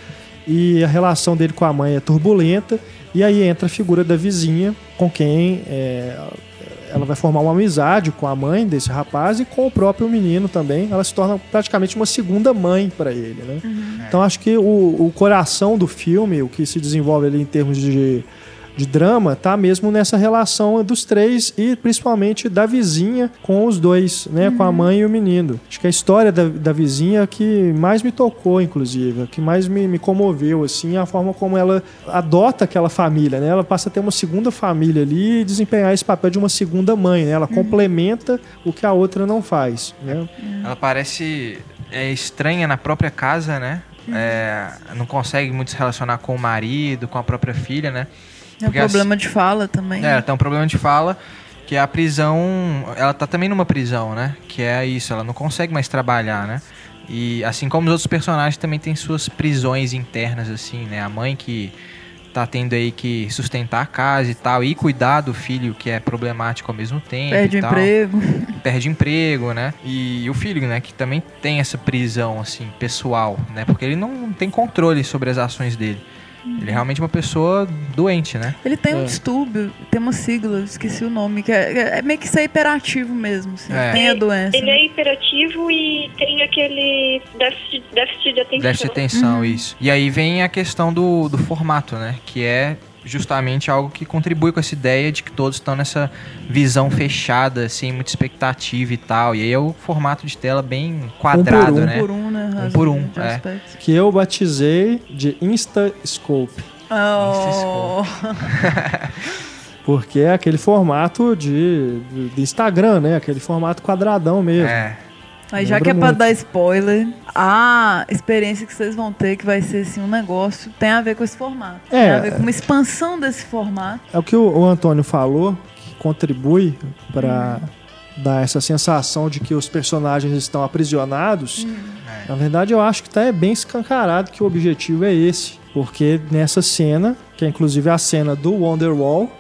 [SPEAKER 1] E a relação dele com a mãe é turbulenta. E aí entra a figura da vizinha, com quem é, ela vai formar uma amizade com a mãe desse rapaz e com o próprio menino também. Ela se torna praticamente uma segunda mãe para ele, né? Então acho que o, o coração do filme, o que se desenvolve ali em termos de, de drama, tá mesmo nessa relação dos três e principalmente da vizinha com os dois, né? Com a mãe e o menino. Acho que a história da, da vizinha é a que mais me tocou, inclusive, a que mais me, me comoveu, assim, a forma como ela adota aquela família, né? Ela passa a ter uma segunda família ali e desempenhar esse papel de uma segunda mãe, né? Ela complementa o que a outra não faz, né?
[SPEAKER 3] Ela parece é estranha na própria casa, né?
[SPEAKER 2] Uhum.
[SPEAKER 3] É, não consegue muito se relacionar com o marido, com a própria filha, né?
[SPEAKER 2] É um
[SPEAKER 3] Porque as-
[SPEAKER 2] problema de fala também.
[SPEAKER 3] É, ela tem um problema de fala, que é a prisão. Ela tá também numa prisão, né? Que é isso, ela não consegue mais trabalhar, né? E assim como os outros personagens também tem suas prisões internas, assim, né? A mãe que tá tendo aí que sustentar a casa e tal, e cuidar do filho que é problemático ao mesmo tempo.
[SPEAKER 2] Perde
[SPEAKER 3] e
[SPEAKER 2] o
[SPEAKER 3] tal
[SPEAKER 2] emprego.
[SPEAKER 3] perde emprego, né? E, o filho, né, que também tem essa prisão assim pessoal, né? Porque ele não tem controle sobre as ações dele. Ele é realmente uma pessoa doente, né?
[SPEAKER 2] Ele tem
[SPEAKER 1] É.
[SPEAKER 2] um distúrbio, tem uma sigla, eu esqueci o nome, que é, é meio que ser hiperativo mesmo, assim.
[SPEAKER 3] É.
[SPEAKER 2] Tem a doença.
[SPEAKER 5] Ele é hiperativo e tem aquele déficit, déficit de atenção.
[SPEAKER 3] Déficit de atenção,
[SPEAKER 2] Uhum.
[SPEAKER 3] isso. E aí vem a questão do, do formato, né? Que é justamente algo que contribui com essa ideia de que todos estão nessa visão fechada, assim, muita expectativa e tal. E aí é o formato de tela bem quadrado,
[SPEAKER 1] um
[SPEAKER 3] né?
[SPEAKER 2] por um, né?
[SPEAKER 3] Um por um,
[SPEAKER 2] de
[SPEAKER 3] é.
[SPEAKER 2] aspectos.
[SPEAKER 1] Que eu batizei de Instascope.
[SPEAKER 2] Oh.
[SPEAKER 1] Porque é aquele formato de, de- de Instagram, né? Aquele formato quadradão mesmo.
[SPEAKER 3] É.
[SPEAKER 2] Aí já
[SPEAKER 1] Lembra
[SPEAKER 2] que é pra
[SPEAKER 1] muito.
[SPEAKER 2] dar spoiler, a experiência que vocês vão ter, que vai ser assim um negócio, tem a ver com esse formato.
[SPEAKER 1] É.
[SPEAKER 2] Tem a ver com uma expansão desse formato.
[SPEAKER 1] É o que o, o Antônio falou, que contribui para dar essa sensação de que os personagens estão aprisionados. Na verdade, eu acho que tá é bem escancarado que o objetivo é esse. Porque nessa cena, que é inclusive a cena do Wonderwall,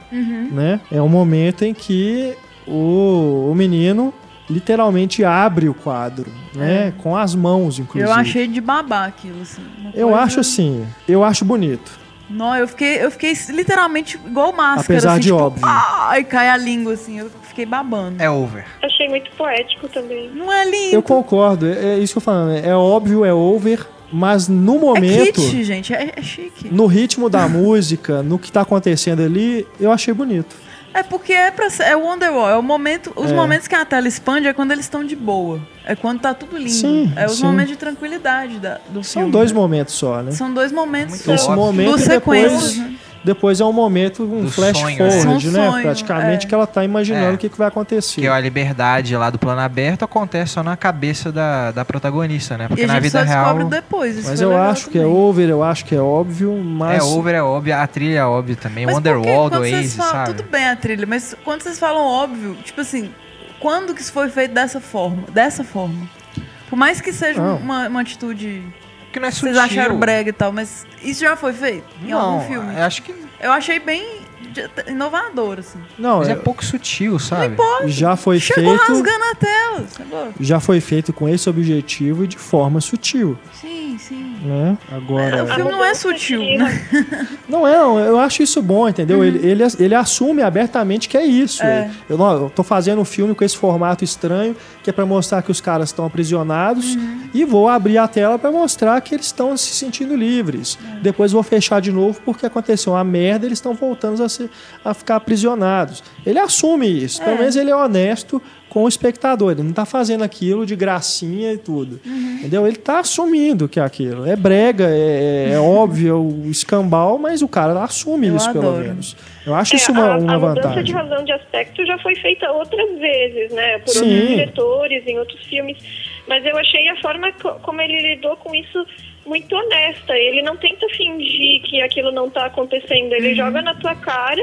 [SPEAKER 1] né? É um momento em que o, o menino literalmente abre o quadro, né? Com as mãos, inclusive.
[SPEAKER 2] Eu achei de babar aquilo, assim. uma
[SPEAKER 1] Eu
[SPEAKER 2] coisa-
[SPEAKER 1] acho assim, eu acho bonito.
[SPEAKER 2] Não, eu fiquei, eu fiquei literalmente igual máscara.
[SPEAKER 1] Apesar
[SPEAKER 2] assim,
[SPEAKER 1] de
[SPEAKER 2] tipo,
[SPEAKER 1] óbvio.
[SPEAKER 2] Ai, cai a língua, assim. Eu fiquei babando.
[SPEAKER 3] É over.
[SPEAKER 5] Achei muito poético também.
[SPEAKER 2] Não é lindo.
[SPEAKER 1] Eu concordo, é é isso que eu tô falando. É óbvio, é over, mas no
[SPEAKER 2] é
[SPEAKER 1] momento,
[SPEAKER 2] kit, gente. É, é chique.
[SPEAKER 1] no ritmo da música, no que tá acontecendo ali, eu achei bonito.
[SPEAKER 2] É porque é pra ser, é Wonderwall, é o momento, os momentos que a tela expande é quando eles estão de boa, é quando tá tudo lindo,
[SPEAKER 1] Sim,
[SPEAKER 2] é os
[SPEAKER 1] sim.
[SPEAKER 2] momentos de tranquilidade da, do
[SPEAKER 1] São
[SPEAKER 2] filme,
[SPEAKER 1] dois
[SPEAKER 2] né?
[SPEAKER 1] momentos só, né?
[SPEAKER 2] São dois momentos
[SPEAKER 3] Muito
[SPEAKER 2] só.
[SPEAKER 1] Esse
[SPEAKER 3] óbvio.
[SPEAKER 1] momento
[SPEAKER 2] Duas
[SPEAKER 1] e depois,
[SPEAKER 2] sequências, né?
[SPEAKER 1] depois é um momento, um
[SPEAKER 3] Do
[SPEAKER 1] flash
[SPEAKER 3] sonho, né?
[SPEAKER 1] forward,
[SPEAKER 2] São
[SPEAKER 1] né?
[SPEAKER 2] sonho,
[SPEAKER 1] Praticamente
[SPEAKER 2] é.
[SPEAKER 1] que ela tá imaginando
[SPEAKER 3] É.
[SPEAKER 1] o que, que vai acontecer.
[SPEAKER 3] Que a liberdade lá do plano aberto acontece só na cabeça da, da protagonista, né? Porque
[SPEAKER 2] e a
[SPEAKER 3] na
[SPEAKER 2] gente
[SPEAKER 3] vida
[SPEAKER 2] só
[SPEAKER 3] real.
[SPEAKER 2] descobre depois. Isso
[SPEAKER 1] Mas
[SPEAKER 2] foi
[SPEAKER 1] eu
[SPEAKER 2] legal
[SPEAKER 1] acho que é
[SPEAKER 2] também.
[SPEAKER 1] over, eu acho que é óbvio, mas
[SPEAKER 3] É over, é óbvio, a trilha é óbvia também.
[SPEAKER 2] Mas
[SPEAKER 3] Wonderwall
[SPEAKER 2] porque
[SPEAKER 3] do
[SPEAKER 2] quando vocês
[SPEAKER 3] Ace,
[SPEAKER 2] falam-
[SPEAKER 3] sabe?
[SPEAKER 2] Tudo bem a trilha, mas quando vocês falam óbvio, tipo assim, quando que isso foi feito dessa forma? Dessa forma. Por mais que seja
[SPEAKER 1] Não.
[SPEAKER 2] uma, uma atitude.
[SPEAKER 3] Porque não é
[SPEAKER 2] Vocês
[SPEAKER 3] sutil.
[SPEAKER 2] acharam brega e tal, mas isso já foi feito em
[SPEAKER 3] não, é
[SPEAKER 2] algum filme.
[SPEAKER 3] eu acho que
[SPEAKER 2] Eu achei bem de- inovador, assim.
[SPEAKER 1] não,
[SPEAKER 3] mas é
[SPEAKER 1] eu-
[SPEAKER 3] pouco sutil, sabe?
[SPEAKER 1] já foi
[SPEAKER 2] Chegou
[SPEAKER 1] feito,
[SPEAKER 2] rasgando a tela, sacou?
[SPEAKER 1] já foi feito com esse objetivo e de forma sutil,
[SPEAKER 2] Sim, sim.
[SPEAKER 1] né? Agora
[SPEAKER 2] O filme não é sutil, né?
[SPEAKER 1] Não é, não, eu acho isso bom, entendeu? Ele, ele, ele assume abertamente que é isso.
[SPEAKER 2] É.
[SPEAKER 1] Eu, não, eu tô fazendo um filme com esse formato estranho, que é pra mostrar que os caras estão aprisionados, e vou abrir a tela pra mostrar que eles estão se sentindo livres. Depois vou fechar de novo porque aconteceu uma merda, eles estão voltando a, ser, a ficar aprisionados. Ele assume isso, pelo menos ele é honesto com o espectador, ele não tá fazendo aquilo de gracinha e tudo. Entendeu? Ele tá assumindo que é aquilo. É brega, é, é óbvio, é o escambau, mas o cara assume
[SPEAKER 2] Eu
[SPEAKER 1] isso, pelo
[SPEAKER 2] adoro.
[SPEAKER 1] menos. Eu acho isso
[SPEAKER 5] É,
[SPEAKER 1] uma,
[SPEAKER 5] a,
[SPEAKER 1] uma
[SPEAKER 5] a mudança de
[SPEAKER 1] vantagem.
[SPEAKER 5] razão de aspecto já foi feita outras vezes, né? Por
[SPEAKER 1] Sim.
[SPEAKER 5] outros diretores, em outros filmes. Mas eu achei a forma co- como ele lidou com isso muito honesta. Ele não tenta fingir que aquilo não tá acontecendo. Ele
[SPEAKER 1] Uhum.
[SPEAKER 5] joga na tua cara,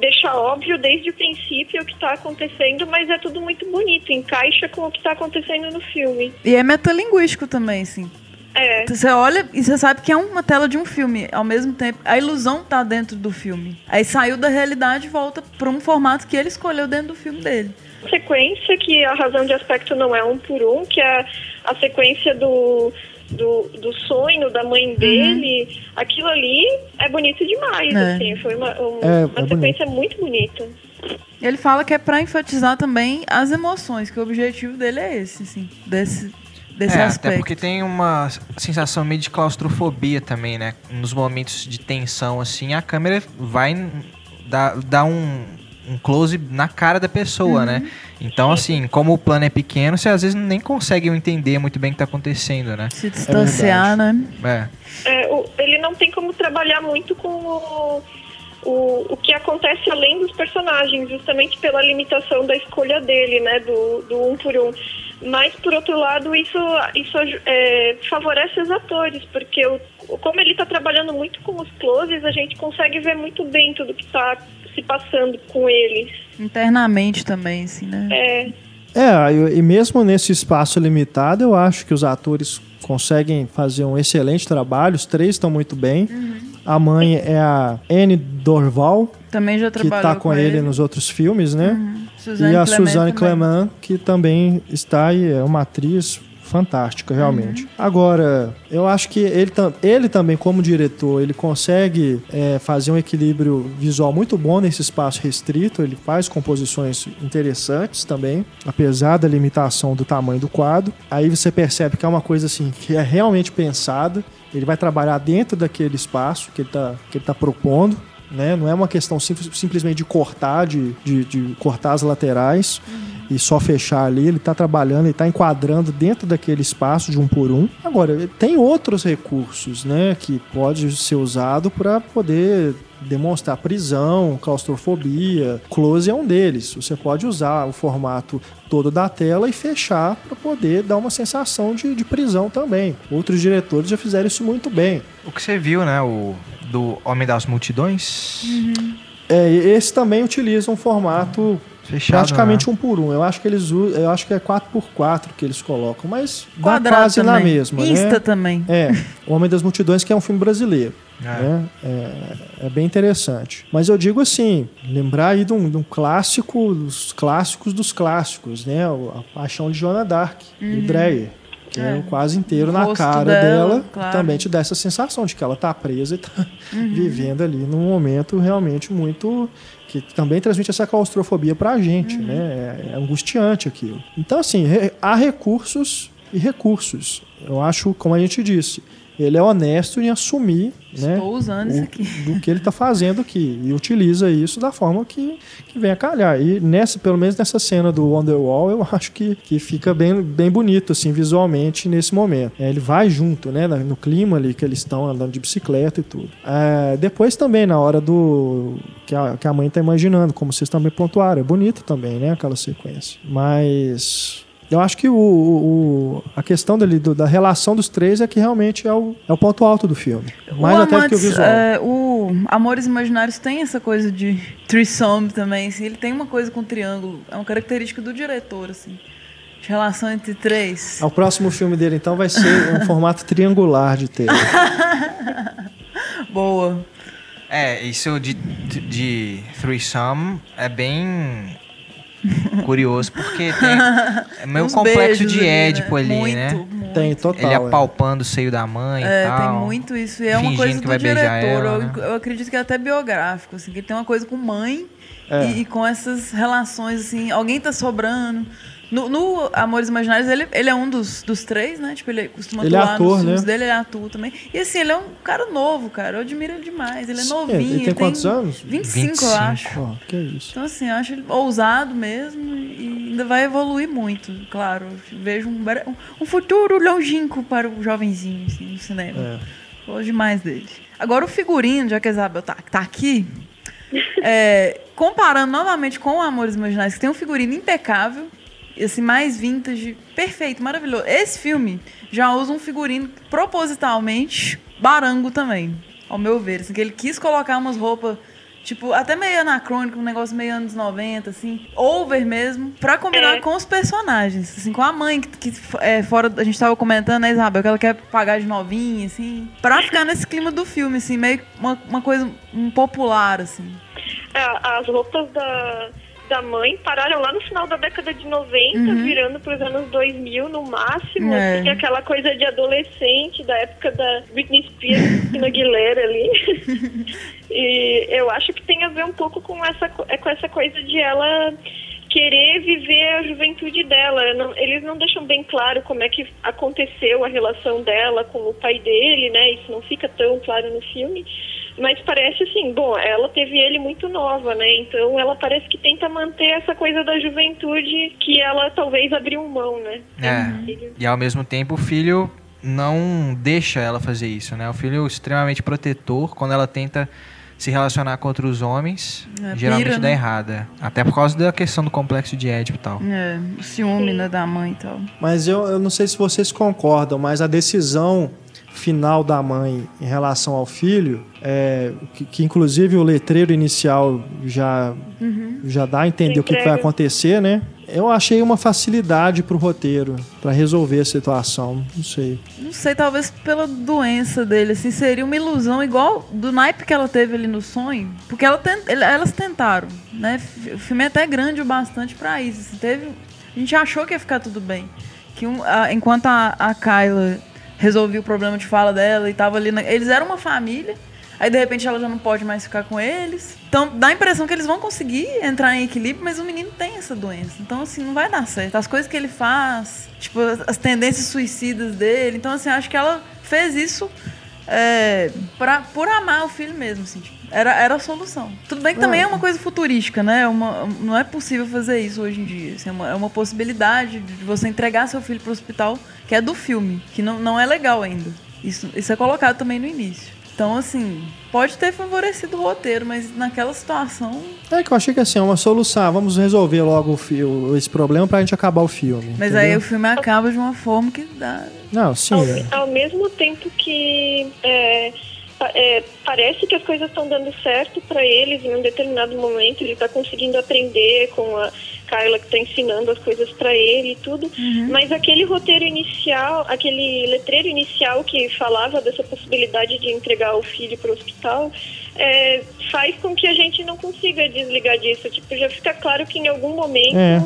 [SPEAKER 5] deixa óbvio desde o princípio o que tá acontecendo, mas é tudo muito bonito, encaixa com o que tá acontecendo no filme.
[SPEAKER 2] E é metalinguístico também, assim.
[SPEAKER 5] É.
[SPEAKER 2] Você olha e você sabe que é uma tela de um filme. Ao mesmo tempo, a ilusão tá dentro do filme. Aí saiu da realidade e volta pra um formato que ele escolheu dentro do filme dele.
[SPEAKER 5] sequência que a razão de aspecto não é um por um, que é a sequência do, do, do sonho da
[SPEAKER 1] Uhum.
[SPEAKER 5] mãe dele, aquilo ali é bonito demais,
[SPEAKER 2] É.
[SPEAKER 5] assim, foi uma, um-
[SPEAKER 1] É,
[SPEAKER 5] uma
[SPEAKER 1] é
[SPEAKER 5] sequência muito bonita.
[SPEAKER 2] Ele fala que é pra enfatizar também as emoções, que o objetivo dele é esse, assim, desse, desse
[SPEAKER 3] é, até
[SPEAKER 2] aspecto.
[SPEAKER 3] porque tem uma sensação meio de claustrofobia também, né? Nos momentos de tensão, assim, a câmera vai n- dar, dar um, um close na cara da pessoa, né? Então, assim, como o plano é pequeno, você às vezes nem consegue entender muito bem o que tá acontecendo, né?
[SPEAKER 1] é
[SPEAKER 2] Se distanciar, né?
[SPEAKER 3] É.
[SPEAKER 5] É, o- ele não tem como trabalhar muito com o, o, o que acontece além dos personagens, justamente pela limitação da escolha dele, né? Do, do um por um. Mas, por outro lado, isso, isso é, favorece os atores, porque o, como ele está trabalhando muito com os closes, a gente consegue ver muito bem tudo que está se passando com eles.
[SPEAKER 2] Internamente também, assim, né?
[SPEAKER 5] É,
[SPEAKER 1] É, eu- e mesmo nesse espaço limitado, eu acho que os atores conseguem fazer um excelente trabalho. Os três estão muito bem. A mãe é a Anne Dorval,
[SPEAKER 2] Também já
[SPEAKER 1] que
[SPEAKER 2] trabalhou
[SPEAKER 1] tá com ele nos outros filmes, né?
[SPEAKER 2] Suzane
[SPEAKER 1] e a
[SPEAKER 2] Clemente
[SPEAKER 1] Suzane
[SPEAKER 2] também.
[SPEAKER 1] Cleman, que também está e é uma atriz fantástica, realmente.
[SPEAKER 2] Uhum.
[SPEAKER 1] Agora, eu acho que ele, tam- ele também, como diretor, ele consegue é, fazer um equilíbrio visual muito bom nesse espaço restrito. Ele faz composições interessantes também, apesar da limitação do tamanho do quadro. Aí você percebe que é uma coisa assim que é realmente pensada. Ele vai trabalhar dentro daquele espaço que ele está tá propondo né? Não é uma questão simples- simplesmente de cortar, de, de, de cortar as laterais e só fechar ali. Ele está trabalhando, ele está enquadrando dentro daquele espaço de um por um. Agora, ele tem outros recursos, né? Que pode ser usado para poder demonstrar prisão, claustrofobia. Close é um deles. Você pode usar o formato todo da tela e fechar para poder dar uma sensação de, de prisão também. Outros diretores já fizeram isso muito bem.
[SPEAKER 3] O que você viu, né? O do Homem das Multidões.
[SPEAKER 1] É, e esse também utiliza um formato
[SPEAKER 3] Fechado,
[SPEAKER 1] praticamente
[SPEAKER 3] né?
[SPEAKER 1] um por um. Eu acho que eles u- eu acho que é 4x4 que eles colocam, mas dá
[SPEAKER 2] Quadrado
[SPEAKER 1] quase
[SPEAKER 2] também.
[SPEAKER 1] na mesma,
[SPEAKER 2] Insta
[SPEAKER 1] né?
[SPEAKER 2] também.
[SPEAKER 1] É, O Homem das Multidões, que é um filme brasileiro.
[SPEAKER 3] É.
[SPEAKER 1] né? É, é bem interessante. Mas eu digo assim, lembrar aí de um, de um clássico, dos clássicos dos clássicos, né? O- A Paixão de Joana Dark, do Dreyer. Que é.
[SPEAKER 2] Uhum. É.
[SPEAKER 1] o quase inteiro
[SPEAKER 2] O
[SPEAKER 1] na
[SPEAKER 2] rosto
[SPEAKER 1] cara
[SPEAKER 2] dela,
[SPEAKER 1] dela,
[SPEAKER 2] claro.
[SPEAKER 1] também te dá essa sensação de que ela tá presa e tá vivendo ali num momento realmente muito que também transmite essa claustrofobia pra gente, né? É, é angustiante aquilo. Então, assim, re- há recursos e recursos. Eu acho, como a gente disse, ele é honesto em assumir, né?
[SPEAKER 2] Estou usando isso aqui.
[SPEAKER 1] o- do que ele está fazendo aqui e utiliza isso da forma que, que vem a calhar. E nessa, pelo menos nessa cena do Wonderwall, eu acho que, que fica bem, bem bonito, assim, visualmente nesse momento. É, ele vai junto, né, na- no clima ali que eles estão andando de bicicleta e tudo. É, depois também, na hora do. Que a, que a mãe tá imaginando, como vocês também pontuaram. É bonito também, né, aquela sequência. Mas. Eu acho que o, o- a questão dele, do- da relação dos três é que realmente é o, é o ponto alto do filme. Mais até
[SPEAKER 2] o
[SPEAKER 1] do que o
[SPEAKER 2] Amantes,
[SPEAKER 1] visual.
[SPEAKER 2] é, o Amores Imaginários tem essa coisa de threesome também, assim, ele tem uma coisa com triângulo, é uma característica do diretor, assim, de relação entre três.
[SPEAKER 1] Ah, O próximo filme dele, então, vai ser um formato triangular de tela. um
[SPEAKER 2] Boa.
[SPEAKER 3] É, isso de, de threesome é bem curioso, porque tem é meio
[SPEAKER 2] Uns
[SPEAKER 3] complexo
[SPEAKER 2] beijos
[SPEAKER 3] de Édipo ali,
[SPEAKER 2] muito,
[SPEAKER 3] né?
[SPEAKER 2] Muito.
[SPEAKER 1] Tem total.
[SPEAKER 3] Ele
[SPEAKER 1] é.
[SPEAKER 3] apalpando o seio da mãe
[SPEAKER 2] É,
[SPEAKER 3] e tal.
[SPEAKER 2] tem muito isso. E é uma
[SPEAKER 3] fingindo
[SPEAKER 2] coisa
[SPEAKER 3] que
[SPEAKER 2] do
[SPEAKER 3] vai
[SPEAKER 2] diretor.
[SPEAKER 3] beijar ela,
[SPEAKER 2] eu,
[SPEAKER 3] né?
[SPEAKER 2] eu acredito que é até biográfico, assim, que ele tem uma coisa com mãe
[SPEAKER 1] É.
[SPEAKER 2] e, e com essas relações, assim, alguém tá sobrando. No, no Amores Imaginários, ele, ele é um dos, dos três, né? Tipo, ele costuma
[SPEAKER 1] Ele é
[SPEAKER 2] atuar
[SPEAKER 1] ator,
[SPEAKER 2] nos filmes
[SPEAKER 1] né?
[SPEAKER 2] dele, ele atua também. E assim, ele é um cara novo, cara. Eu admiro ele demais. Ele é
[SPEAKER 1] Sim,
[SPEAKER 2] novinho.
[SPEAKER 1] ele tem quantos anos?
[SPEAKER 2] 25,
[SPEAKER 3] 25.
[SPEAKER 2] eu acho.
[SPEAKER 1] Ó, que é isso.
[SPEAKER 2] Então, assim, eu acho ele ousado mesmo e ainda vai evoluir muito, claro. Eu Vejo um, bre- um futuro longínquo para o jovenzinho assim, no cinema.
[SPEAKER 1] É.
[SPEAKER 2] Gosto demais dele. Agora, o figurino, já que a Isabel tá, tá aqui, é, comparando novamente com o Amores Imaginários, que tem um figurino impecável, esse mais vintage, perfeito, maravilhoso. Esse filme já usa um figurino propositalmente barango também, ao meu ver. Assim, que ele quis colocar umas roupas, tipo, até meio anacrônico, um negócio meio anos 90, assim, over mesmo, pra combinar
[SPEAKER 5] É.
[SPEAKER 2] com os personagens. Assim, com a mãe, que, que é, fora, a gente tava comentando, né, Isabel, que ela quer pagar de novinha, assim, pra ficar nesse clima do filme, assim, meio uma, uma coisa um popular, assim.
[SPEAKER 5] a- É, as roupas da, da mãe pararam lá no final da década de 90, virando para os anos 2000 no máximo.
[SPEAKER 2] É.
[SPEAKER 5] Assim, aquela coisa de adolescente da época da Britney Spears, Cristina Aguilera ali. e eu acho que tem a ver um pouco com essa, co- é, com essa coisa de ela querer viver a juventude dela. Não- eles não deixam bem claro como é que aconteceu a relação dela com o pai dele, né? Isso não fica tão claro no filme. Mas parece assim, bom, ela teve ele muito nova, né? Então ela parece que tenta manter essa coisa da juventude que ela talvez abriu mão, né?
[SPEAKER 3] É. E ao mesmo tempo o filho não deixa ela fazer isso, né? O filho é extremamente protetor quando ela tenta se relacionar com outros homens,
[SPEAKER 2] É,
[SPEAKER 3] geralmente
[SPEAKER 2] pira,
[SPEAKER 3] dá
[SPEAKER 2] né?
[SPEAKER 3] errada. Até por causa da questão do complexo de Édipo e tal.
[SPEAKER 2] É, o ciúme né, da mãe e tal.
[SPEAKER 1] Mas eu, eu não sei se vocês concordam, mas a decisão final da mãe em relação ao filho, é, que, que inclusive o letreiro inicial já,
[SPEAKER 2] Uhum.
[SPEAKER 1] já dá a entender o que, que vai
[SPEAKER 5] Entrega.
[SPEAKER 1] acontecer, né? Eu achei uma facilidade pro roteiro, pra resolver a situação. Não sei.
[SPEAKER 2] Não sei, talvez pela doença dele, assim, seria uma ilusão igual do naipe que ela teve ali no sonho. Porque ela ten- ele- elas tentaram, né? F- O filme é até grande o bastante pra isso. assim, teve, a gente achou que ia ficar tudo bem. Que um- a- enquanto a, a Kyla resolvia o problema de fala dela e tava ali. na- eles eram uma família. Aí de repente ela já não pode mais ficar com eles. Então dá a impressão que eles vão conseguir entrar em equilíbrio, mas o menino tem essa doença. Então, assim, não vai dar certo. As coisas que ele faz, tipo, as- as tendências suicidas dele. Então, assim, acho que ela fez isso é, pra, por amar o filho mesmo, assim. tipo, era, era a solução. Tudo bem que também é uma coisa futurística, né? É uma- não é possível fazer isso hoje em dia. assim, é, uma, é uma possibilidade de você entregar seu filho pro hospital, que é do filme, que não, não é legal ainda. Isso, isso é colocado também no início. Então, assim, pode ter favorecido o roteiro, mas naquela situação.
[SPEAKER 1] É que eu achei que assim, é uma solução. Vamos resolver logo o fi- o- esse problema pra gente acabar o filme.
[SPEAKER 2] Mas
[SPEAKER 1] entendeu?
[SPEAKER 2] aí o filme acaba de uma forma que dá.
[SPEAKER 1] Não, sim.
[SPEAKER 5] Ao,
[SPEAKER 1] é.
[SPEAKER 5] ao mesmo tempo que é, pa- é, parece que as coisas estão dando certo para eles, em um determinado momento ele está conseguindo aprender com a Carla que está ensinando as coisas para ele e tudo,
[SPEAKER 1] Uhum.
[SPEAKER 5] mas aquele roteiro inicial, aquele letreiro inicial que falava dessa possibilidade de entregar o filho para o hospital, é, faz com que a gente não consiga desligar disso. Tipo, já fica claro que em algum momento
[SPEAKER 1] É.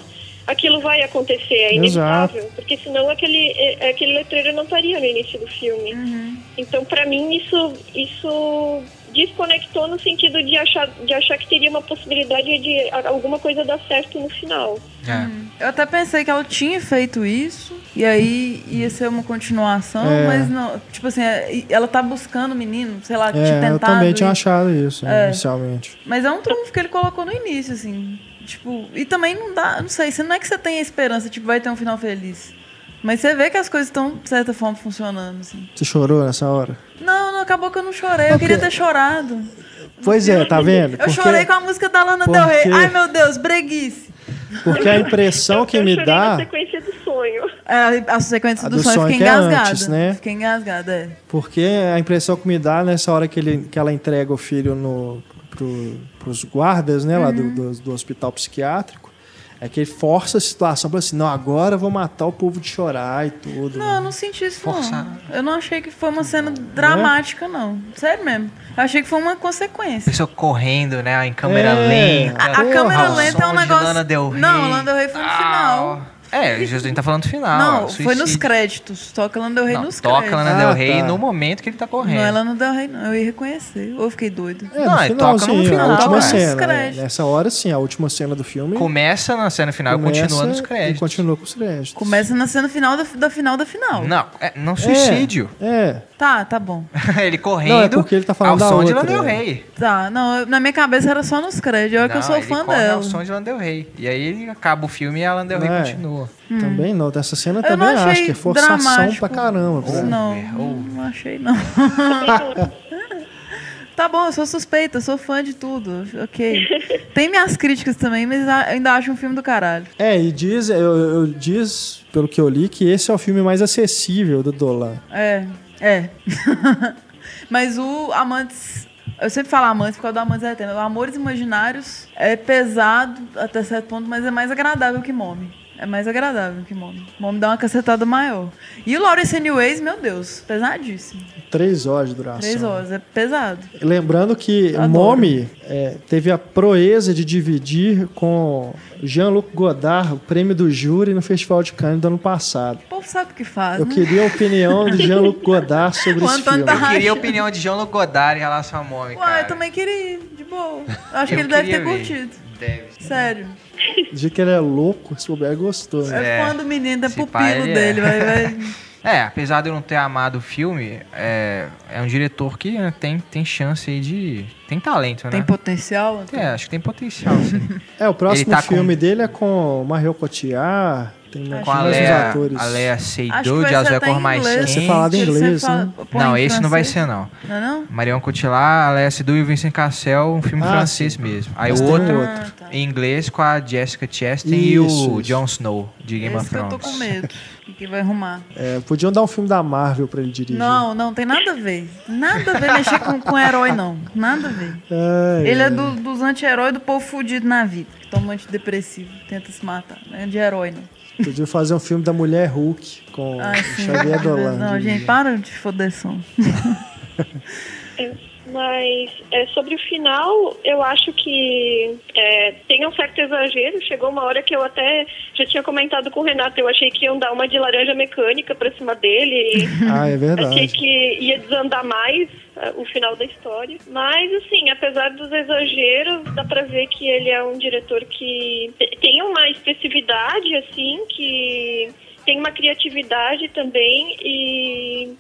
[SPEAKER 5] aquilo vai acontecer, é
[SPEAKER 1] Exato.
[SPEAKER 5] inevitável. Porque senão aquele, é- aquele letreiro não estaria no início do filme. Então, pra mim, isso, isso desconectou no sentido de achar, de achar que teria uma possibilidade de a- alguma coisa dar certo no final.
[SPEAKER 3] É.
[SPEAKER 2] Eu até pensei que ela tinha feito isso, e aí ia ser uma continuação,
[SPEAKER 1] É.
[SPEAKER 2] mas não. Tipo assim, é- ela tá buscando o menino, sei lá, tinha
[SPEAKER 1] É, eu
[SPEAKER 2] tentado.
[SPEAKER 1] também tinha
[SPEAKER 2] e-
[SPEAKER 1] achado isso, né,
[SPEAKER 2] É.
[SPEAKER 1] inicialmente.
[SPEAKER 2] Mas é um trunfo que ele colocou no início, assim. Tipo, e também não dá, não sei, se não é que você tem a esperança, tipo, vai ter um final feliz. Mas você vê que as coisas estão, de certa forma, funcionando, assim.
[SPEAKER 1] Você chorou nessa hora?
[SPEAKER 2] Não, não, acabou que eu não chorei, eu
[SPEAKER 1] Porque-
[SPEAKER 2] queria ter chorado.
[SPEAKER 1] Pois é, tá vendo?
[SPEAKER 2] Eu chorei com a música da Lana Del Rey.
[SPEAKER 1] porque-
[SPEAKER 2] Ai, meu Deus, breguice.
[SPEAKER 1] Porque a
[SPEAKER 5] Eu-
[SPEAKER 1] impressão
[SPEAKER 5] eu
[SPEAKER 1] que me
[SPEAKER 5] chorei
[SPEAKER 1] dá.
[SPEAKER 5] na sequência do sonho.
[SPEAKER 2] É, a sequência
[SPEAKER 1] A
[SPEAKER 2] do,
[SPEAKER 1] do
[SPEAKER 2] sonho, eu
[SPEAKER 1] sonho
[SPEAKER 2] fiquei
[SPEAKER 1] que é
[SPEAKER 2] engasgada.
[SPEAKER 1] antes, né?
[SPEAKER 2] Fiquei engasgada, é.
[SPEAKER 1] Porque a impressão que me dá nessa hora que, ele, que ela entrega o filho no, pro, pros guardas, né, lá do, do, do hospital psiquiátrico, é que ele força a situação para assim, não, agora eu vou matar o povo de chorar e tudo.
[SPEAKER 2] Não, eu não senti isso,
[SPEAKER 3] Forçado.
[SPEAKER 2] não. Eu não achei que foi uma cena dramática, não. Sério mesmo. Eu achei que foi uma consequência.
[SPEAKER 3] Pessoa correndo, né? Em câmera
[SPEAKER 1] É.
[SPEAKER 3] lenta.
[SPEAKER 1] A-
[SPEAKER 2] A
[SPEAKER 1] Porra,
[SPEAKER 2] câmera
[SPEAKER 1] o
[SPEAKER 2] lenta é um
[SPEAKER 3] som de
[SPEAKER 2] negócio.
[SPEAKER 3] Lana Del Rey.
[SPEAKER 2] Não, Lana Del Rey foi no
[SPEAKER 3] Ah,
[SPEAKER 2] final.
[SPEAKER 3] É, o Jesus tá falando do final.
[SPEAKER 2] não,
[SPEAKER 3] ó,
[SPEAKER 2] foi nos
[SPEAKER 3] suicídio.
[SPEAKER 2] créditos. Toca Lana Del Rey
[SPEAKER 3] Não,
[SPEAKER 2] nos
[SPEAKER 3] toca
[SPEAKER 2] créditos.
[SPEAKER 3] Lana Del
[SPEAKER 1] Ah,
[SPEAKER 3] Rey
[SPEAKER 1] tá.
[SPEAKER 3] no momento que ele tá correndo.
[SPEAKER 2] Não é Lana Del Rey, não. Eu ia reconhecer. Ou eu fiquei doido.
[SPEAKER 1] É,
[SPEAKER 3] Não,
[SPEAKER 1] no
[SPEAKER 3] ele
[SPEAKER 1] finalzinho,
[SPEAKER 3] toca no final,
[SPEAKER 1] a última
[SPEAKER 3] toca nos
[SPEAKER 1] cena. né?
[SPEAKER 2] créditos.
[SPEAKER 1] Nessa hora, sim, a última cena do filme.
[SPEAKER 3] Começa na cena final e
[SPEAKER 1] começa
[SPEAKER 3] continua nos
[SPEAKER 1] e
[SPEAKER 3] créditos.
[SPEAKER 1] continua com os créditos.
[SPEAKER 2] Começa na cena final da, da final da final.
[SPEAKER 3] Não, é, não
[SPEAKER 1] É,
[SPEAKER 3] suicídio.
[SPEAKER 1] É,
[SPEAKER 2] Tá, tá bom.
[SPEAKER 3] ele correndo.
[SPEAKER 1] Não, é porque ele tá falando
[SPEAKER 3] ao
[SPEAKER 1] da
[SPEAKER 3] som de
[SPEAKER 1] outra,
[SPEAKER 3] Lana Del
[SPEAKER 1] né?
[SPEAKER 3] Rey.
[SPEAKER 2] Tá, não, eu- na minha cabeça era só nos créditos. Olha É que eu
[SPEAKER 3] Não,
[SPEAKER 2] sou
[SPEAKER 3] ele
[SPEAKER 2] fã
[SPEAKER 3] corre
[SPEAKER 2] dela.
[SPEAKER 3] ao som de Lana Del Rey. E aí ele acaba o filme e a Lana Del Rey
[SPEAKER 1] É.
[SPEAKER 3] continua.
[SPEAKER 1] também não. Dessa cena
[SPEAKER 2] Hum. Eu não
[SPEAKER 1] também acho
[SPEAKER 2] achei
[SPEAKER 1] que é forçação
[SPEAKER 2] dramático.
[SPEAKER 1] pra caramba.
[SPEAKER 2] Não,
[SPEAKER 1] cara.
[SPEAKER 2] não, não achei, não. tá bom, eu sou suspeita, sou fã de tudo. Ok. Tem minhas críticas também, mas a- eu ainda acho um filme do caralho.
[SPEAKER 1] É, e diz, eu, eu- diz, pelo que eu li, que esse é o filme mais acessível do Dolan.
[SPEAKER 2] É, é. Mas o Amantes. Eu sempre falo Amantes por causa do Amantes Eterno. O Amores Imaginários é pesado até certo ponto, mas é mais agradável que Mome. É mais agradável que Mome. Mome dá uma cacetada maior. E o Lawrence Anyways, meu Deus, pesadíssimo.
[SPEAKER 1] Três horas de duração.
[SPEAKER 2] Três horas, é pesado.
[SPEAKER 1] Lembrando que
[SPEAKER 2] Adoro.
[SPEAKER 1] Momi é, teve a proeza de dividir com Jean-Luc Godard o prêmio do júri no Festival de Cannes do ano passado.
[SPEAKER 2] O povo sabe o que faz,
[SPEAKER 1] Eu
[SPEAKER 2] né?
[SPEAKER 1] queria a opinião de Jean-Luc Godard sobre
[SPEAKER 2] O
[SPEAKER 1] esse filme.
[SPEAKER 2] Antônio tá
[SPEAKER 3] Eu queria a
[SPEAKER 2] Acho.
[SPEAKER 3] opinião de Jean-Luc Godard em relação a Mome, cara.
[SPEAKER 2] Uai, eu também queria, ir, de boa. Eu acho
[SPEAKER 3] É Eu
[SPEAKER 2] que ele deve
[SPEAKER 3] queria
[SPEAKER 2] ter
[SPEAKER 3] ver.
[SPEAKER 2] curtido.
[SPEAKER 3] Deve.
[SPEAKER 2] Sério.
[SPEAKER 1] Diz que ele é louco, se bobear, gostou. né?
[SPEAKER 2] É
[SPEAKER 3] É.
[SPEAKER 2] fã do menino, da
[SPEAKER 3] Esse pai,
[SPEAKER 2] pupilo
[SPEAKER 3] ele é.
[SPEAKER 2] dele. Vai, vai.
[SPEAKER 3] É, apesar de eu não ter amado o filme, é, é um diretor que né, tem, tem chance aí de. Tem talento,
[SPEAKER 2] Tem
[SPEAKER 3] né?
[SPEAKER 2] potencial? Antônio?
[SPEAKER 3] É, acho que tem potencial, sim.
[SPEAKER 1] É, o próximo
[SPEAKER 3] Ele tá
[SPEAKER 1] filme
[SPEAKER 3] com-
[SPEAKER 1] dele é com Marion Cotillard, Tem mais,
[SPEAKER 3] Com a
[SPEAKER 1] mais uns
[SPEAKER 3] Lea,
[SPEAKER 1] atores.
[SPEAKER 3] a Lea
[SPEAKER 2] Acho que
[SPEAKER 3] Seydoux
[SPEAKER 2] vai
[SPEAKER 3] de
[SPEAKER 2] ser
[SPEAKER 3] Azul é
[SPEAKER 2] até
[SPEAKER 3] Cor
[SPEAKER 2] em
[SPEAKER 3] Mais
[SPEAKER 2] inglês.
[SPEAKER 1] Você
[SPEAKER 3] Quente.
[SPEAKER 1] fala falado em
[SPEAKER 2] Eles
[SPEAKER 1] inglês,
[SPEAKER 2] sempre
[SPEAKER 1] né?
[SPEAKER 2] falam- põe
[SPEAKER 3] Não,
[SPEAKER 2] em
[SPEAKER 3] esse não vai
[SPEAKER 2] francês.
[SPEAKER 3] ser, não.
[SPEAKER 2] Não, é não?
[SPEAKER 3] Marion Cotillard, Alessia Seydoux e o Vincent Cassel, um filme
[SPEAKER 1] Ah,
[SPEAKER 3] francês mesmo. Aí
[SPEAKER 1] Mas
[SPEAKER 3] o
[SPEAKER 1] tem um
[SPEAKER 3] outro,
[SPEAKER 1] outro.
[SPEAKER 2] Ah, tá.
[SPEAKER 3] em inglês, com a Jessica Chastain e
[SPEAKER 1] Isso,
[SPEAKER 3] o
[SPEAKER 1] isso.
[SPEAKER 3] Jon Snow, de
[SPEAKER 2] Esse
[SPEAKER 3] Game of
[SPEAKER 2] que eu
[SPEAKER 3] Thrones.
[SPEAKER 2] tô com medo. O que, que vai arrumar?
[SPEAKER 1] É, podiam dar um filme da Marvel pra ele dirigir.
[SPEAKER 2] Não, não, tem nada a ver. Nada a ver mexer com, com herói, não. Nada a ver.
[SPEAKER 1] Ai,
[SPEAKER 2] Ele é do- dos anti-heróis do povo fudido na vida. que Toma antidepressivo, tenta se matar. Não é de herói, não.
[SPEAKER 1] Podia fazer um filme da Mulher Hulk com
[SPEAKER 2] Ai,
[SPEAKER 1] o
[SPEAKER 2] sim.
[SPEAKER 1] Xavier Dolan.
[SPEAKER 2] Não, gente,
[SPEAKER 1] dirigindo.
[SPEAKER 2] para de foder som.
[SPEAKER 5] Mas é, sobre o final, eu acho que é, tem um certo exagero. Chegou uma hora que eu até já tinha comentado com o Renato, eu achei que iam dar uma de laranja mecânica pra cima dele. e
[SPEAKER 1] Ah, é
[SPEAKER 5] Achei
[SPEAKER 1] verdade.
[SPEAKER 5] que ia desandar mais eh, o final da história. Mas, assim, apesar dos exageros, dá pra ver que ele é um diretor que te- tem uma expressividade, assim, que tem uma criatividade também e.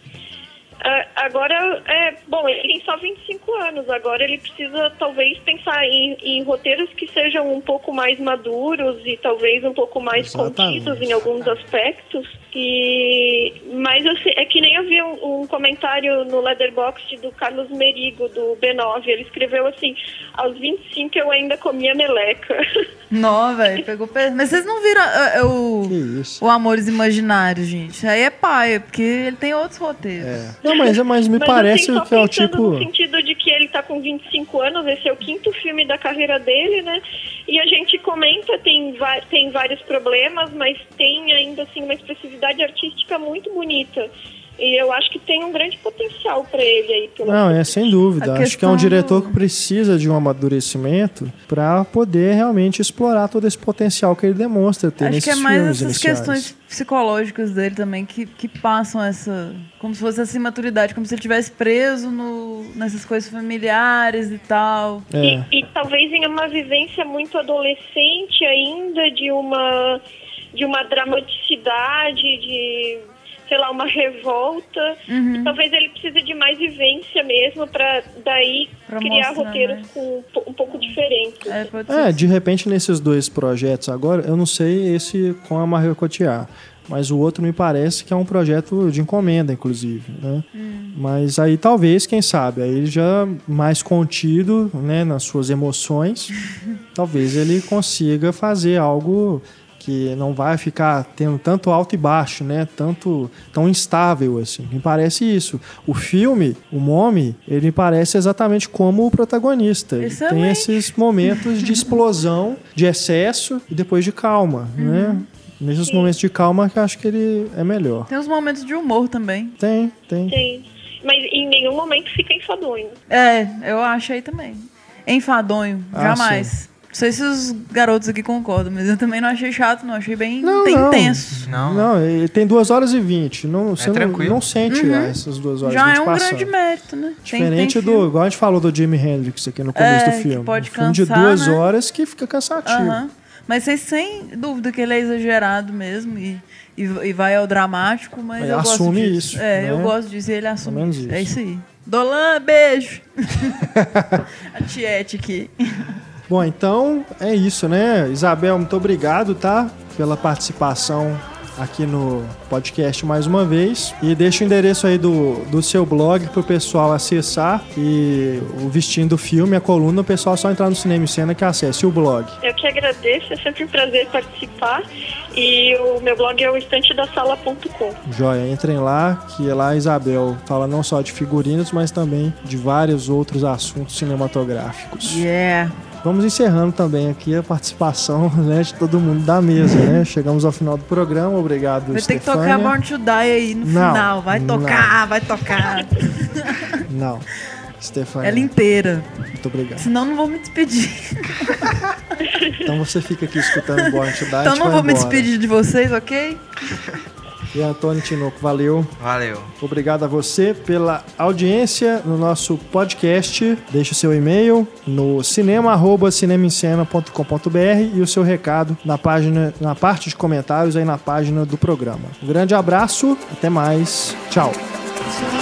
[SPEAKER 5] ah, Agora, é, bom, ele tem só 25 anos. Agora ele precisa, talvez, pensar em, em roteiros que sejam um pouco mais maduros e talvez um pouco mais
[SPEAKER 1] Exatamente.
[SPEAKER 5] contidos em alguns aspectos. E mas eu sei- é que nem eu vi um, um comentário no Letterboxd do Carlos Merigo do B9, ele escreveu assim: "Aos 25 eu ainda comia meleca".
[SPEAKER 2] Não, velho, pegou peso. Mas vocês não viram ah, ah,
[SPEAKER 1] Que
[SPEAKER 2] o,
[SPEAKER 1] isso.
[SPEAKER 2] o Amores Imaginários, gente? Aí é paia, porque ele tem outros roteiros.
[SPEAKER 1] É. Não, mas, mas me
[SPEAKER 5] Mas,
[SPEAKER 1] parece
[SPEAKER 5] assim, só
[SPEAKER 1] que é o
[SPEAKER 5] pensando
[SPEAKER 1] tipo.
[SPEAKER 5] no sentido de que ele tá com 25 anos, esse é o quinto filme da carreira dele, né? E a gente comenta tem va- tem vários problemas, mas tem ainda assim uma expressividade artística muito bonita. E eu acho que tem um grande potencial pra ele aí pelo
[SPEAKER 1] Não, é sem dúvida.
[SPEAKER 2] A
[SPEAKER 1] Acho que é um
[SPEAKER 2] questão
[SPEAKER 1] diretor
[SPEAKER 2] do-
[SPEAKER 1] que precisa de um amadurecimento para poder realmente explorar todo esse potencial que ele demonstra ter
[SPEAKER 2] Acho
[SPEAKER 1] nesses
[SPEAKER 2] que é mais
[SPEAKER 1] filmes
[SPEAKER 2] essas
[SPEAKER 1] iniciais.
[SPEAKER 2] questões psicológicas dele também que, que passam essa. Como se fosse essa imaturidade, como se ele estivesse preso no, nessas coisas familiares e tal.
[SPEAKER 1] É.
[SPEAKER 5] E, e talvez em uma vivência muito adolescente ainda, de uma, de uma dramaticidade, de, sei lá, uma revolta.
[SPEAKER 2] Uhum.
[SPEAKER 5] E talvez ele precise de mais vivência mesmo para daí
[SPEAKER 2] Pra
[SPEAKER 5] criar
[SPEAKER 2] mostrar,
[SPEAKER 5] roteiros
[SPEAKER 2] né?
[SPEAKER 5] com um po- um pouco diferentes.
[SPEAKER 2] É, pode ser.
[SPEAKER 1] É, de repente nesses dois projetos agora, eu não sei esse com a Mario Cotillard, mas o outro me parece que é um projeto de encomenda, inclusive, né?
[SPEAKER 2] Hum.
[SPEAKER 1] Mas aí talvez, quem sabe, aí ele já mais contido, né, nas suas emoções, talvez ele consiga fazer algo que não vai ficar tendo tanto alto e baixo, né? Tanto tão instável assim. Me parece isso. O filme, o Mommy, ele me parece exatamente como o protagonista. Ele tem
[SPEAKER 2] Excelente.
[SPEAKER 1] esses momentos de explosão, de excesso e depois de calma,
[SPEAKER 2] Uhum.
[SPEAKER 1] né? Nesses momentos de calma que eu acho que ele é melhor.
[SPEAKER 2] Tem uns momentos de humor também.
[SPEAKER 1] Tem, tem.
[SPEAKER 5] Sim. Mas em nenhum momento fica enfadonho.
[SPEAKER 2] É, eu achei também. Enfadonho,
[SPEAKER 1] Ah,
[SPEAKER 2] jamais. Não sei se os garotos aqui concordam, mas eu também não achei chato, não. Achei bem
[SPEAKER 1] Não,
[SPEAKER 2] bem
[SPEAKER 1] não.
[SPEAKER 2] intenso.
[SPEAKER 3] Não,
[SPEAKER 1] Não, ele tem 2 horas e 20. Não, você não-
[SPEAKER 3] tranquilo.
[SPEAKER 1] não, sente essas 2 horas e
[SPEAKER 2] Uhum. Já
[SPEAKER 1] 20
[SPEAKER 2] é um
[SPEAKER 1] passando.
[SPEAKER 2] grande mérito, né? Tem-
[SPEAKER 1] Diferente
[SPEAKER 2] tem
[SPEAKER 1] do,
[SPEAKER 2] filme.
[SPEAKER 1] igual a gente falou do Jimi Hendrix aqui no começo
[SPEAKER 2] É,
[SPEAKER 1] do filme.
[SPEAKER 2] que pode
[SPEAKER 1] um filme de
[SPEAKER 2] cansar,
[SPEAKER 1] duas
[SPEAKER 2] né?
[SPEAKER 1] horas que fica cansativo.
[SPEAKER 2] Aham. Mas sem, sem dúvida que ele é exagerado mesmo e, e, e vai ao dramático, mas
[SPEAKER 1] Ele
[SPEAKER 2] eu
[SPEAKER 1] assume
[SPEAKER 2] gosto
[SPEAKER 1] isso,
[SPEAKER 2] disso. É,
[SPEAKER 1] né?
[SPEAKER 2] eu gosto disso e ele assume
[SPEAKER 1] menos
[SPEAKER 2] isso. É
[SPEAKER 1] isso.
[SPEAKER 2] isso aí. Dolan, beijo! A Tiete aqui.
[SPEAKER 1] Bom, então é isso, né? Isabel, muito obrigado, tá? Pela participação aqui no podcast mais uma vez. E deixa o endereço aí do, do seu blog pro pessoal acessar. E o vestindo o filme, a coluna, o pessoal é só entrar no Cinema em Cena que acesse o blog.
[SPEAKER 5] Eu que agradeço, é sempre um prazer participar. E o meu blog é o estantedasala.com.
[SPEAKER 1] Joia, entrem lá, que lá a Isabel fala não só de figurinos, mas também de vários outros assuntos cinematográficos.
[SPEAKER 2] Yeah!
[SPEAKER 1] Vamos encerrando também aqui a participação né, de todo mundo da mesa, né? Chegamos ao final do programa, obrigado,
[SPEAKER 2] Vai ter que
[SPEAKER 1] Estefânia.
[SPEAKER 2] tocar Born to Die aí no
[SPEAKER 1] Não,
[SPEAKER 2] final. Vai
[SPEAKER 1] não.
[SPEAKER 2] tocar, vai tocar.
[SPEAKER 1] Não, Stefania,
[SPEAKER 2] Ela inteira.
[SPEAKER 1] muito obrigado.
[SPEAKER 2] Senão não vou me despedir.
[SPEAKER 1] Então você fica aqui escutando Born to Die, a
[SPEAKER 2] então
[SPEAKER 1] gente
[SPEAKER 2] não
[SPEAKER 1] vai
[SPEAKER 2] vou me
[SPEAKER 1] embora.
[SPEAKER 2] despedir de vocês, ok?
[SPEAKER 1] E Antônio Tinoco, valeu.
[SPEAKER 3] Valeu.
[SPEAKER 1] Obrigado a você pela audiência no nosso podcast. Deixe o seu e-mail no cinema@cinemaencena.com.br e o seu recado na página, na parte de comentários aí na página do programa. Um grande abraço, até mais. Tchau.
[SPEAKER 2] Tchau.